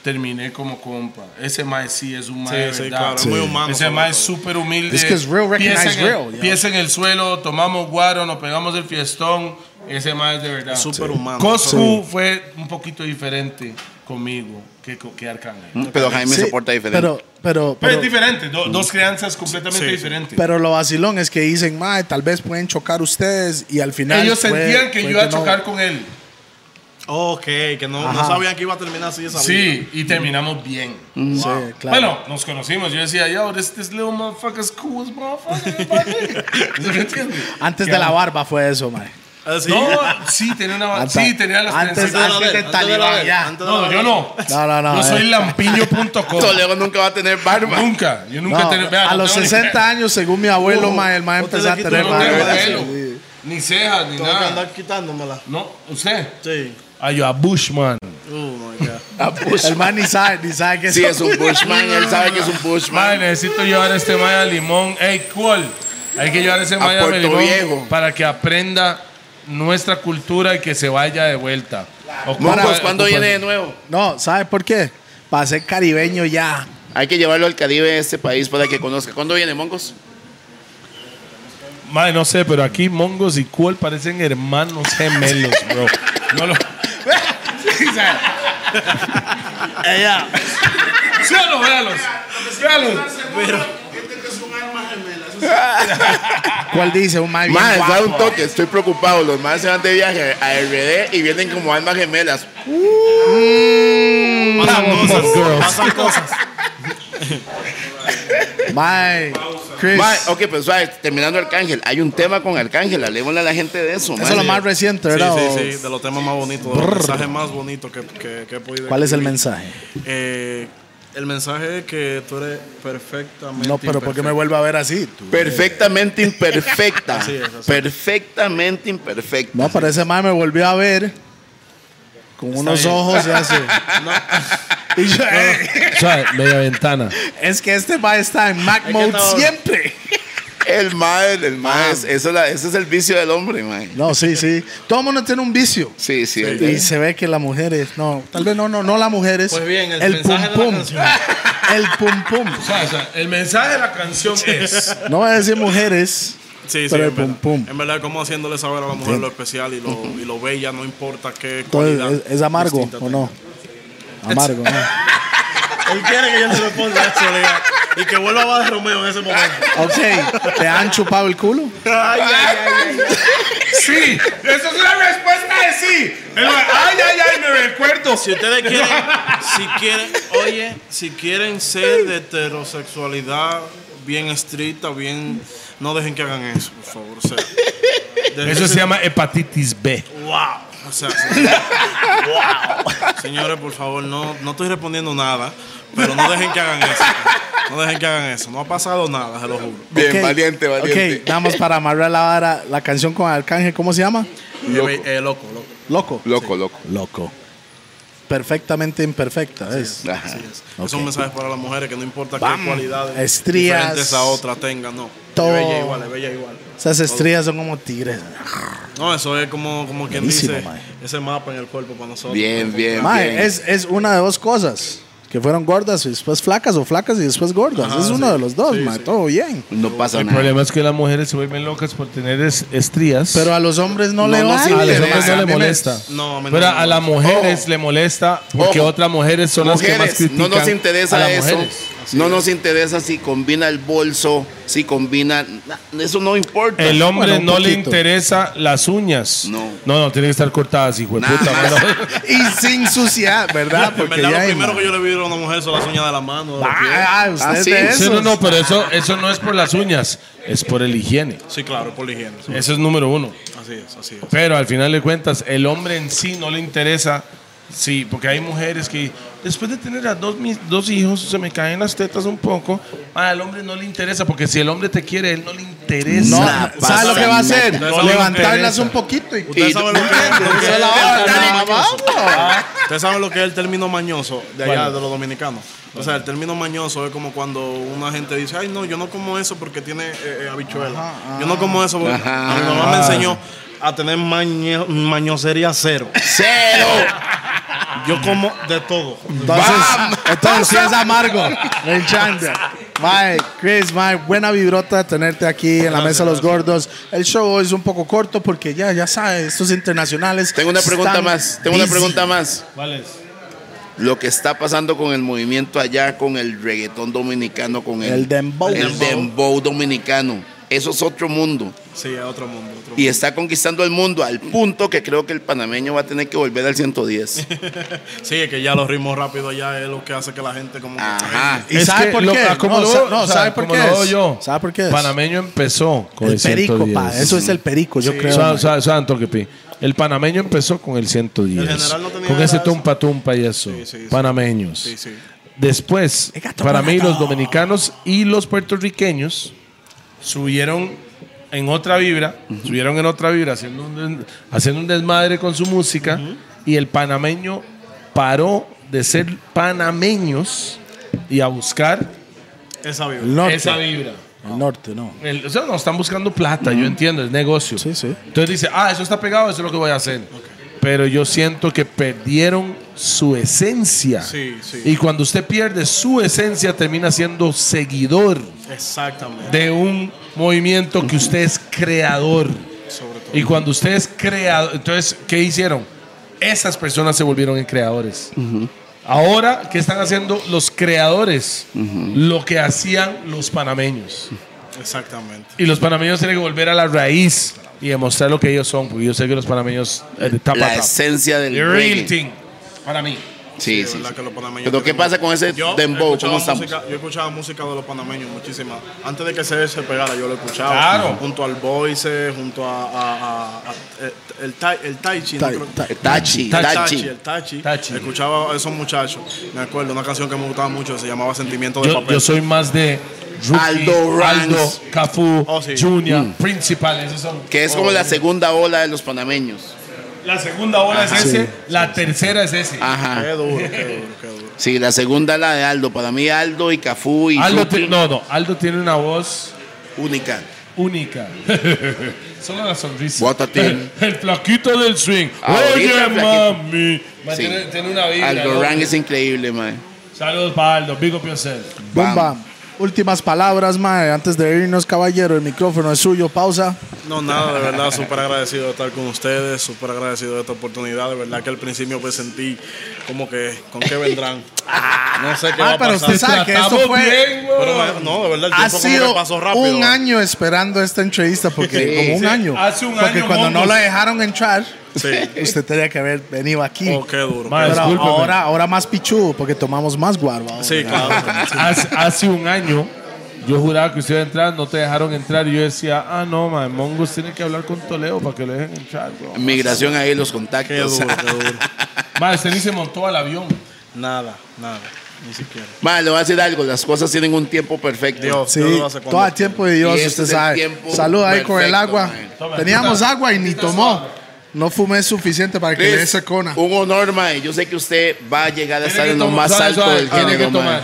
Speaker 3: terminé como compa. Ese mae sí es un mae, de
Speaker 2: sí,
Speaker 3: ¿verdad?
Speaker 2: claro, es muy humano,
Speaker 3: Ese
Speaker 2: sobre
Speaker 3: mae es
Speaker 2: todo.
Speaker 3: súper humilde.
Speaker 1: Es que es real, recognize
Speaker 3: Pies en el-
Speaker 1: real, ya.
Speaker 3: pies en el suelo, tomamos guaro, nos pegamos el fiestón. Ese mae es de verdad.
Speaker 2: Súper humano.
Speaker 3: Coscu fue un poquito diferente conmigo que, co- que Arcángel.
Speaker 4: Mm, Pero Jaime
Speaker 1: Sí,
Speaker 4: se porta diferente.
Speaker 1: Pero, pero,
Speaker 3: Pero es
Speaker 1: pero,
Speaker 3: diferente, do- dos crianzas completamente
Speaker 2: Sí.
Speaker 3: diferentes.
Speaker 1: pero lo vacilón es que dicen, mae, tal vez pueden chocar ustedes y al final.
Speaker 3: Ellos
Speaker 1: fue-
Speaker 3: sentían que
Speaker 1: fue
Speaker 3: yo iba a
Speaker 1: no.
Speaker 3: chocar con él.
Speaker 2: Ok, que no, no
Speaker 1: Ajá.
Speaker 2: sabían que iba a terminar así esa vida.
Speaker 3: Sí, y terminamos bien.
Speaker 1: Sí, claro.
Speaker 3: Bueno, nos conocimos. Yo decía, yo, this, this little motherfucker's cool as motherfucker. ¿Eso me entiendes?
Speaker 1: Antes de la barba fue eso, mae.
Speaker 2: Así.
Speaker 3: No, sí, tenía una.
Speaker 1: Hasta-
Speaker 3: Sí, tenía las
Speaker 1: antes-
Speaker 3: trencitas.
Speaker 2: Antes de la
Speaker 7: antes de
Speaker 2: ver,
Speaker 7: Talibán,
Speaker 2: antes de la
Speaker 7: ya.
Speaker 2: ver, antes de la
Speaker 3: No,
Speaker 2: ver.
Speaker 3: yo no.
Speaker 1: No, no, no.
Speaker 3: Yo
Speaker 1: eh.
Speaker 3: soy lampiño.com.
Speaker 4: Toledo nunca va a tener barba.
Speaker 3: Nunca. Yo nunca
Speaker 1: No,
Speaker 3: he tenido- vea,
Speaker 1: a
Speaker 3: no
Speaker 1: los
Speaker 3: tengo ni- Uh,
Speaker 1: 60 años, según mi abuelo,
Speaker 2: No,
Speaker 1: ma, el más
Speaker 2: usted
Speaker 1: empezó
Speaker 2: le
Speaker 1: a
Speaker 2: quitó
Speaker 1: tener
Speaker 2: el
Speaker 3: No tengo
Speaker 1: barba.
Speaker 3: pelo.
Speaker 1: Sí.
Speaker 3: Ni cejas, ni
Speaker 2: Tengo que
Speaker 3: nada.
Speaker 2: andar quitándomela.
Speaker 3: No, usted.
Speaker 2: Sí.
Speaker 3: Ay, yo a Bushman.
Speaker 2: Oh my God.
Speaker 1: El man ni sabe, ni sabe que
Speaker 4: Sí, es un Bushman, él sabe que es un
Speaker 3: Mae,
Speaker 4: Bushman.
Speaker 3: necesito llevar este mae a Limón. Ey, ¿cuál? Hay que llevar ese mae a,
Speaker 4: Puerto
Speaker 3: Limón
Speaker 4: Viejo.
Speaker 3: para que aprenda nuestra cultura y que se vaya de vuelta. Ocupa-
Speaker 1: pues,
Speaker 4: Mocos, ¿cuándo
Speaker 3: ocupa-
Speaker 4: viene de nuevo?
Speaker 1: No, ¿sabes por qué? Para ser caribeño ya.
Speaker 4: Hay que llevarlo al Caribe de este país para que conozca. ¿Cuándo viene, Mongos?
Speaker 3: Mae, no sé, pero aquí Mongos y Cual parecen hermanos gemelos, bro. No lo...
Speaker 2: Ella.
Speaker 3: ¿Sí o no? Véalos. Véalos.
Speaker 1: ¿Cuál dice? Un man bien
Speaker 4: Más,
Speaker 1: guapo.
Speaker 4: da un toque, estoy preocupado. Los más se van de viaje a RD y vienen como almas gemelas.
Speaker 2: Pasan
Speaker 3: Vamos,
Speaker 2: cosas.
Speaker 3: girls.
Speaker 2: Pasan cosas.
Speaker 1: Mae, Chris.
Speaker 4: Ma, ok, pues suave, terminando Arcángel, hay un tema con Arcángel, hablemosle a la gente de eso. ma.
Speaker 1: Eso es lo más reciente,
Speaker 2: Sí,
Speaker 1: ¿verdad?
Speaker 2: sí,
Speaker 1: O-
Speaker 2: sí. De los temas más bonitos, de los mensajes más bonitos que, que, que he podido.
Speaker 1: ¿Cuál es el
Speaker 2: escribir.
Speaker 1: mensaje?
Speaker 2: Eh, el mensaje es que tú eres perfectamente.
Speaker 1: No, pero ¿por qué me vuelve a ver así? tú?
Speaker 4: Perfectamente imperfecta.
Speaker 2: Así es, así es.
Speaker 4: Perfectamente imperfecta.
Speaker 1: No, pero ese mae me volvió a ver con unos
Speaker 2: bien.
Speaker 1: ojos y así. Y yo, eh,
Speaker 3: O sea, media ventana.
Speaker 1: es que este mae está en Mac
Speaker 2: que
Speaker 1: mode
Speaker 2: no-
Speaker 1: siempre.
Speaker 4: El mal, el
Speaker 1: Ah.
Speaker 4: mal. es- eso es la- ese es el vicio del hombre, man.
Speaker 1: No, sí, sí. Todo el mundo tiene un vicio.
Speaker 4: Sí, sí. el-
Speaker 1: Y se ve que las mujeres, no, tal vez no, no, no las mujeres.
Speaker 2: Pues bien, el
Speaker 1: pum
Speaker 2: mensaje de la
Speaker 1: pum.
Speaker 2: canción.
Speaker 1: El pum pum.
Speaker 3: O sea, o sea, el mensaje de la canción es...
Speaker 1: No voy a decir mujeres,
Speaker 2: Sí, sí,
Speaker 1: pero el
Speaker 2: en,
Speaker 1: pum
Speaker 2: verdad,
Speaker 1: pum.
Speaker 2: en verdad, como haciéndole saber a la mujer lo especial y lo, y lo bella, no importa qué cualidad.
Speaker 1: Entonces, ¿es, es amargo
Speaker 2: distinta
Speaker 1: o
Speaker 2: tenga.
Speaker 1: no? Amargo, ¿no?
Speaker 2: Él quiere que yo se lo ponga eso, le diga, Y que vuelva a Bad Romeo en ese momento.
Speaker 1: Ok, ¿te han chupado el culo?
Speaker 2: Ay, ay, ay, ay.
Speaker 3: Sí, eso es la respuesta de sí. El ma- Ay, ay, ay, me recuerdo.
Speaker 2: Si ustedes quieren, si quieren, oye, si quieren ser de heterosexualidad bien estricta, bien, no dejen que hagan eso, por favor. o sea, dejen
Speaker 3: Eso
Speaker 2: que-
Speaker 3: se llama hepatitis B.
Speaker 2: Wow. O sea, señores, wow. Señores, por favor, no, no estoy respondiendo nada, pero no dejen que hagan eso. No dejen que hagan eso. No ha pasado nada, se lo juro.
Speaker 4: Bien,
Speaker 1: Ok,
Speaker 4: valiente, valiente.
Speaker 1: Ok, nada más para amarrar la vara, la canción con Arcángel, ¿cómo se llama?
Speaker 2: Loco, eh, loco, loco.
Speaker 1: Loco.
Speaker 4: Loco, loco.
Speaker 1: Loco. Perfectamente imperfecta, ¿ves?
Speaker 4: Ajá.
Speaker 2: Es un mensaje para las mujeres que no importa qué cualidades
Speaker 1: Estrías.
Speaker 2: diferentes a otra tengan, no.
Speaker 1: Todo.
Speaker 2: Es bella igual, es bella igual.
Speaker 1: Esas estrellas son como tigres.
Speaker 2: No, eso es como, como quien
Speaker 1: Buenísimo,
Speaker 2: dice
Speaker 1: mae.
Speaker 2: ese mapa en el cuerpo para nosotros.
Speaker 4: Bien, bien, bien.
Speaker 1: Mae, es, es una de dos cosas. Que fueron gordas y después flacas o flacas y después gordas.
Speaker 2: Ajá,
Speaker 1: es
Speaker 2: sí.
Speaker 1: uno de los dos,
Speaker 2: Sí,
Speaker 1: mae.
Speaker 2: sí.
Speaker 1: Todo bien.
Speaker 4: No pasa
Speaker 3: El
Speaker 4: nada.
Speaker 3: problema es que las mujeres se vuelven locas por tener es- estrías.
Speaker 1: Pero a los hombres no,
Speaker 4: No
Speaker 1: le
Speaker 4: nos
Speaker 1: vale.
Speaker 3: a los
Speaker 4: interesa.
Speaker 3: hombres no
Speaker 4: a
Speaker 3: le
Speaker 4: mí me-
Speaker 3: molesta.
Speaker 2: No, a mí no
Speaker 3: Pero
Speaker 2: me
Speaker 3: a las mujeres le molesta porque
Speaker 4: Ojo.
Speaker 3: otras mujeres son las que más
Speaker 4: Mujeres,
Speaker 3: critican.
Speaker 4: no nos
Speaker 3: a
Speaker 4: interesa
Speaker 3: las
Speaker 4: eso.
Speaker 3: mujeres.
Speaker 4: No nos interesa si combina el bolso, si combina. na- Eso no importa.
Speaker 3: El hombre
Speaker 1: Bueno, un
Speaker 3: no le
Speaker 1: poquito.
Speaker 3: interesa las uñas.
Speaker 4: No.
Speaker 3: no, no, tiene que estar cortadas, hijo de
Speaker 4: Nada
Speaker 3: puta.
Speaker 4: más.
Speaker 3: mano.
Speaker 1: Y sin suciedad, ¿verdad?
Speaker 2: En
Speaker 1: Porque
Speaker 2: verdad,
Speaker 1: ya
Speaker 2: lo
Speaker 1: hay,
Speaker 2: primero
Speaker 1: mae.
Speaker 2: que yo le vi a una mujer son las uñas de la mano. de los pies.
Speaker 1: Ah, ah, usted
Speaker 4: Ah,
Speaker 1: es
Speaker 4: sí.
Speaker 1: de
Speaker 4: Sí,
Speaker 3: Sí,
Speaker 1: esos.
Speaker 3: no, no, pero eso, eso no es por las uñas, es por el higiene.
Speaker 2: Sí, claro, por la higiene. sí.
Speaker 3: Eso es número uno.
Speaker 2: Así es, así es.
Speaker 3: Pero al final de cuentas, el hombre en sí no le interesa. Sí, porque hay mujeres que después de tener a dos, mis, dos hijos se me caen las tetas un poco. Ah, Al hombre no le interesa, porque si el hombre te quiere, él no le interesa.
Speaker 1: No,
Speaker 4: Nah,
Speaker 1: ¿sabes
Speaker 4: pasa
Speaker 1: lo que va a hacer?
Speaker 2: nada. Eso no
Speaker 1: Levantarlas
Speaker 3: interesa.
Speaker 1: un poquito y
Speaker 2: Ustedes saben lo que es.
Speaker 1: Eso es la hora,
Speaker 2: Dale,
Speaker 1: vamos.
Speaker 2: Ustedes saben lo que es el término mañoso de allá, de los dominicanos. O sea, el término mañoso es como cuando una gente dice, ay, no, yo no como eso porque tiene eh, eh, habichuela.
Speaker 3: ah.
Speaker 2: yo no como eso porque
Speaker 4: Ajá.
Speaker 2: a mi mamá me enseñó a tener mañe- mañosería cero.
Speaker 4: ¡Cero!
Speaker 2: Yo como de todo.
Speaker 1: Entonces, entonces sí es amargo. Me encanta. Mae, Chris, Mae, buena vibrota tenerte aquí en la mesa de los gordos. El show es un poco corto porque ya, ya sabes, estos internacionales.
Speaker 4: Tengo una pregunta
Speaker 1: están
Speaker 4: más. Tengo una
Speaker 1: busy.
Speaker 4: pregunta más.
Speaker 3: ¿Cuál es?
Speaker 4: Lo que está pasando con el movimiento allá, con el reggaetón dominicano, con el,
Speaker 1: El dembow.
Speaker 4: el dembow dominicano. Eso es otro mundo.
Speaker 2: Sí, a otro mundo. otro
Speaker 4: Y está conquistando el mundo al punto que creo que el panameño va a tener que volver al 110.
Speaker 2: mundo. Sí, es que ya los ritmos rápidos ya es lo que hace que la gente como... que-
Speaker 4: Ajá.
Speaker 1: ¿Y
Speaker 3: Es
Speaker 1: sabe
Speaker 3: que
Speaker 1: por
Speaker 3: lo-
Speaker 1: qué?
Speaker 3: ah, ¿cómo
Speaker 1: No,
Speaker 3: lo-
Speaker 1: sa- no,
Speaker 3: o sea,
Speaker 1: ¿sabe por
Speaker 3: cómo
Speaker 1: qué
Speaker 3: lo
Speaker 1: es?
Speaker 3: veo yo?
Speaker 1: ¿Sabe por qué es?
Speaker 3: Panameño empezó con el,
Speaker 1: El perico,
Speaker 3: 110.
Speaker 1: pa. Eso es el perico, yo creo.
Speaker 3: Suave,
Speaker 1: man.
Speaker 3: suave, suave, Antoque Pi. El panameño empezó con el 110.
Speaker 2: El general no tenía
Speaker 3: con
Speaker 2: nada
Speaker 3: ese
Speaker 2: de eso.
Speaker 3: tumpa tumpa y eso.
Speaker 2: sí, sí.
Speaker 3: Panameños.
Speaker 2: Sí, sí.
Speaker 3: Después,
Speaker 1: gato
Speaker 3: para mí,
Speaker 1: gato.
Speaker 3: los dominicanos y los puertorriqueños subieron en otra vibra, subieron en otra vibra, haciendo un, des- haciendo un desmadre con su música. Y el panameño paró de ser panameños y a buscar
Speaker 2: Esa vibra.
Speaker 1: El norte.
Speaker 3: esa vibra.
Speaker 1: El norte, no.
Speaker 3: El- o sea, no, están buscando plata, yo entiendo, es negocio.
Speaker 1: Sí, sí.
Speaker 3: Entonces dice, ah, eso está pegado, eso es lo que voy a hacer. Pero yo siento que perdieron su esencia.
Speaker 2: Sí, sí.
Speaker 3: Y cuando usted pierde su esencia, termina siendo seguidor
Speaker 2: Exactamente.
Speaker 3: de un movimiento que usted es creador.
Speaker 2: Sobre todo.
Speaker 3: Y cuando usted es creador, entonces, ¿qué hicieron? Esas personas se volvieron en creadores. Ahora, ¿qué están haciendo los creadores? Lo que hacían los panameños.
Speaker 2: Exactamente.
Speaker 3: Y los panameños tienen que volver a la raíz y demostrar lo que ellos son, porque yo sé que los panameños eh, tapa,
Speaker 4: La
Speaker 3: tapa.
Speaker 4: esencia del
Speaker 3: The real
Speaker 4: reggae.
Speaker 3: thing para mí.
Speaker 4: Sí,
Speaker 2: Es
Speaker 4: sí.
Speaker 2: verdad
Speaker 4: sí.
Speaker 2: que los panameños
Speaker 4: Pero ¿qué
Speaker 2: tenemos-
Speaker 4: pasa con ese
Speaker 2: Yo
Speaker 4: dembow?
Speaker 2: escuchaba
Speaker 4: ¿Cómo estamos?
Speaker 2: música- yo escuchaba música de los panameños muchísima. Antes de que se, se pegara, yo lo escuchaba.
Speaker 3: Claro.
Speaker 2: Junto al Voice, junto a, a- a- a- eh, el, tai, el Tai Chi, ¿no?
Speaker 1: Tai-
Speaker 2: Creo-
Speaker 1: tai-
Speaker 4: El Tachi,
Speaker 2: El
Speaker 4: Tachi.
Speaker 2: el Tachi.
Speaker 3: Tachi.
Speaker 2: Escuchaba a esos muchachos. Me acuerdo, una canción que me gustaba mucho se llamaba Sentimiento de
Speaker 3: Yo,
Speaker 2: Papel.
Speaker 3: yo soy más de Rookie,
Speaker 4: Aldo Mm. Ranks.
Speaker 3: Aldo, Cafú,
Speaker 2: Oh, sí.
Speaker 3: Junior, Principal. Esos son.
Speaker 4: Que es
Speaker 3: Oh.
Speaker 4: como la segunda ola de los panameños.
Speaker 3: La segunda ola es ese,
Speaker 1: Sí.
Speaker 3: la tercera es ese.
Speaker 4: Ah,
Speaker 2: Qué
Speaker 4: Ajá.
Speaker 2: duro, qué duro, qué duro.
Speaker 4: Sí, la segunda la de Aldo. Para mí Aldo y Cafú y
Speaker 3: Aldo
Speaker 4: Frutti,
Speaker 3: ti- no, no, Aldo tiene una voz
Speaker 4: única.
Speaker 3: única. Solo la sonrisa.
Speaker 4: What a
Speaker 3: el,
Speaker 4: team.
Speaker 3: el flaquito del swing.
Speaker 4: Ahorita
Speaker 3: Oye,
Speaker 4: el flaquito.
Speaker 3: mami. Man,
Speaker 4: Sí.
Speaker 3: Tiene, tiene una vibra.
Speaker 4: Aldo
Speaker 3: ¿no?
Speaker 4: Rang es increíble, man.
Speaker 3: Saludos para Aldo. Big up yourself.
Speaker 1: Boom, bam. Últimas palabras, mae. Antes de irnos, caballero, el micrófono es suyo. Pausa.
Speaker 2: No, nada, de verdad, súper agradecido de estar con ustedes, súper agradecido de esta oportunidad. De verdad que al principio pues sentí como que, ¿con qué vendrán? No sé qué va
Speaker 1: Ah,
Speaker 2: a
Speaker 1: pero
Speaker 2: pasar.
Speaker 1: usted sabe que esto
Speaker 3: Tratamos
Speaker 1: fue...
Speaker 3: bien,
Speaker 2: Pero
Speaker 3: weón.
Speaker 2: me- no, de verdad, el
Speaker 1: Ha
Speaker 2: tiempo como que
Speaker 1: sido
Speaker 2: pasó rápido.
Speaker 1: un año esperando esta entrevista, porque
Speaker 4: Sí,
Speaker 1: como un
Speaker 4: sí.
Speaker 1: año.
Speaker 3: Hace un
Speaker 1: porque
Speaker 3: año,
Speaker 1: cuando
Speaker 3: mongos.
Speaker 1: no la dejaron entrar,
Speaker 2: Sí.
Speaker 1: usted tenía que haber venido aquí.
Speaker 2: Oh, qué duro.
Speaker 3: Madre,
Speaker 1: Pero
Speaker 3: discúlpeme.
Speaker 1: ahora, ahora más pichudo, porque tomamos más guarba. ahora.
Speaker 2: Sí, claro.
Speaker 3: hace, hace un año yo juraba que usted iba a entrar, no te dejaron entrar. Y yo decía, ah, no, man, Mongos tiene que hablar con Toledo para que lo dejen entrar, bro.
Speaker 4: Migración ahí, los
Speaker 2: Qué
Speaker 4: contactos.
Speaker 2: duro, qué duro.
Speaker 3: Man, usted ni se montó al avión.
Speaker 2: Nada, nada, ni siquiera.
Speaker 4: Man, le voy a decir algo. Las cosas tienen un tiempo perfecto.
Speaker 2: Dios,
Speaker 1: Sí,
Speaker 2: Dios lo hace cuando
Speaker 1: todo el tiempo de Dios,
Speaker 4: Y este
Speaker 1: usted
Speaker 4: es el
Speaker 1: sabe.
Speaker 4: tiempo
Speaker 1: Salud ahí con el
Speaker 4: perfecto,
Speaker 1: agua.
Speaker 4: man.
Speaker 3: Toma,
Speaker 1: Teníamos
Speaker 3: quita-
Speaker 1: agua y ni
Speaker 3: quita
Speaker 1: tomó.
Speaker 3: eso.
Speaker 1: No fumé suficiente para que le dé
Speaker 4: Chris,
Speaker 1: ese cona.
Speaker 4: un honor, man. Yo sé que usted va a llegar a
Speaker 3: Tiene
Speaker 4: estar
Speaker 3: que
Speaker 4: en lo
Speaker 3: tomar-
Speaker 4: más
Speaker 3: suave,
Speaker 4: alto
Speaker 3: suave,
Speaker 4: del
Speaker 3: tiene que
Speaker 4: género,
Speaker 3: tomar.
Speaker 4: man.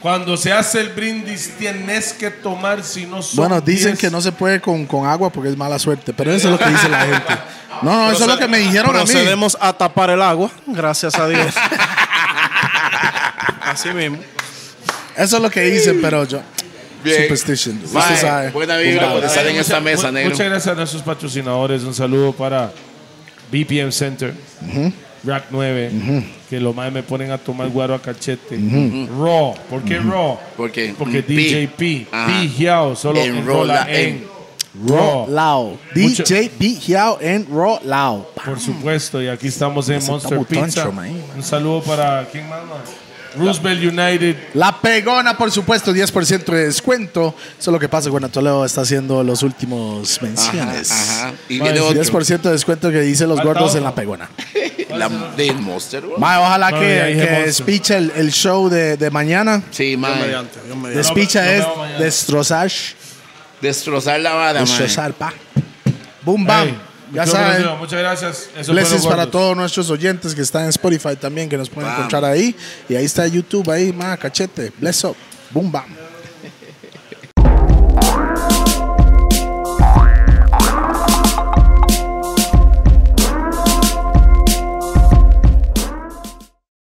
Speaker 3: Cuando se hace el brindis, tienes que tomar, si no son
Speaker 1: Bueno, dicen
Speaker 3: 10.
Speaker 1: que no se puede con, con agua porque es mala suerte, pero eso es lo que dice la gente. No, no, eso es lo que me dijeron a mí.
Speaker 2: Procedemos a tapar el agua, gracias a Dios. Así mismo.
Speaker 1: Eso es lo que dicen, pero yo.
Speaker 4: Bien.
Speaker 1: Superstition.
Speaker 4: Man,
Speaker 1: Usted sabe.
Speaker 4: buena vibra por estar en
Speaker 3: Mucha-
Speaker 4: esta mesa,
Speaker 3: mu-
Speaker 4: negro.
Speaker 3: Muchas gracias a nuestros patrocinadores. Un saludo para BPM Center, Rack 9, que los más me ponen a tomar guaro a cachete. Raw. ¿Por qué Raw?
Speaker 4: ¿Por qué?
Speaker 3: Porque
Speaker 4: Pi.
Speaker 3: DJP, P,
Speaker 4: Ajá.
Speaker 3: Giao solo
Speaker 4: Enrola
Speaker 3: enrola en
Speaker 4: en
Speaker 3: Raw.
Speaker 1: Lao.
Speaker 3: Mucho-
Speaker 1: DJ Beat Hiao en Raw Lao.
Speaker 3: Por supuesto, y aquí estamos en
Speaker 1: Ese
Speaker 3: Monster
Speaker 1: está
Speaker 3: Pizza.
Speaker 1: butoncho, man.
Speaker 3: Un saludo para. ¿Quién más? man? Roosevelt United.
Speaker 1: La pegona, por supuesto, 10% de descuento. Eso es lo que pasa cuando Toledo está haciendo los últimos menciones.
Speaker 4: Ajá, ajá. Y
Speaker 3: Man,
Speaker 4: viene
Speaker 3: si
Speaker 4: otro.
Speaker 1: 10% de descuento que dicen los
Speaker 3: Falta
Speaker 1: gordos en
Speaker 3: otro.
Speaker 1: la pegona.
Speaker 4: La, de Monster, weón.
Speaker 1: Ma, ojalá
Speaker 3: No, ya
Speaker 1: que,
Speaker 3: dije
Speaker 1: que
Speaker 3: Monster.
Speaker 1: despiche el, el show de, de mañana.
Speaker 4: Sí,
Speaker 2: Dios
Speaker 4: man.
Speaker 2: mediante, Dios mediante.
Speaker 1: Despicha
Speaker 3: nos
Speaker 1: es
Speaker 3: vemos mañana.
Speaker 1: destrozar.
Speaker 4: Destrozar la vara, man.
Speaker 1: Destrozar, pa. Boom, bam.
Speaker 3: Hey,
Speaker 1: ya
Speaker 3: micrófono
Speaker 1: saben.
Speaker 3: arriba. Muchas gracias. Eso fue
Speaker 1: Blessings
Speaker 3: Los
Speaker 1: para
Speaker 3: Gordos.
Speaker 1: todos nuestros oyentes que están en Spotify también, que nos pueden
Speaker 4: Bam.
Speaker 1: encontrar ahí. Y ahí está YouTube, ahí, más cachete. Bless up. Boom, bam.